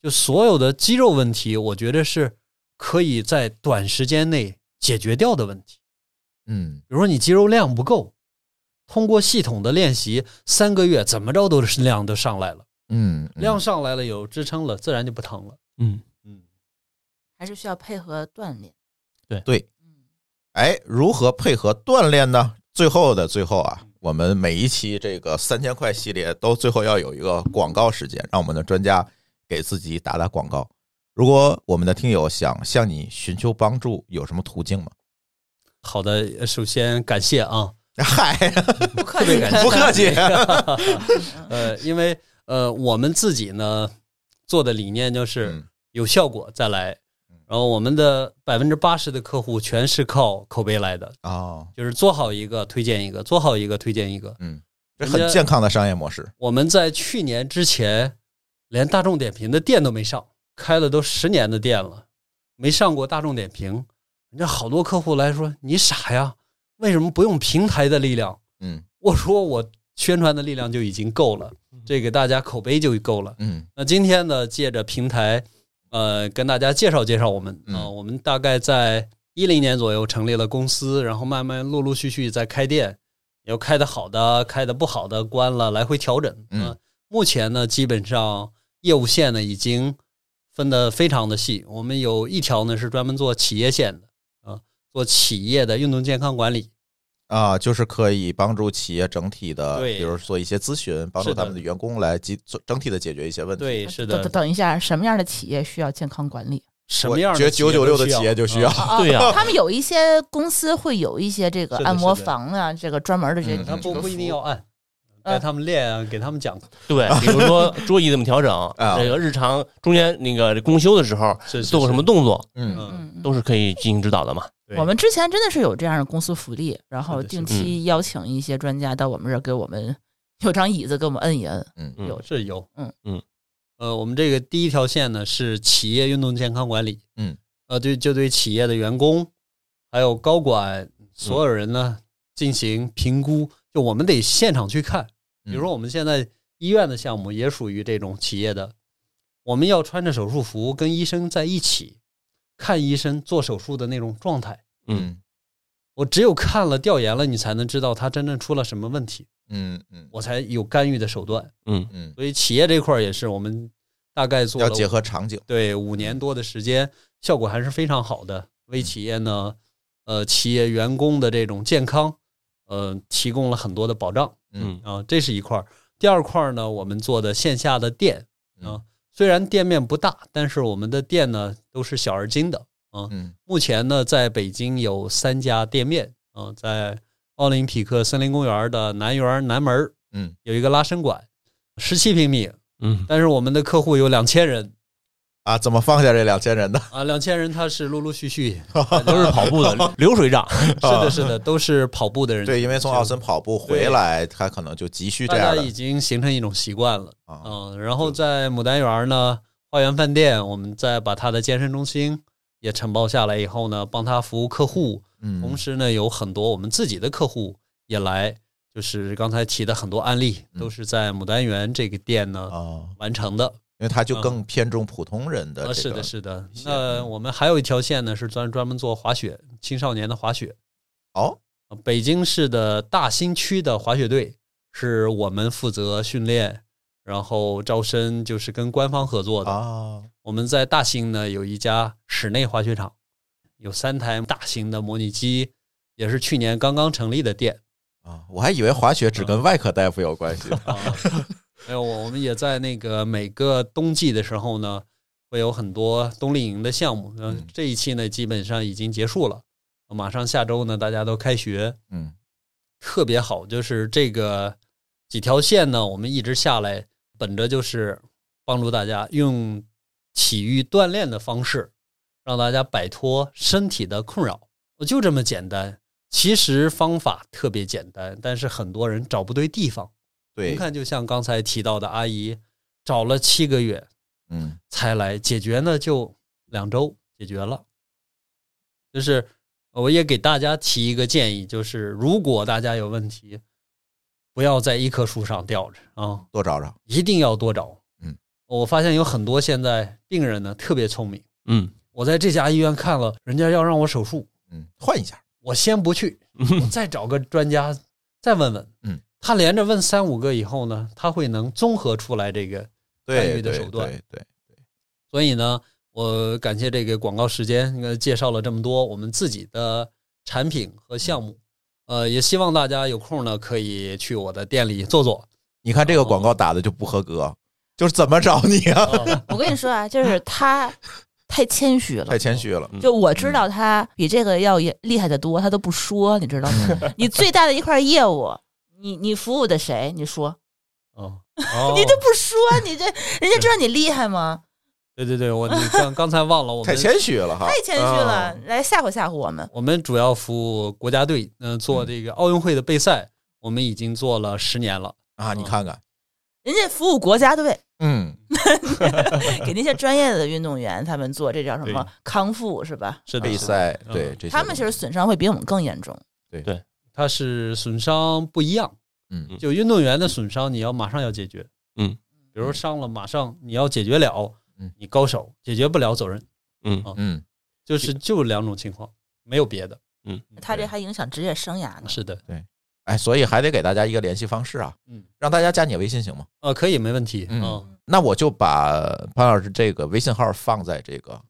S6: 就所有的肌肉问题，我觉得是可以在短时间内解决掉的问题。
S4: 嗯
S6: 比如说你肌肉量不够，通过系统的练习，三个月怎么着都是量都上来了，
S4: 嗯，
S6: 量上来了有支撑了，自然就不疼了。
S7: 嗯，
S6: 嗯，
S5: 还是需要配合锻炼。
S4: 对。
S5: 嗯，
S4: 哎，如何配合锻炼呢？最后的最后啊，我们每一期这个三千块系列都最后要有一个广告时间，让我们的专家给自己打打广告。如果我们的听友想向你寻求帮助，有什么途径吗？
S6: 好的，呃首先感谢啊，
S4: 嗨，
S5: 不客
S6: 特别
S5: 气，
S6: 感谢，
S4: 不客气
S6: 呃，因为呃，我们自己呢做的理念就是
S4: 嗯
S6: 有效果再来
S4: 嗯，
S6: 然后我们的百分之八十的客户全是靠口碑来的，
S4: 哦，
S6: 就是做好一个推荐一个，做好一个推荐一个。
S4: 嗯，这
S6: 人
S4: 很
S6: 家
S4: 健康的商业模式。
S6: 我们在去年之前，连大众点评的店都没上，开了都十年的店了，没上过大众点评。人家好多客户来说：“你傻呀，为什么不用平台的力量
S4: 嗯？”
S6: 我说：“我宣传的力量就已经够了，这给大家口碑就够了。”
S4: 嗯
S6: 那今天呢，借着平台，呃，跟大家介绍介绍我们
S4: 嗯
S6: 啊、呃我们大概在一零年左右成立了公司，然后慢慢陆陆续续在开店，有开的好的，开的不好的关了，来回调整。
S4: 嗯
S6: 呃目前呢，基本上业务线呢已经分得非常的细，我们有一条呢是专门做企业线的啊、呃做企业的运动健康管理。
S4: 啊，就是可以帮助企业整体的，
S6: 对
S4: 比如做一些咨询，帮助
S6: 是的
S4: 他们的员工来及做整体的解决一些问题。，
S6: 对，是
S5: 呃等
S6: 的
S5: 等，等一下，什么样的企业需要健康管理？
S6: 什么样
S4: 觉得
S6: 的
S4: 九九六的企
S6: 企
S4: 业
S6: 业
S4: 就
S6: 都嗯
S4: 需要。
S5: 啊
S7: 对呀
S5: 他们有一些公司会有一些这个
S6: 是的
S5: 按摩
S6: 是的
S5: 房啊，这个专门的这
S4: 嗯
S6: 他不
S5: 这个
S6: 不一定
S5: 服务
S6: 要按，带他们练啊，给他们讲，
S7: 对，比如说桌椅怎么调整，
S4: 啊
S7: 这个日常中间那个这公休的时候
S6: 是是
S7: 做过什么动作，
S4: 嗯，
S5: 嗯嗯
S7: 都是可以进行指导的嘛。
S6: 对
S5: 我们之前真的是有这样的公司福利，然
S6: 是
S5: 后
S6: 的嗯
S5: 定
S7: 是的
S5: 期邀请一些专家到我们这儿给我们有张椅子给我们摁一摁。
S7: 嗯
S5: 有
S6: 是有，
S5: 嗯
S7: 嗯，
S6: 呃，我们这个第一条线呢是企业运动健康管理，
S4: 嗯，
S6: 呃，对，就对企业的员工还有高管所有人呢、进行评估，就我们得现场去看，比如说我们现在医院的项目也属于这种企业的，我们要穿着手术服跟医生在一起看医生做手术的那种状态，
S4: 嗯
S6: 我只有看了调研了，你才能知道他真正出了什么问题，
S4: 嗯嗯
S6: 我才有干预的手段。
S7: 嗯
S4: 嗯，
S6: 所以企业这块儿也是我们大概做
S4: 要
S6: 了
S4: 结合场景。
S6: 对五年多的时间，效果还是非常好的，为企业呢，呃，企业员工的这种健康，呃，提供了很多的保障
S4: 嗯
S7: 嗯
S6: 啊、这是一块儿。第二块儿呢，我们做的线下的店啊、
S4: 嗯
S6: 虽然店面不大，但是我们的店呢都是小而精的。
S4: 嗯
S6: 目前呢，在北京有三家店面，嗯、在奥林匹克森林公园的南园南门儿
S4: 嗯
S6: 有一个拉伸馆，十七平米，
S7: 嗯
S6: 但是我们的客户有两千人
S4: 啊，怎么放下这两千人的？
S6: 啊，两千人他是陆陆续 续，
S7: 都是跑步 的流水账。
S6: 是的，是的，都是跑步的人群。
S4: 对，因为从奥森跑步回来，他可能就急需
S6: 就
S4: 这
S6: 大
S4: 样
S6: 家已
S4: 的
S6: 经形成一种习惯了。
S4: 啊，
S6: 嗯，然后在牡丹园呢，花园饭店，我们再把它的健身中心也承包下来以后呢，帮他服务客户，
S4: 嗯，
S6: 同时呢，有很多我们自己的客户也来，就是刚才提的很多案例
S4: 嗯
S6: 都是在牡丹园这个店呢
S4: 啊，
S6: 完成的。
S4: 因为他就更偏重普通人的
S6: 嗯啊，
S4: 这
S6: 是
S4: 个
S6: 的，是的
S4: 一。些
S6: 那
S4: 嗯
S6: 我们还有一条线呢，是专专门做滑雪青少年的滑雪。
S4: 哦，
S6: 呃北京市的大兴区的滑雪队是我们负责训练，然后招生就是跟官方合作的。
S4: 啊，
S6: 我们在大兴呢有一家室内滑雪场，有三台大型的模拟机，也是去年刚刚成立的店。
S4: 啊，我还以为滑
S6: 嗯
S4: 雪只跟外科大夫有关 系。
S6: 啊，还有我我们也在那个每个冬季的时候呢，会有很多冬令营的项目。嗯、
S4: 嗯
S6: 这一期呢基本上已经结束了，马上下周呢大家都开学，
S4: 嗯
S6: 特别好。就是这个几条线呢，我们一直下来，本着就是帮助大家用体育锻炼的方式，让大家摆脱身体的困扰，就这么简单。其实方法特别简单，但是很多人找不对地方。您
S4: 对，
S6: 看，就像刚才提到的阿姨，找了七个月
S4: 嗯
S6: 才来解决呢，就两周解决了。就是呃我也给大家提一个建议，就是如果大家有问题，不要在一棵树上吊着啊，
S4: 多找找。
S6: 一定要多找。
S4: 嗯，
S6: 我发现有很多现在病人呢特别聪明，
S7: 嗯
S6: 我在这家医院看了，人家要让我手术，
S4: 嗯，换一下。
S6: 我先 不去，我再找个专家再问问。
S4: 嗯，
S6: 他连着问三五个以后呢，他会能综合出来这个。干
S4: 对
S6: 预的
S4: 对
S6: 手段
S4: 对对，
S6: 所以呢，我感谢这个广告时间，呃，介绍了这么多我们自己的产品和项目。呃，也希望大家有空呢，可以去我的店里坐坐。
S4: 你看这个广告打的就不合格，就是怎么找你啊？
S6: 啊
S5: 我跟你说啊，就是 他太谦虚了
S4: 太。谦虚了。
S5: 就我知道
S6: 嗯
S5: 他比这个要也厉害的多，他都不说，你知道
S6: 嗯
S5: 吗？ 你最大的一块业务，你你服务的谁？你说，
S6: 哦，哦
S5: 你都不说，你这人家知道你厉害吗？
S6: 对对对，我你 刚刚才忘了，我
S4: 太
S6: 们
S4: 谦虚了哈，
S5: 太谦虚了，
S6: 哦
S5: 来吓唬吓唬我们。
S6: 我们主要服务国家队，嗯、做这个奥运会的备赛，我们已经做了十年了。
S4: 啊！你看看，
S5: 人家服务国家队，
S4: 嗯，
S5: 给那些专业的运动员他们做这叫什么
S6: 对
S5: 康复是吧？
S6: 是的，
S4: 备
S6: 是的
S4: 赛
S6: 嗯
S4: 对这些
S5: 他们其实损伤会比我们更严重。
S6: 它是损伤不一样，
S4: 嗯
S6: 就运动员的损伤你要马上要解决，
S7: 嗯，
S6: 比如伤了马上你要解决了，
S4: 嗯，
S6: 你高手解决不了走人，
S7: 嗯
S6: 啊
S4: 嗯
S6: 就是就两种情况，没有别的。
S7: 嗯，
S5: 他这还影响职业生涯
S4: 嗯
S5: 呢。嗯
S6: 是的，
S4: 哎，所以还得给大家一个联系方式啊，
S6: 嗯，
S4: 让大家加你微信行吗？
S6: 呃，可以，没问题，
S4: 嗯
S6: 嗯
S4: 那我就把潘老师这个微信号放在这个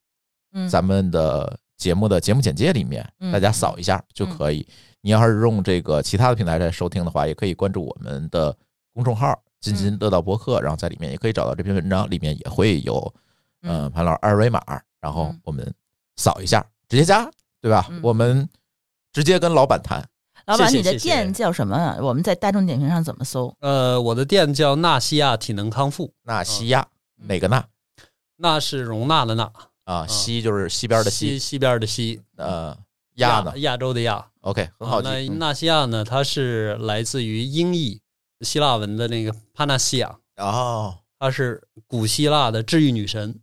S5: 嗯，
S4: 咱们的节目的节目简介里面，
S5: 嗯
S4: 大家扫一下就可以。你要是用这个其他的平台来收听的话，也可以关注我们的公众号“津津乐道播客”，然后在里面也可以找到这篇文章，里面也会有嗯、呃
S5: 嗯，
S4: 潘老师二维码，然后
S5: 嗯
S4: 我们扫一下，直接加，对吧？
S5: 嗯
S4: 我们直接跟老板谈，
S5: 老板，
S6: 谢谢
S5: 你的
S6: 谢谢
S5: 店叫什么啊？我们在大众点评上怎么搜？
S6: 呃，我的店叫纳西亚体能康复，
S4: 纳西亚、
S5: 嗯
S4: 哪个纳
S6: 纳是容纳的纳，
S4: 啊？西就是西边的
S6: 西
S4: 西，
S6: 西边的西，
S4: 呃，亚呢
S6: 亚洲的亚，
S4: ？OK，很好
S6: 啊
S4: 记。
S6: 那
S4: 嗯
S6: 纳西亚呢？它是来自于英译希腊文的那个帕纳西亚，
S4: 哦
S6: 她是古希腊的治愈女神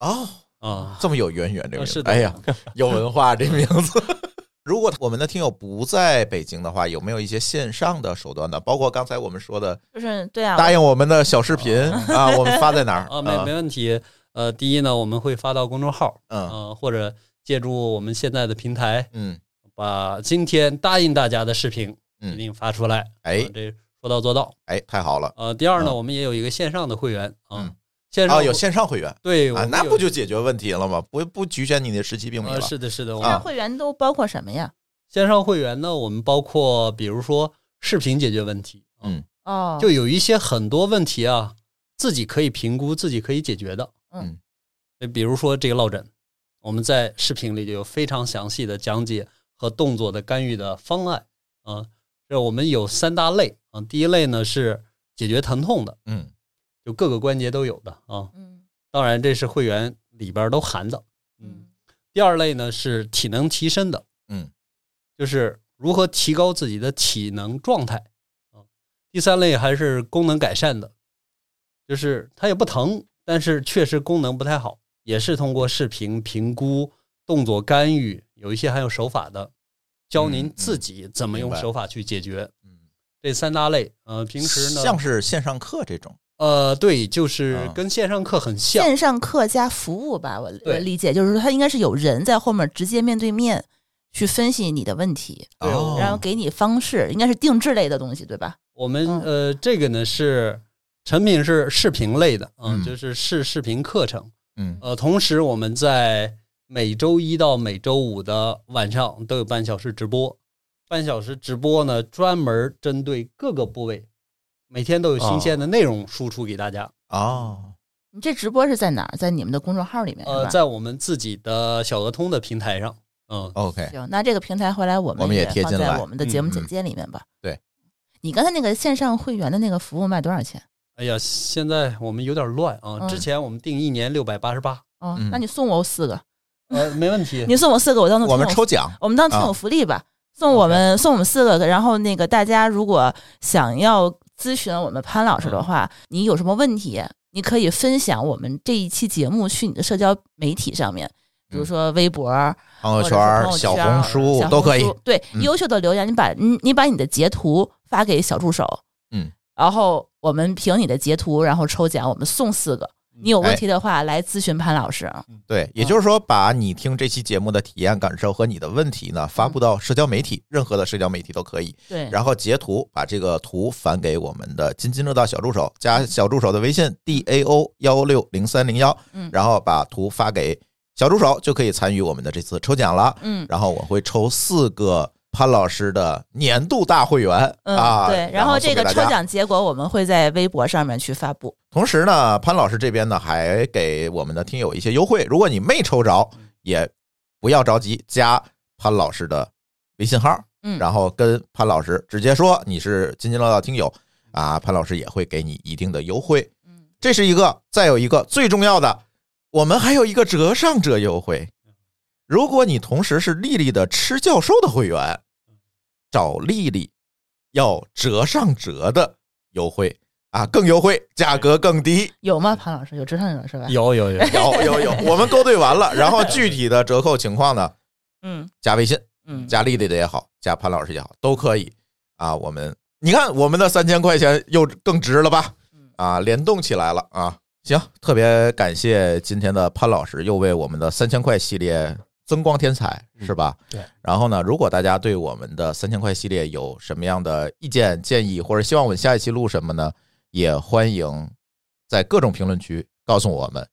S4: 哦，
S6: 啊。
S4: 这么有渊源，这个名字
S6: 是的
S4: 哎呀，有文化这名字。 如果我们的听友不在北京的话，有没有一些线上的手段呢？包括刚才我们说的
S5: 就是对啊，
S4: 答应我们的小视频啊，我们发在哪儿
S6: 哦啊，没没问题。呃，第一呢，我们会发到公众号，
S4: 嗯
S6: 呃，或者借助我们现在的平台，
S4: 嗯
S6: 把今天答应大家的视频一
S4: 嗯，
S6: 定发出来。
S4: 哎
S6: 啊这说到做到。
S4: 哎，太好了
S6: 呃，第二呢，
S4: 嗯
S6: 我们也有一个线上的会员啊
S4: 嗯，
S6: 线上
S4: 啊！有
S6: 会
S4: 线上会员
S6: 对，我
S4: 啊，
S6: 们
S4: 那
S6: 有
S4: 不就解决问题了吗？不不局限你的十七病名
S6: 呃
S4: 了
S6: 是的，是的，我
S5: 那
S6: 们
S4: 啊
S5: 会员都包括什么呀？
S6: 线上会员呢，我们包括比如说视频解决问题，啊
S4: 嗯
S5: 哦，
S6: 就有一些很多问题啊，自己可以评估，自己可以解决的。
S5: 嗯，
S6: 比如说这个落枕，我们在视频里就有非常详细的讲解和动作的干预的方案啊。这我们有三大类啊，第一类呢是解决疼痛的，
S4: 嗯
S6: 就各个关节都有的啊。
S5: 嗯
S6: 当然，这是会员里边都含的。
S5: 嗯，
S6: 第二类呢是体能提升的，
S4: 嗯，
S6: 就是如何提高自己的体能状态啊。第三类还是功能改善的，就是它也不疼，但是确实功能不太好，也是通过视频评估、动作干预，有一些还有手法的，教
S4: 嗯
S6: 您
S4: 嗯
S6: 自己怎么
S4: 明
S6: 用
S4: 白
S6: 手法去解决。
S4: 嗯，
S6: 这三大类，呃，平时呢，
S4: 像是线上课这种，
S6: 呃，对，就是
S4: 啊
S6: 跟线上课很像，
S5: 线上课加服务吧，我我
S6: 对
S5: 理解就是说，他应该是有人在后面直接面对面去分析你的问题，
S6: 对
S4: 哦
S5: 然后给你方式，应该是定制类的东西，对吧？
S6: 我们
S5: 嗯
S6: 呃，这个呢是产品是视频类的，
S4: 嗯
S6: 嗯，就是视视频课程。
S4: 嗯
S6: 呃，同时我们在每周一到每周五的晚上都有半小时直播，半小时直播呢专门针对各个部位，每天都有新鲜的内容输出给大家。
S4: 哦，
S5: 你这直播是在哪儿？在你们的公众号里面是
S6: 呃，
S5: 吧？
S6: 在我们自己的小额通的平台上，嗯，
S4: 哦 OK，
S5: 行，那这个平台回来我
S4: 我
S5: 们
S4: 们也贴
S5: 放
S4: 进
S5: 在
S4: 来
S5: 我们的节目
S4: 嗯
S5: 简
S4: 嗯
S5: 介里面吧。
S4: 对，
S5: 你刚才那个线上会员的那个服务卖多少钱？
S6: 哎呀，现在我们有点乱啊，
S5: 嗯
S6: 之前我们定一年六百八十八，
S5: 哦，
S4: 嗯
S5: 那你送我四个，
S6: 呃，没问题。
S5: 你送我四个，我当做
S4: 我们
S5: 听友
S4: 抽奖，
S5: 我们当听友福利吧，
S4: 啊
S5: 送我们送我们四个，然后那个大家如果想要咨询我们潘老师
S4: 嗯
S5: 的话，你有什么问题，你可以分享我们这一期节目去你的社交媒体上面，比如说微博、
S4: 嗯朋友圈
S5: 或者是朋友
S4: 儿、
S5: 圈、
S4: 小红书
S5: 小
S4: 都可以
S5: 书。对，
S4: 嗯
S5: 优秀的留言，你把你你把你的截图发给小助手，
S4: 嗯，
S5: 然后我们凭你的截图，然后抽奖，我们送四个。
S4: 嗯哎
S5: 你有问题的话，来咨询潘老师。
S4: 对，
S5: 嗯
S4: 也就是说，把你听这期节目的体验感受和你的问题呢，发布到社交媒体，任何的社交媒体都可以。
S5: 对，
S4: 然后截图，把这个图返给我们的津津乐道小助手，
S5: 嗯
S4: 加小助手的微信 d a o 幺六零三零幺
S5: 嗯，
S4: 然后把图发给小助手，就可以参与我们的这次抽奖了。
S5: 嗯，
S4: 然后我会抽四个潘老师的年度大会员
S5: 嗯，
S4: 啊，
S5: 对，
S4: 然
S5: 后这个
S4: 送给
S5: 抽
S4: 大家
S5: 奖结果我们会在微博上面去发布。
S4: 同时呢，潘老师这边呢还给我们的听友一些优惠，如果你没抽着，也不要着急，加潘老师的微信号，
S5: 嗯，
S4: 然后跟潘老师直接说你是津津乐道听友啊，潘老师也会给你一定的优惠。
S5: 嗯
S4: 这是一个，再有一个最重要的，我们还有一个折上折优惠，如果你同时是丽丽的吃教授的会员，找丽丽要折上折的优惠啊，更优惠，价格更低。
S5: 有吗？庞老师有职场者是吧？，
S6: 有有 有，
S4: 有有有，我们勾兑完了，然后具体的折扣情况呢，
S5: 嗯
S4: 加微信，
S5: 嗯，
S4: 加丽丽的也好，加潘老师也好，都可以啊。我们你看，我们的三千块钱又更值了吧
S5: 嗯？
S4: 啊，联动起来了啊！行，特别感谢今天的潘老师，又为我们的三千块系列增光添彩，是吧？
S7: 对。
S4: 然后呢，如果大家对我们的三千块系列有什么样的意见建议，或者希望我们下一期录什么呢，也欢迎在各种评论区告诉我们。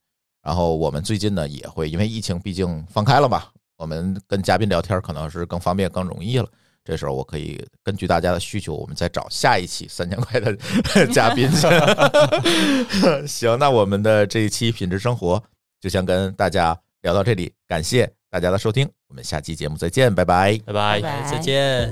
S4: 然后我们最近呢也会，因为疫情毕竟放开了嘛，我们跟嘉宾聊天可能是更方便、更容易了。这时候我可以根据大家的需求，我们再找下一期 三千块的嘉宾去。 行，那我们的这一期品质生活就先跟大家聊到这里，感谢大家的收听，我们下期节目再见，拜拜。
S7: 拜拜。
S6: 再见。